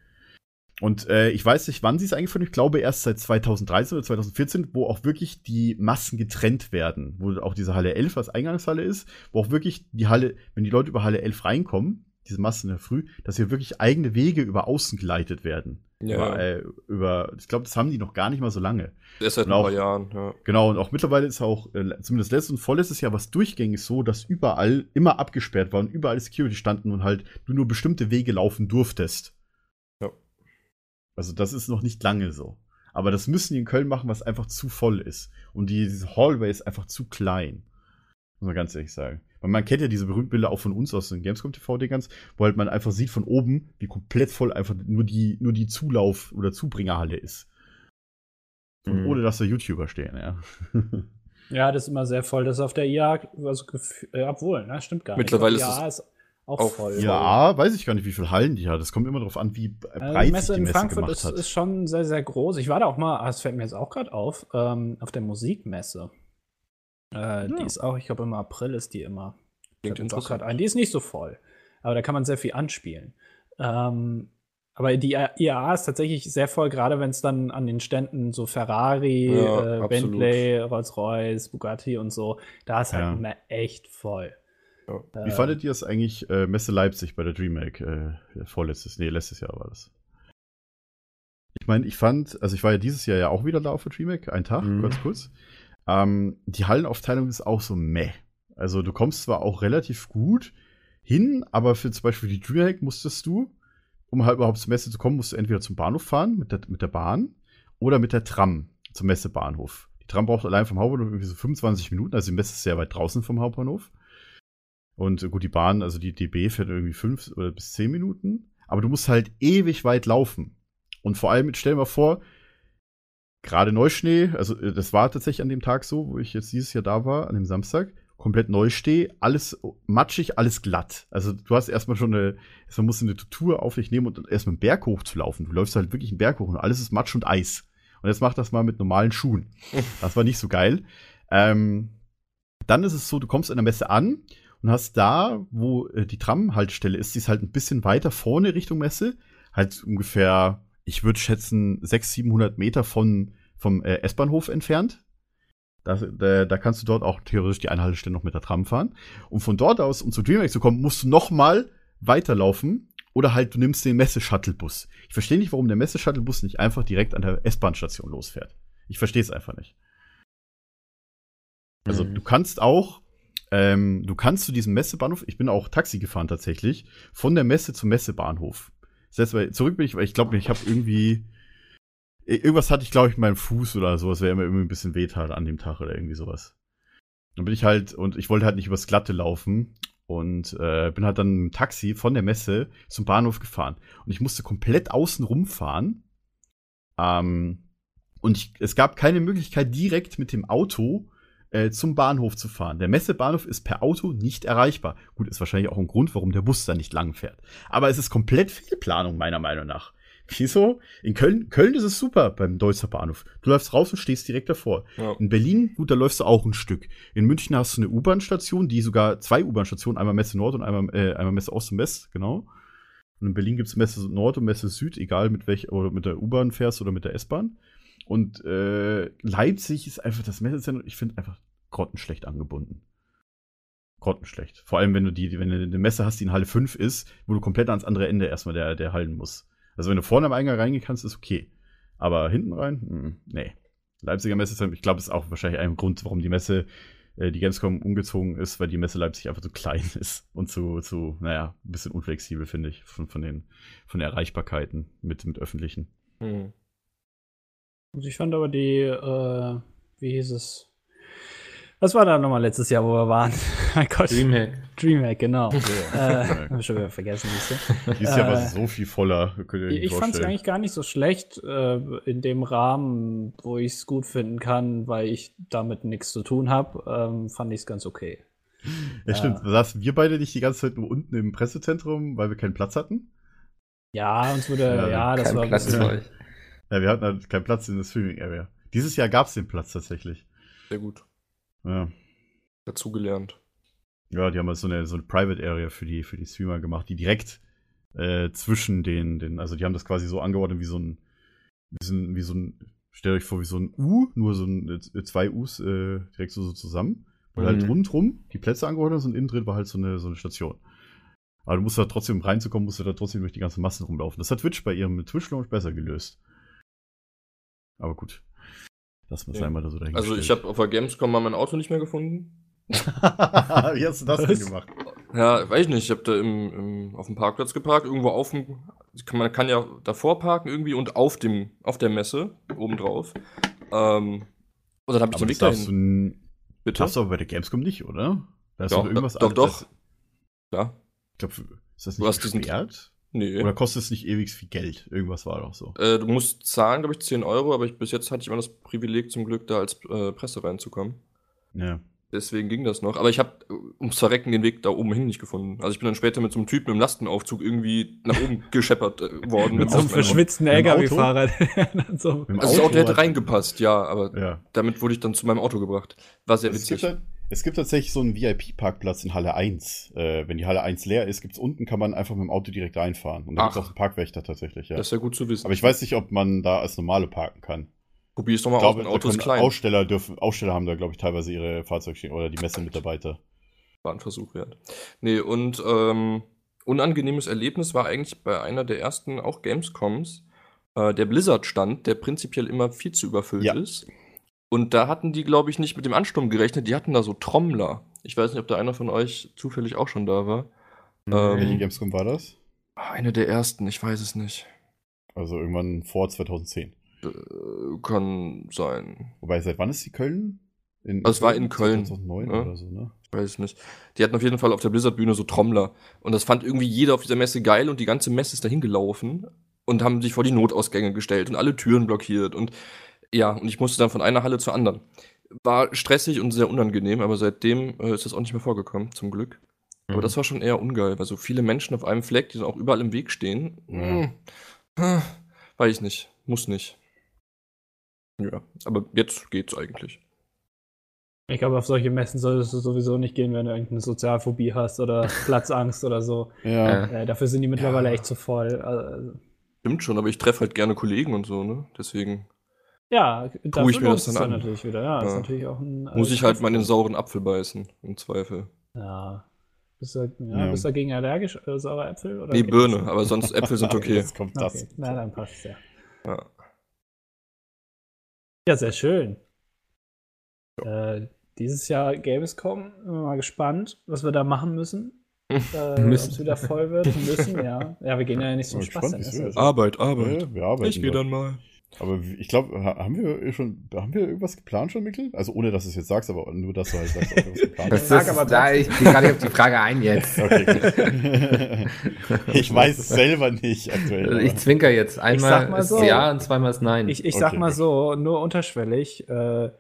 B: Und äh, ich weiß nicht, wann sie es eingeführt haben. Ich glaube erst seit 2013 oder 2014, wo auch wirklich die Massen getrennt werden. Wo auch diese Halle 11 als Eingangshalle ist, wo auch wirklich die Halle, wenn die Leute über Halle 11 reinkommen, diese Massen in der Früh, dass hier wirklich eigene Wege über außen geleitet werden.
D: Ja,
B: Über,
D: ja.
B: äh, über, ich glaube, das haben die noch gar nicht mal so lange.
D: erst seit ein
B: auch-
D: paar Jahren. Ja.
B: Genau, und auch mittlerweile ist auch, äh, zumindest letztes und vorletztes Jahr, was durchgängig so, dass überall immer abgesperrt war und überall Security standen und halt du nur bestimmte Wege laufen durftest.
D: Ja.
B: Also das ist noch nicht lange so. Aber das müssen die in Köln machen, was einfach zu voll ist. Und die, diese Hallway ist einfach zu klein. Muss man ganz ehrlich sagen. Weil man kennt ja diese berühmten Bilder auch von uns aus den Gamescom TV-Dingern, wo halt man einfach sieht von oben, wie komplett voll einfach nur die, nur die Zulauf- oder Zubringerhalle ist. Und
C: Mhm.
B: ohne dass da YouTuber stehen, ja.
E: Ja, das ist immer sehr voll. Das ist auf der IA, also, gef- äh, obwohl, ne, stimmt gar
D: Mittlerweile
E: nicht.
D: ist
E: Auf der
D: es
E: IA ist auch
D: auch
E: voll.
B: Ja, weiß ich gar nicht, wie viel Hallen die hat. Das kommt immer darauf an, wie
E: Äh,
B: breit
E: die
B: sich
E: Messe
B: die
E: in
B: Messe
E: Frankfurt
B: gemacht
E: ist,
B: hat.
E: ist schon sehr, sehr groß. Ich war da auch mal, ah, das fällt mir jetzt auch gerade auf, ähm, auf der Musikmesse. Äh, Die ist auch, ich glaube, im April ist die immer. Fällt
D: Klingt
E: mir jetzt auch
D: interessant.
E: gerade ein. Die ist nicht so voll, aber da kann man sehr viel anspielen. Ähm, aber die IAA ist tatsächlich sehr voll, gerade wenn es dann an den Ständen so Ferrari,
D: Ja,
E: äh,
D: absolut.
E: Bentley, Rolls-Royce, Bugatti und so, da ist halt
B: Ja.
E: immer echt voll. Ähm,
D: Ja.
B: wie fandet ihr das eigentlich, äh, Messe Leipzig bei der DreamHack? Äh, vorletztes, nee, letztes Jahr war das. Ich meine, ich fand, also ich war ja dieses Jahr ja auch wieder da auf der DreamHack, einen Tag,
C: Mhm.
B: ganz kurz. Ähm, die Hallenaufteilung ist auch so meh. Also du kommst zwar auch relativ gut hin, aber für zum Beispiel die DreamHack musstest du, um halt überhaupt zur Messe zu kommen, musst du entweder zum Bahnhof fahren mit der, mit der Bahn oder mit der Tram zum Messebahnhof. Die Tram braucht allein vom Hauptbahnhof irgendwie so 25 Minuten, also die Messe ist sehr weit draußen vom Hauptbahnhof. Und äh, gut, die Bahn, also die DB fährt irgendwie fünf oder bis zehn Minuten. Aber du musst halt ewig weit laufen. Und vor allem, jetzt stell dir mal vor, gerade Neuschnee, also äh, das war tatsächlich an dem Tag so, wo ich jetzt dieses Jahr da war, an dem Samstag, komplett Neuschnee, alles matschig, alles glatt. Also du hast erstmal schon eine, erstmal musst du eine Tour auf dich nehmen und erstmal einen Berg hochzulaufen. Du läufst halt wirklich einen Berg hoch und alles ist Matsch und Eis. Und jetzt mach das mal mit normalen Schuhen. Das war nicht so geil. Ähm, dann ist es so, du kommst an der Messe an und hast da, wo äh, die Tram-Haltestelle ist, die ist halt ein bisschen weiter vorne Richtung Messe, halt ungefähr, ich würde schätzen, 600, 700 Meter von, vom äh, S-Bahnhof entfernt. Das, äh, da, da kannst du dort auch theoretisch die Einhaltestelle noch mit der Tram fahren. Und von dort aus, um zu DreamHack zu kommen, musst du noch mal weiterlaufen oder halt du nimmst den Messe-Shuttle-Bus. Ich verstehe nicht, warum der Messe-Shuttle-Bus nicht einfach direkt an der S-Bahn-Station losfährt. Ich verstehe es einfach nicht. Also
C: Mhm.
B: du kannst auch, ähm, du kannst zu diesem Messebahnhof, ich bin auch Taxi gefahren tatsächlich, von der Messe zum Messebahnhof. Selbst weil zurück bin ich, weil ich glaube, ich habe irgendwie irgendwas hatte ich glaube ich in meinem Fuß oder sowas, wer immer irgendwie ein bisschen weht hat an dem Tag oder irgendwie sowas. Dann bin ich halt und ich wollte halt nicht übers Glatte laufen und äh, bin halt dann im Taxi von der Messe zum Bahnhof gefahren und ich musste komplett außen rumfahren. Ähm, und ich, es gab keine Möglichkeit direkt mit dem Auto äh, zum Bahnhof zu fahren. Der Messebahnhof ist per Auto nicht erreichbar. Gut, ist wahrscheinlich auch ein Grund, warum der Bus da nicht lang fährt. Aber es ist komplett Fehlplanung, meiner Meinung nach. Wieso? In Köln, Köln ist es super beim Deutzer Bahnhof. Du läufst raus und stehst direkt davor.
D: Ja.
B: In Berlin, gut, da läufst du auch ein Stück. In München hast du eine U-Bahn-Station, die sogar zwei U-Bahn-Stationen, einmal Messe Nord und einmal, äh, einmal Messe Ost und West, genau. Und in Berlin gibt's Messe Nord und Messe Süd, egal mit welch, oder mit der U-Bahn fährst oder mit der S-Bahn. Und äh, Leipzig ist einfach das Messezentrum, ich finde einfach grottenschlecht angebunden. Grottenschlecht. Vor allem, wenn du die, wenn du eine Messe hast, die in Halle 5 ist, wo du komplett ans andere Ende erstmal der, der Hallen musst. Also wenn du vorne am Eingang reingehen kannst, ist okay. Aber hinten rein, hm, nee. Leipziger Messezentrum, ich glaube, ist auch wahrscheinlich ein Grund, warum die Messe, äh, die Gamescom umgezogen ist, weil die Messe Leipzig einfach zu klein ist und zu, zu naja, ein bisschen unflexibel, finde ich, von, von den von den Erreichbarkeiten mit, mit öffentlichen.
D: Hm.
E: Also ich fand aber die, äh, wie hieß es? Was war da nochmal letztes Jahr, wo wir waren? mein Gott.
C: Dreamhack.
E: Dreamhack, genau. äh, hab ich schon wieder vergessen, siehst du.
B: Dieses Jahr war
E: Äh,
B: es so viel voller. könnt ihr euch nicht
E: Ich fand es
B: vorstellen.
E: eigentlich gar nicht so schlecht äh, in dem Rahmen, wo ich es gut finden kann, weil ich damit nichts zu tun habe, ähm, fand ich es ganz okay.
B: Ja, stimmt.
E: Ja.
B: Da saßen wir beide nicht die ganze Zeit nur unten im Pressezentrum, weil wir keinen Platz hatten.
E: Ja, uns wurde,
B: Ja,
E: Äh, ja, das
C: Kein
E: war ein
C: Platz
E: bisschen-
C: für euch.
B: Ja, wir hatten halt keinen Platz in der Streaming Area. Dieses Jahr gab es den Platz tatsächlich.
D: Sehr gut.
B: Ja.
D: Dazugelernt.
B: ja, die haben halt so eine, so eine Private Area für die, für die Streamer gemacht, die direkt äh, zwischen den, den, also die haben das quasi so angeordnet wie so ein, wie so ein, wie so ein stellt euch vor, wie so ein U, nur so ein, äh, zwei Us äh, direkt so, so zusammen. Und halt
C: Mhm.
B: rundrum die Plätze angeordnet sind, innen drin war halt so eine, so eine Station. Aber du musst da trotzdem, um reinzukommen, musst du da trotzdem durch die ganzen Massen rumlaufen. Das hat Twitch bei ihrem Twitch-Launch besser gelöst. Aber gut. Lass mal
D: Ja.
B: einmal da so dahin.
D: Also ich habe auf der Gamescom mal mein Auto nicht mehr gefunden.
B: Wie hast du das denn
E: Was?
B: gemacht?
D: Ja, weiß ich nicht. Ich habe da im, im, auf dem Parkplatz geparkt, irgendwo auf dem. Kann, man kann ja davor parken irgendwie und auf dem auf der Messe obendrauf. Ähm, und dann habe ich
B: Aber
D: den
B: das
D: Weg
B: darfst
D: dahin.
B: du
D: Bitte?
B: Darfst du aber bei der Gamescom nicht, oder? Da ist
D: Doch,
B: doch irgendwas
D: doch, doch. Klar.
B: Ich glaube, ist das
D: Du
B: nicht
D: hast diesen-
B: gesperrt?
D: Nee.
B: Oder kostet es nicht ewig viel Geld? Irgendwas war doch so.
D: Äh, du musst zahlen, glaube ich, 10 Euro, aber ich, bis jetzt hatte ich immer das Privileg, zum Glück da als äh, Presse reinzukommen.
B: Ja.
D: Deswegen ging das noch. Aber ich habe ums Verrecken den Weg da oben hin nicht gefunden. Also ich bin dann später mit so einem Typen im Lastenaufzug irgendwie nach oben gescheppert äh, worden.
E: Mit so einem
D: Auf meinem-
E: verschwitzten
B: Mit dem Auto?
E: LKW-Fahrer. der dann so-
B: Mit dem
D: Also das Auto hätte
B: hat-
D: reingepasst, ja, aber
B: Ja.
D: damit wurde ich dann zu meinem Auto gebracht. War sehr
B: Es gibt,
D: witzig.
B: halt, es gibt tatsächlich so einen VIP-Parkplatz in Halle 1. Äh, wenn die Halle 1 leer ist, gibt's unten, kann man einfach mit dem Auto direkt reinfahren. Und da gibt's
D: Ach.
B: auch einen Parkwächter tatsächlich, ja.
D: Das ist ja gut zu wissen.
B: Aber ich weiß nicht, ob man da als Normale parken kann.
D: Probier es doch
B: Ich
D: mal aus,
B: glaube,
D: mein
B: da
D: Auto ist
B: können
D: klein.
B: Aussteller, dürfen, Aussteller haben da, glaube ich, teilweise ihre Fahrzeuge stehen oder die
D: Ähm.
B: Messemitarbeiter.
D: War ein Versuch wert. Nee, und ähm, unangenehmes Erlebnis war eigentlich bei einer der ersten auch Gamescoms äh, der Blizzard-Stand, der prinzipiell immer viel zu überfüllt
B: Ja.
D: ist. Und da hatten die, glaube ich, nicht mit dem Ansturm gerechnet. Die hatten da so Trommler. Ich weiß nicht, ob da einer von euch zufällig auch schon da war.
B: Welche
D: Ähm,
B: Gamescom war das?
D: eine der ersten, ich weiß es nicht.
B: Also irgendwann vor 2010.
D: Äh, Kann sein.
B: Wobei, seit wann ist die Köln? In,
D: Also es war in Köln,
B: 2009
D: ne?
B: oder so, ne?
D: Ich weiß es nicht. Die hatten auf jeden Fall auf der Blizzard-Bühne so Trommler. Und das fand irgendwie jeder auf dieser Messe geil und die ganze Messe ist dahin gelaufen und haben sich vor die Notausgänge gestellt und alle Türen blockiert. Und ja, und ich musste dann von einer Halle zur anderen. War stressig und sehr unangenehm, aber seitdem äh, ist das auch nicht mehr vorgekommen, zum Glück.
C: Mhm.
D: Aber das war schon eher ungeil, weil so viele Menschen auf einem Fleck, die dann auch überall im Weg stehen.
B: Ja.
D: Hm. Hm. Weiß ich nicht. Muss nicht. Ja, aber jetzt geht's eigentlich.
E: Ich glaube, auf solche Messen solltest du sowieso nicht gehen, wenn du irgendeine Sozialphobie hast oder Platzangst oder so.
B: Ja.
C: Äh.
E: Äh, dafür sind die mittlerweile
D: Ja.
E: echt zu voll. Also,
D: Stimmt schon, aber ich treffe halt gerne Kollegen und so, ne? Deswegen
E: ja, dafür
D: ich mir das
E: lohnt es
D: dann an.
E: natürlich wieder. Ja, ist
D: Ja.
E: natürlich auch ein. äh,
D: muss ich halt meinen sauren Apfel beißen, im Zweifel.
E: Ja. Bist du, ja,
B: Ja.
E: bist du dagegen allergisch, äh, saure Äpfel? Oder
D: Nee,
E: geht's?
D: Birne, aber sonst Äpfel sind okay.
B: Ah, Jetzt kommt das.
E: Okay, na dann passt ja.
D: Ja.
E: Ja, sehr schön. Äh, dieses Jahr Gamescom, bin mal gespannt, was wir da machen müssen. Äh, Ob
C: Müssen.
E: es wieder voll wird. Müssen, ja. Ja, wir gehen ja nicht zum
B: Bin
E: Spaß.
B: gespannt,
E: hin,
B: wie's
E: das ist
B: wird.
E: ja so.
D: Arbeit, Arbeit.
B: Ja, Äh, wir arbeiten
D: ich gehe
B: dran.
D: dann mal.
B: Aber wie- ich glaube, ha- haben wir eh schon, haben wir irgendwas geplant schon, Mikkel? Also ohne, dass du es jetzt sagst, aber nur, dass du halt sagst, ob wir was geplant
C: Das
B: hast.
E: Sag
C: ist,
E: aber
C: da, ich gehe gar nicht auf die Frage ein jetzt.
B: Okay, gut. ich weiß es selber nicht aktuell.
C: Ich
B: aber-
C: zwinker jetzt. Einmal
E: sag mal
C: ist
E: so.
C: ja und zweimal ist nein.
E: Ich, ich sag
B: Hm, Okay,
E: mal
B: gut.
E: so, nur unterschwellig, äh,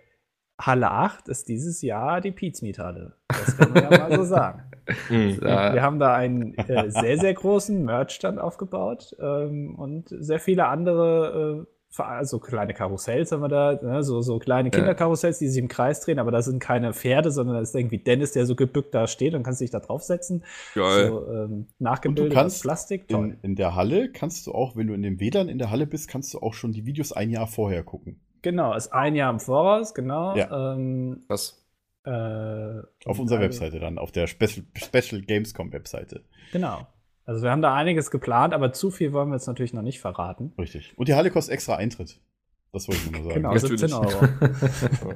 E: Halle 8 ist dieses Jahr die Pizmeet-Halle. Das kann man ja mal so sagen.
D: Mhm.
C: Da-
E: Wir haben da einen äh, sehr, sehr großen Merch-Stand aufgebaut ähm, und sehr viele andere, äh, Ver- also kleine Karussells haben wir da, ne? so, so kleine Kinderkarussells, die sich im Kreis drehen, aber das sind keine Pferde, sondern das ist irgendwie Dennis, der so gebückt da steht und kannst dich da draufsetzen.
D: Geil.
E: So ähm, nachgebildet
B: kannst
E: aus Plastik. Toll.
B: in, in der Halle kannst du auch, wenn du in dem WLAN in der Halle bist, kannst du auch schon die Videos ein Jahr vorher gucken.
E: Genau, ist ein Jahr im Voraus, genau.
B: Ja.
E: Ähm,
D: Was?
E: äh,
B: Auf
E: und
B: unserer
E: alle-
B: Webseite dann, auf der Special, Special Gamescom Webseite.
E: Genau. Also wir haben da einiges geplant, aber zu viel wollen wir jetzt natürlich noch nicht verraten.
B: Richtig. Und die Halle kostet extra Eintritt. Das wollte ich nur sagen.
E: Genau,
D: Natürlich.
E: 17 Euro.
B: Also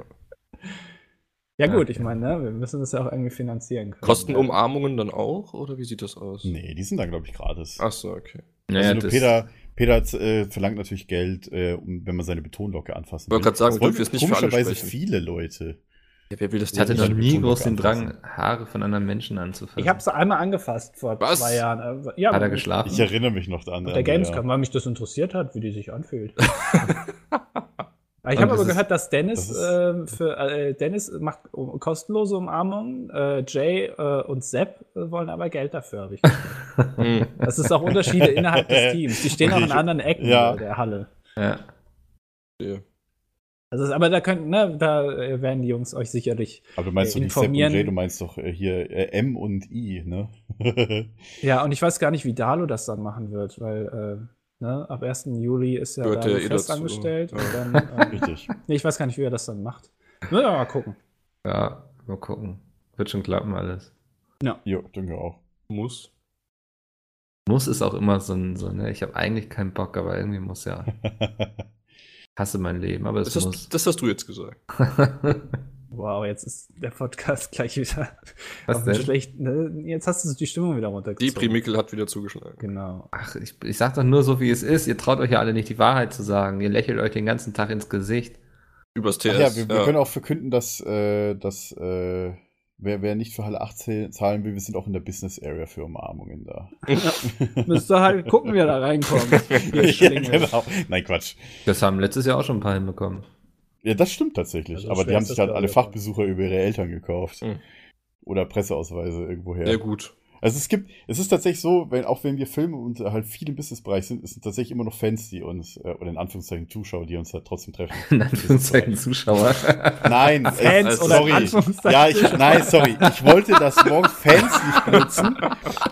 E: Ja gut, ich meine, ne, wir müssen das ja auch irgendwie finanzieren können.
D: Kosten um Umarmungen dann auch? Oder wie sieht das aus?
B: Nee, die sind dann, glaube ich, gratis.
D: Achso, okay.
C: Naja,
B: Also nur
C: das-
B: Peter, Peter äh, verlangt natürlich Geld, äh, um, wenn man seine Betonlocke anfassen
D: Wollte grad sagen,
B: das
D: wir
B: wollen
D: dürfen jetzt nicht für alle
B: komischerweise
D: sprechen.
B: viele Leute.
D: Ja, wer will das
C: Ich hatte
B: Ich
C: noch
B: hatte
C: nie
B: Betonung
C: groß den
B: anfassen.
C: Drang, Haare von anderen Menschen anzufassen.
E: Ich habe es einmal angefasst vor
D: Was?
E: zwei Jahren. Äh, Ja,
C: Hat er
E: mit-
C: geschlafen?
B: Ich erinnere mich noch an äh,
E: mit der Gamescom, weil mich das interessiert hat, wie die sich anfühlt. Aber Ich
C: Und
E: habe
C: das
E: aber
C: ist-
E: gehört, dass Dennis
B: das ist-
E: ähm, für äh, Dennis macht um, kostenlose Umarmungen, äh, Jay äh, und Sepp äh, wollen aber Geld dafür, habe ich. gehört.
D: Mhm.
E: Das ist auch Unterschiede innerhalb des Teams. Die stehen auch in anderen Ecken
B: Ja.
E: der Halle.
C: ja.
D: Verstehe.
E: Also, es- aber da könnten, ne, da äh, werden die Jungs euch sicherlich
B: Aber du meinst
E: Äh,
B: doch nicht Sepp und
E: informieren.
B: Jay, du meinst doch äh, hier äh, M und I, ne?
E: Ja, und ich weiß gar nicht, wie Dalo das dann machen wird, weil äh, ne, ab 1. Juli ist ja
D: Gehört
E: Dalo
D: der eh
E: fest
D: dazu,
E: angestellt.
D: ja.
E: Und dann, ähm,
B: Richtig.
E: nee, ich weiß gar nicht, wie er das dann macht. Na, ja, mal gucken.
C: ja, mal gucken. Wird schon klappen alles.
B: Jo, denke auch.
D: Muss.
C: Muss ist auch immer so ein, so, ne? ich habe eigentlich keinen Bock, aber irgendwie muss ja. Hasse mein Leben, aber es
D: Das hast,
C: muss.
D: das hast du jetzt gesagt.
E: Wow, jetzt ist der Podcast gleich wieder
C: Was
E: auf dem
C: denn?
E: schlechten. Ne? Jetzt hast du die Stimmung wieder runtergezogen.
D: Depri Mickel hat wieder zugeschlagen.
E: Genau.
C: Ach, ich, ich sag doch nur so, wie es ist. Ihr traut euch ja alle nicht, die Wahrheit zu sagen. Ihr lächelt euch den ganzen Tag ins Gesicht.
D: Übers TS.
B: Ach ja, wir, wir können auch verkünden, dass, äh, dass äh, wer, wer nicht für Halle 18 zahlen will, wir sind auch in der Business Area für Umarmungen da.
E: Müsst ihr halt gucken, wie er da reinkommt. Hier
B: ja,
E: Schlingel.
B: genau. Nein, Quatsch.
C: Das haben letztes Jahr auch schon ein paar hinbekommen.
B: Ja, das stimmt tatsächlich.
E: Also
B: aber die
E: schwer
B: haben
E: ist
B: sich
E: das,
B: halt
E: glaub
B: alle
E: ich, aber-
B: Fachbesucher über ihre Eltern gekauft.
D: Hm.
B: Oder Presseausweise irgendwoher.
D: Ja, gut.
B: Also es gibt, es ist tatsächlich so, wenn, auch wenn wir Filme und halt viel im Businessbereich sind, es sind tatsächlich immer noch Fans, die uns, äh, oder in Anführungszeichen Zuschauer, die uns halt trotzdem treffen.
C: In Anführungszeichen Zuschauer.
B: Nein,
E: Fans
B: äh,
E: oder in
B: sorry.
E: Anführungszeichen
B: ja, ich, nein, sorry. Ich wollte das Wort Fans nicht benutzen.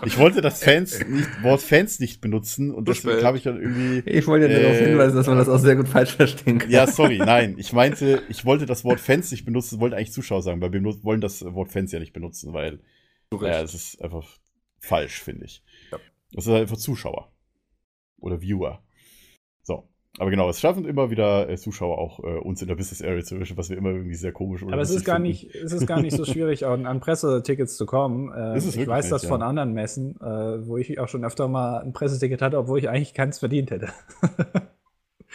B: Ich wollte das Fans nicht, Wort Fans nicht benutzen und
D: Zu
B: deswegen
D: spät.
B: habe ich dann irgendwie.
C: Ich wollte ja darauf
B: Äh,
C: hinweisen, dass man das auch sehr gut falsch verstehen kann.
B: Ja, sorry, nein. Ich meinte, ich wollte das Wort Fans nicht benutzen, wollte eigentlich Zuschauer sagen, weil wir nu- wollen das Wort Fans ja nicht benutzen, weil
D: Du
B: ja,
D: recht.
B: es ist einfach falsch, finde ich.
D: Ja.
B: Das ist halt einfach Zuschauer. Oder Viewer. So. Aber genau, es schaffen immer wieder äh, Zuschauer auch äh, uns in der Business Area zu erwischen, was wir immer irgendwie sehr komisch oder
E: Aber es ist
B: lustig
E: gar
B: finden.
E: nicht, es ist gar nicht so schwierig, an, an Pressetickets zu kommen. Ähm,
B: Ist es
E: ich
B: wirklich
E: weiß das
B: nicht,
E: von
B: ja.
E: anderen Messen, äh, wo ich auch schon öfter mal ein Presseticket hatte, obwohl ich eigentlich keins verdient hätte.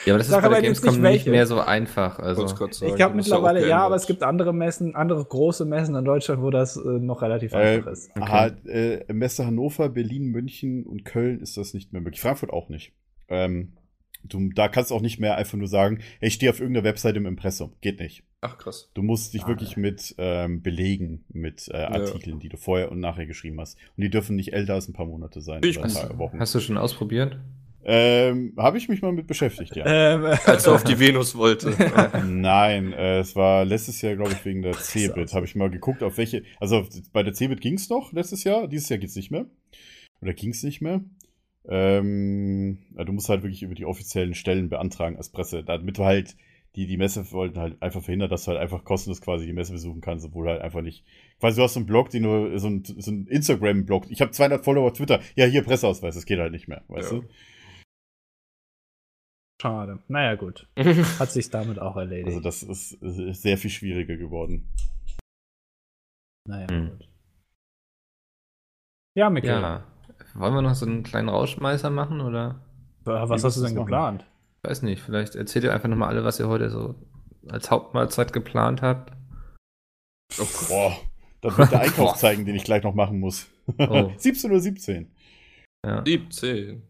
C: Ja, aber das ist
E: Sag
C: bei der
E: aber jetzt nicht
C: Gamescom nicht
E: welche.
C: mehr so einfach.
D: Wollt's
C: Also,
D: grad sagen,
E: Ich glaube
D: das ist ja auch
E: mittlerweile ja,
D: geändert.
E: aber es gibt andere Messen, andere große Messen in Deutschland, wo das äh, noch relativ
B: Äh,
E: einfach ist.
B: aha, äh, Messe Hannover, Berlin, München und Köln ist das nicht mehr möglich. Frankfurt auch nicht. Ähm, du, da kannst du auch nicht mehr einfach nur sagen, hey, ich stehe auf irgendeiner Webseite im Impressum. Geht nicht.
D: Ach, krass.
B: Du musst dich
E: Ah,
B: wirklich mit ähm, belegen, mit äh, Artikeln, die du vorher und nachher geschrieben hast. Und die dürfen nicht älter als ein paar Monate sein.
D: Ich
B: oder ein
D: muss-
B: paar Wochen.
C: Hast du schon ausprobiert?
B: Ähm, Habe ich mich mal mit beschäftigt, ja.
E: Ähm,
D: Als er auf die Venus wollte.
B: Nein, äh, es war letztes Jahr, glaube ich, wegen der Cebit. Habe ich mal geguckt, auf welche. Also auf- bei der Cebit ging es noch letztes Jahr. Dieses Jahr geht es nicht mehr. Oder ging es nicht mehr. Ähm, ja, du musst halt wirklich über die offiziellen Stellen beantragen als Presse. Damit du halt die, die Messe wollten halt einfach verhindern, dass du halt einfach kostenlos quasi die Messe besuchen kannst, obwohl halt einfach nicht. Quasi du hast so einen Blog, den du, so ein, so ein Instagram-Blog. Ich habe 200 Follower auf Twitter. Ja, hier Presseausweis. Das geht halt nicht mehr, weißt
D: Ja.
B: du?
E: schade. Naja, gut. Hat sich damit auch erledigt.
B: Also das ist äh, sehr viel schwieriger geworden.
E: naja,
C: Hm.
E: gut. Ja, Mikkel,
C: Ja. Wollen wir noch so einen kleinen Rauschmeißer machen oder?
E: äh,
B: Wie
E: was hast du
B: willst du
E: denn
B: das
E: geplant?
C: Weiß nicht, vielleicht erzählt ihr einfach nochmal alle, was ihr heute so als Hauptmahlzeit geplant habt.
B: Boah, das wird der Einkauf zeigen, den ich gleich noch machen muss.
C: Oh.
B: 17.17 Uhr. 17.
C: Ja.
D: 17.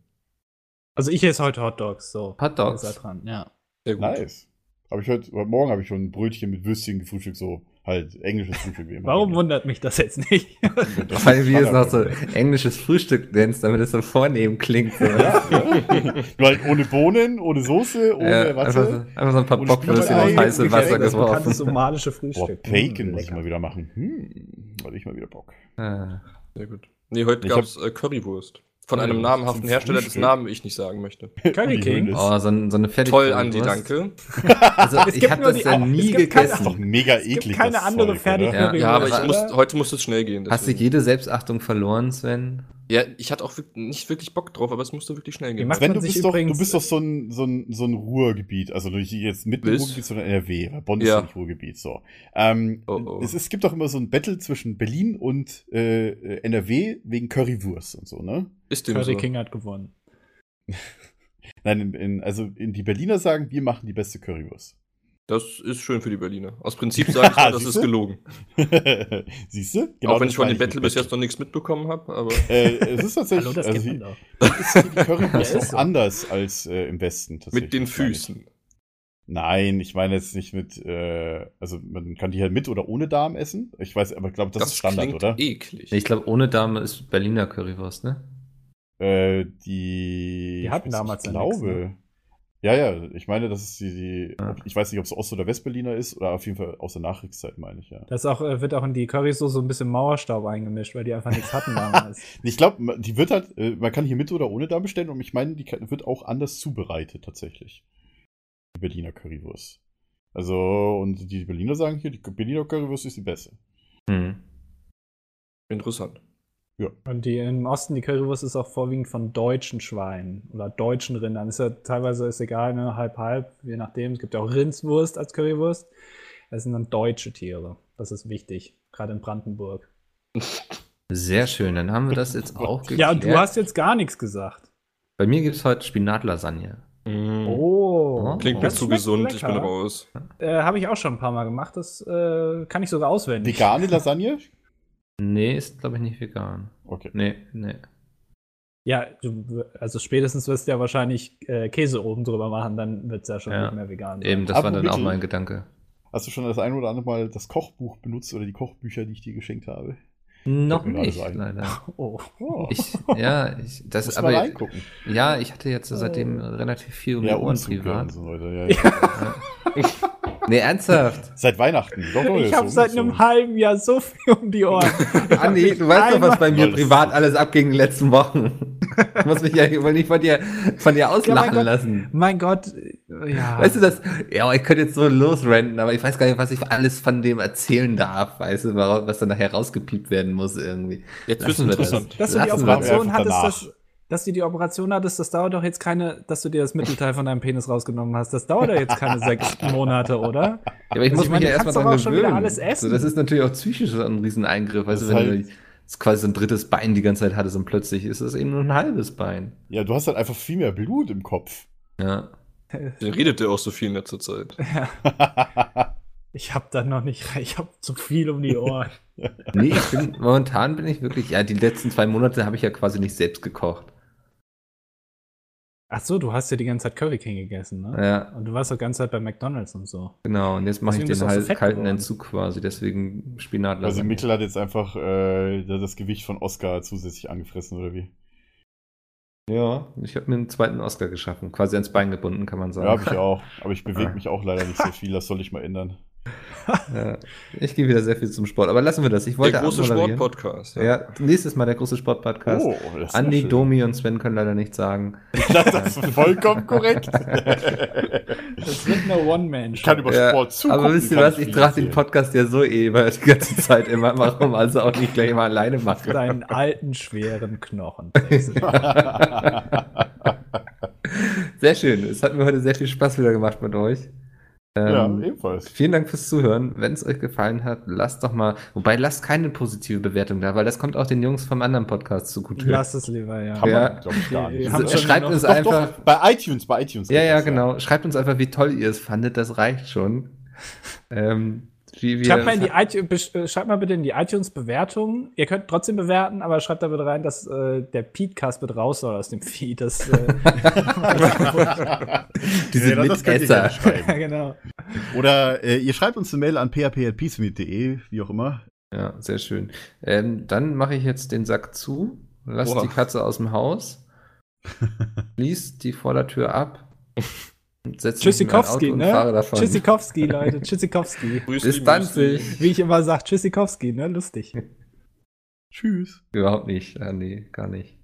E: Also ich esse heute Hot Dogs, so.
C: Hot Dogs.
E: Ihr seid dran, ja.
D: Sehr gut.
B: Nice. Hab ich heute, heute Morgen habe ich schon ein Brötchen mit Würstchen gefrühstückt, so halt englisches Frühstück wie immer.
E: Warum wundert mich das jetzt nicht?
B: Das
C: Weil
B: ist
C: wir es noch so
B: Standard-
C: englisches Frühstück nennst, damit es so vornehm klingt. So.
B: Nur halt ohne Bohnen, ohne Soße, ohne
C: ja, einfach, so,
B: Warte.
C: einfach so ein paar
B: Und
C: Bockwürste
B: Spiegelei
C: auf heiße
B: und
C: Wasser
B: Gefängnis-
E: das bekannte
C: geworfen.
E: somalische
B: Boah,
E: Frühstück.
B: Bacon
E: Mm,
B: muss ich
E: lecker.
B: mal wieder machen. Hm, hatte ich mal wieder Bock.
C: Ah,
D: Sehr gut. Nee, heute
B: Ich
D: gab's äh, Currywurst. Von einem
B: Currywurst
D: namenhaften
B: zum
D: Hersteller, dessen
B: Frühstück?
D: Namen ich nicht sagen möchte.
E: Curry
B: Die
E: King.
B: Höhle.
C: Oh, so, ein- so eine fertig
D: Toll, Andi, danke.
C: Also, ich
E: gibt
C: habe
E: nur
C: das
E: die
C: ja
E: Au- es
C: nie
E: gibt keine
B: Das ist doch
C: gegessen.
B: mega
E: Es gibt
B: eklig.
E: keine
B: das
E: andere
B: Zeug, oder?
C: Ja.
E: Fertigcurry.
D: Ja, aber ich
C: aber-
D: muss, heute muss es schnell gehen.
C: Hast du
D: deswegen.
C: jede Selbstachtung verloren, Sven?
D: Ja, ich hatte auch wirk- nicht wirklich Bock drauf, aber es musste wirklich schnell
E: Ihr
D: gehen.
E: macht-
B: Sven,
E: man
B: du
E: sich
B: bist, doch, du
E: übrigens-
B: bist doch so ein, so ein, so ein Ruhrgebiet, also nicht jetzt mitten im
D: Bist?
B: Ruhrgebiet, sondern NRW, weil Bonn ist
D: Ja.
B: ja nicht Ruhrgebiet, so. Ähm,
D: Oh, oh.
B: Es, es gibt doch immer so ein Battle zwischen Berlin und äh, äh, NRW wegen Currywurst und so, ne?
D: Ist dem so.
E: Curry King hat gewonnen.
B: Nein, in, in, also in die Berliner sagen, wir machen die beste Currywurst.
D: Das ist schön für die Berliner. Aus Prinzip sage ich mal, das
B: Siehst
D: ist
B: du?
D: gelogen.
B: Siehst du? Genau
D: auch wenn
B: das
D: ich von
B: meine
D: dem Battle
B: mit
D: bis jetzt noch nichts mitbekommen habe, aber
B: Äh, es ist tatsächlich.
E: Hallo, das
B: also
E: kennt man
B: die,
E: doch.
B: ist die Currywurst
E: Ja,
B: doch
E: ist so.
B: anders als äh, im Westen.
D: mit
B: tatsächlich,
D: den
B: meine ich.
D: Füßen.
B: Nein, ich meine jetzt nicht mit, äh, also man kann die halt mit oder ohne Darm essen. Ich weiß, aber ich glaube, das, ist Standard,
D: klingt
B: oder?
D: eklig.
C: Ich glaube, ohne Dame ist Berliner Currywurst, ne?
B: Äh, die.
E: Die hatten
B: ich weiß
E: damals
B: nicht,
E: ja
B: ich glaube.
E: nix, ne?
B: Ja, ja, ich meine, das ist die, die
C: Ah.
B: ob, ich weiß nicht, ob es Ost- oder Westberliner ist, oder auf jeden Fall aus der Nachkriegszeit, meine ich, ja.
E: Das auch, äh, wird auch in die Currysoße so ein bisschen Mauerstaub eingemischt, weil die einfach nichts hatten damals.
B: Ich glaube, die wird halt, äh, man kann hier mit oder ohne Darm bestellen und ich meine, die kann, wird auch anders zubereitet, tatsächlich. Die Berliner Currywurst. Also, und die Berliner sagen hier, die Berliner Currywurst ist die beste.
C: Hm.
D: Interessant.
E: Und die im Osten, die Currywurst ist auch vorwiegend von deutschen Schweinen oder deutschen Rindern. Ist ja teilweise ist egal, ne? halb, halb, je nachdem. Es gibt ja auch Rindswurst als Currywurst. Das sind dann deutsche Tiere. Das ist wichtig, gerade in Brandenburg.
C: Sehr schön, dann haben wir das jetzt auch geklärt.
E: Ja, und du hast jetzt gar nichts gesagt.
C: Bei mir gibt es heute Spinatlasagne.
B: Mm. Hm.
E: Oh,
C: Oh.
D: Klingt mir
E: das
D: zu
E: schmeckt
D: gesund, ich bin
E: lecker.
D: raus.
E: Äh, Habe ich auch schon ein paar Mal gemacht. Das äh, kann ich sogar auswendig.
B: Vegane Lasagne?
C: Nee, ist, glaube ich, nicht vegan.
B: Okay.
C: Nee, nee.
E: Ja, du, also spätestens wirst du ja wahrscheinlich äh, Käse oben drüber machen, dann wird es ja schon
C: Ja.
E: nicht mehr vegan. sein.
C: Eben, das war
B: Aber
C: dann auch
B: bitte.
C: mein Gedanke.
B: Hast du schon das ein oder andere Mal das Kochbuch benutzt oder die Kochbücher, die ich dir geschenkt habe?
C: Noch
B: mir gerade
C: nicht,
B: so ein.
C: leider.
E: Oh.
C: Ich, ja, ich, das
B: Muss
C: ist
B: mal
C: Also, aber.
B: reingucken.
C: Ja, ich hatte jetzt
E: Äh,
C: seitdem relativ viel um die Ohren
B: Umzug und
C: privat.
B: so weiter. Ja, ja.
C: Nee, ernsthaft.
B: Seit Weihnachten. Doch, doch,
E: Ich
B: jetzt
E: habe
B: so,
E: seit
B: so.
E: einem halben Jahr so viel um die Ohren.
C: Andi, Ah, du weißt doch, was bei mir
B: Lol, das ist
C: privat
B: gut.
C: alles abging in den letzten Wochen. Ich muss mich ja ich wollte nicht von dir, von dir auslachen
E: Gott.
C: lassen.
E: Mein Gott, äh, ja.
C: Weißt du das? Ja, ich könnte jetzt so losrenten, aber ich weiß gar nicht, was ich alles von dem erzählen darf, weißt du, warum- was dann nachher rausgepiept werden muss irgendwie.
D: Jetzt wird's
C: Lassen wir das.
D: interessant.
E: dass du die
C: lassen wir
E: Operation
B: einfach
E: hattest,
B: danach.
E: das, dass du die Operation hattest, das dauert doch jetzt keine, dass du dir das Mittelteil von deinem Penis rausgenommen hast. Das dauert doch jetzt keine sechs Monate, oder?
C: Ja, aber ich
E: Also
C: muss mich
E: ich meine,
C: ja erstmal
E: du kannst doch
C: dran
E: auch schon wieder
C: gewöhnen.
E: alles essen.
C: So, das ist natürlich auch psychisch so ein Rieseneingriff, weißt du,
B: Das
C: wenn
B: ist
C: du jetzt quasi so ein drittes Bein die ganze Zeit hattest und plötzlich ist es eben nur ein halbes Bein.
B: Ja, du hast halt einfach viel mehr Blut im Kopf.
C: Ja.
D: Der redet ja auch so viel in letzter Zeit.
E: Ich habe da noch nicht, ich habe zu viel um die Ohren.
C: Nee, ich bin, momentan bin ich wirklich, ja, die letzten zwei Monate habe ich ja quasi nicht selbst gekocht.
E: Ach so, du hast ja die ganze Zeit Curry King gegessen, ne?
C: Ja,
E: Und du warst doch ganze Zeit bei McDonalds und so.
C: genau. Und jetzt mache ich den
E: Deswegen bist du auch
C: halt
E: so fett
C: kalten
E: geworden.
C: Entzug quasi, deswegen
B: also
C: Spinatlasagne.
B: Mikkel hat jetzt einfach äh, das Gewicht von Oscar zusätzlich angefressen, oder wie?
C: Ja, ich habe mir einen zweiten Oscar geschaffen. Quasi ans Bein gebunden, kann man
B: Ja,
C: sagen.
B: habe ich auch. Aber ich bewege mich auch leider nicht so viel. Das soll ich mal ändern.
C: Ja, ich gehe wieder sehr viel zum Sport, aber lassen wir das. Ich wollte
D: der große
C: abmoderieren.
D: Sportpodcast.
C: Ja. nächstes Mal der große Sportpodcast.
B: Oh, das ist
C: Andi,
B: schön.
C: Domi und Sven können leider nichts sagen.
B: Das ist vollkommen korrekt.
E: Das wird eine
B: Ich
E: One-Man-Show.
B: kann über
C: Ja,
B: Sport zugucken.
C: aber wisst ihr
B: kann
C: was? Ich
B: viel
C: trage den
B: erzählen.
C: Podcast ja so eh über die ganze Zeit immer. Warum also auch nicht gleich mal alleine machen?
E: Deinen alten, schweren Knochen.
C: Sehr schön. Es hat mir heute sehr viel Spaß wieder gemacht mit euch. Ähm,
B: Ja, ebenfalls.
C: Vielen Dank fürs Zuhören. Wenn es euch gefallen hat, lasst doch mal, wobei lasst keine positive Bewertung da, weil das kommt auch den Jungs vom anderen Podcast zugute.
E: Lass es lieber, ja.
B: Kann
C: Ja.
B: man, glaube ich, gar
E: Wir-
B: nicht.
E: wir
C: Also,
E: haben schon
C: schreibt
E: genug-
C: uns
B: Doch,
C: einfach.
B: doch, bei iTunes, bei iTunes.
C: Ja,
B: geht
C: ja,
B: das,
C: genau. Schreibt uns einfach, wie toll ihr es fandet. Das reicht schon. Ähm, wie wir
E: Schreibt mal, in die iTunes, besch- äh, schreibt mal bitte in die iTunes-Bewertung. Ihr könnt trotzdem bewerten, aber schreibt da bitte rein, dass äh, der Pete-Cast mit raus soll aus dem Feed. Das, äh,
C: diese
B: das- das könnt ihr gerne
C: Mitesser.
E: ja,
B: schreiben.
E: genau.
B: Oder äh, ihr schreibt uns eine Mail an php.peacemeet.de, wie auch immer.
C: Ja, sehr schön. Ähm, dann mache ich jetzt den Sack zu, lass
D: Boah.
C: die Katze aus dem Haus, schließ die Vordertür ab, und setz mich in mein
E: Tschüssikowski,
C: Auto und
E: ne?
C: fahre davon.
E: Tschüssikowski, Leute. Tschüssikowski.
C: Distanzig.
E: Wie ich immer sage, Tschüssikowski, ne? Lustig.
B: Tschüss.
C: Überhaupt nicht. Ah, nee, gar nicht.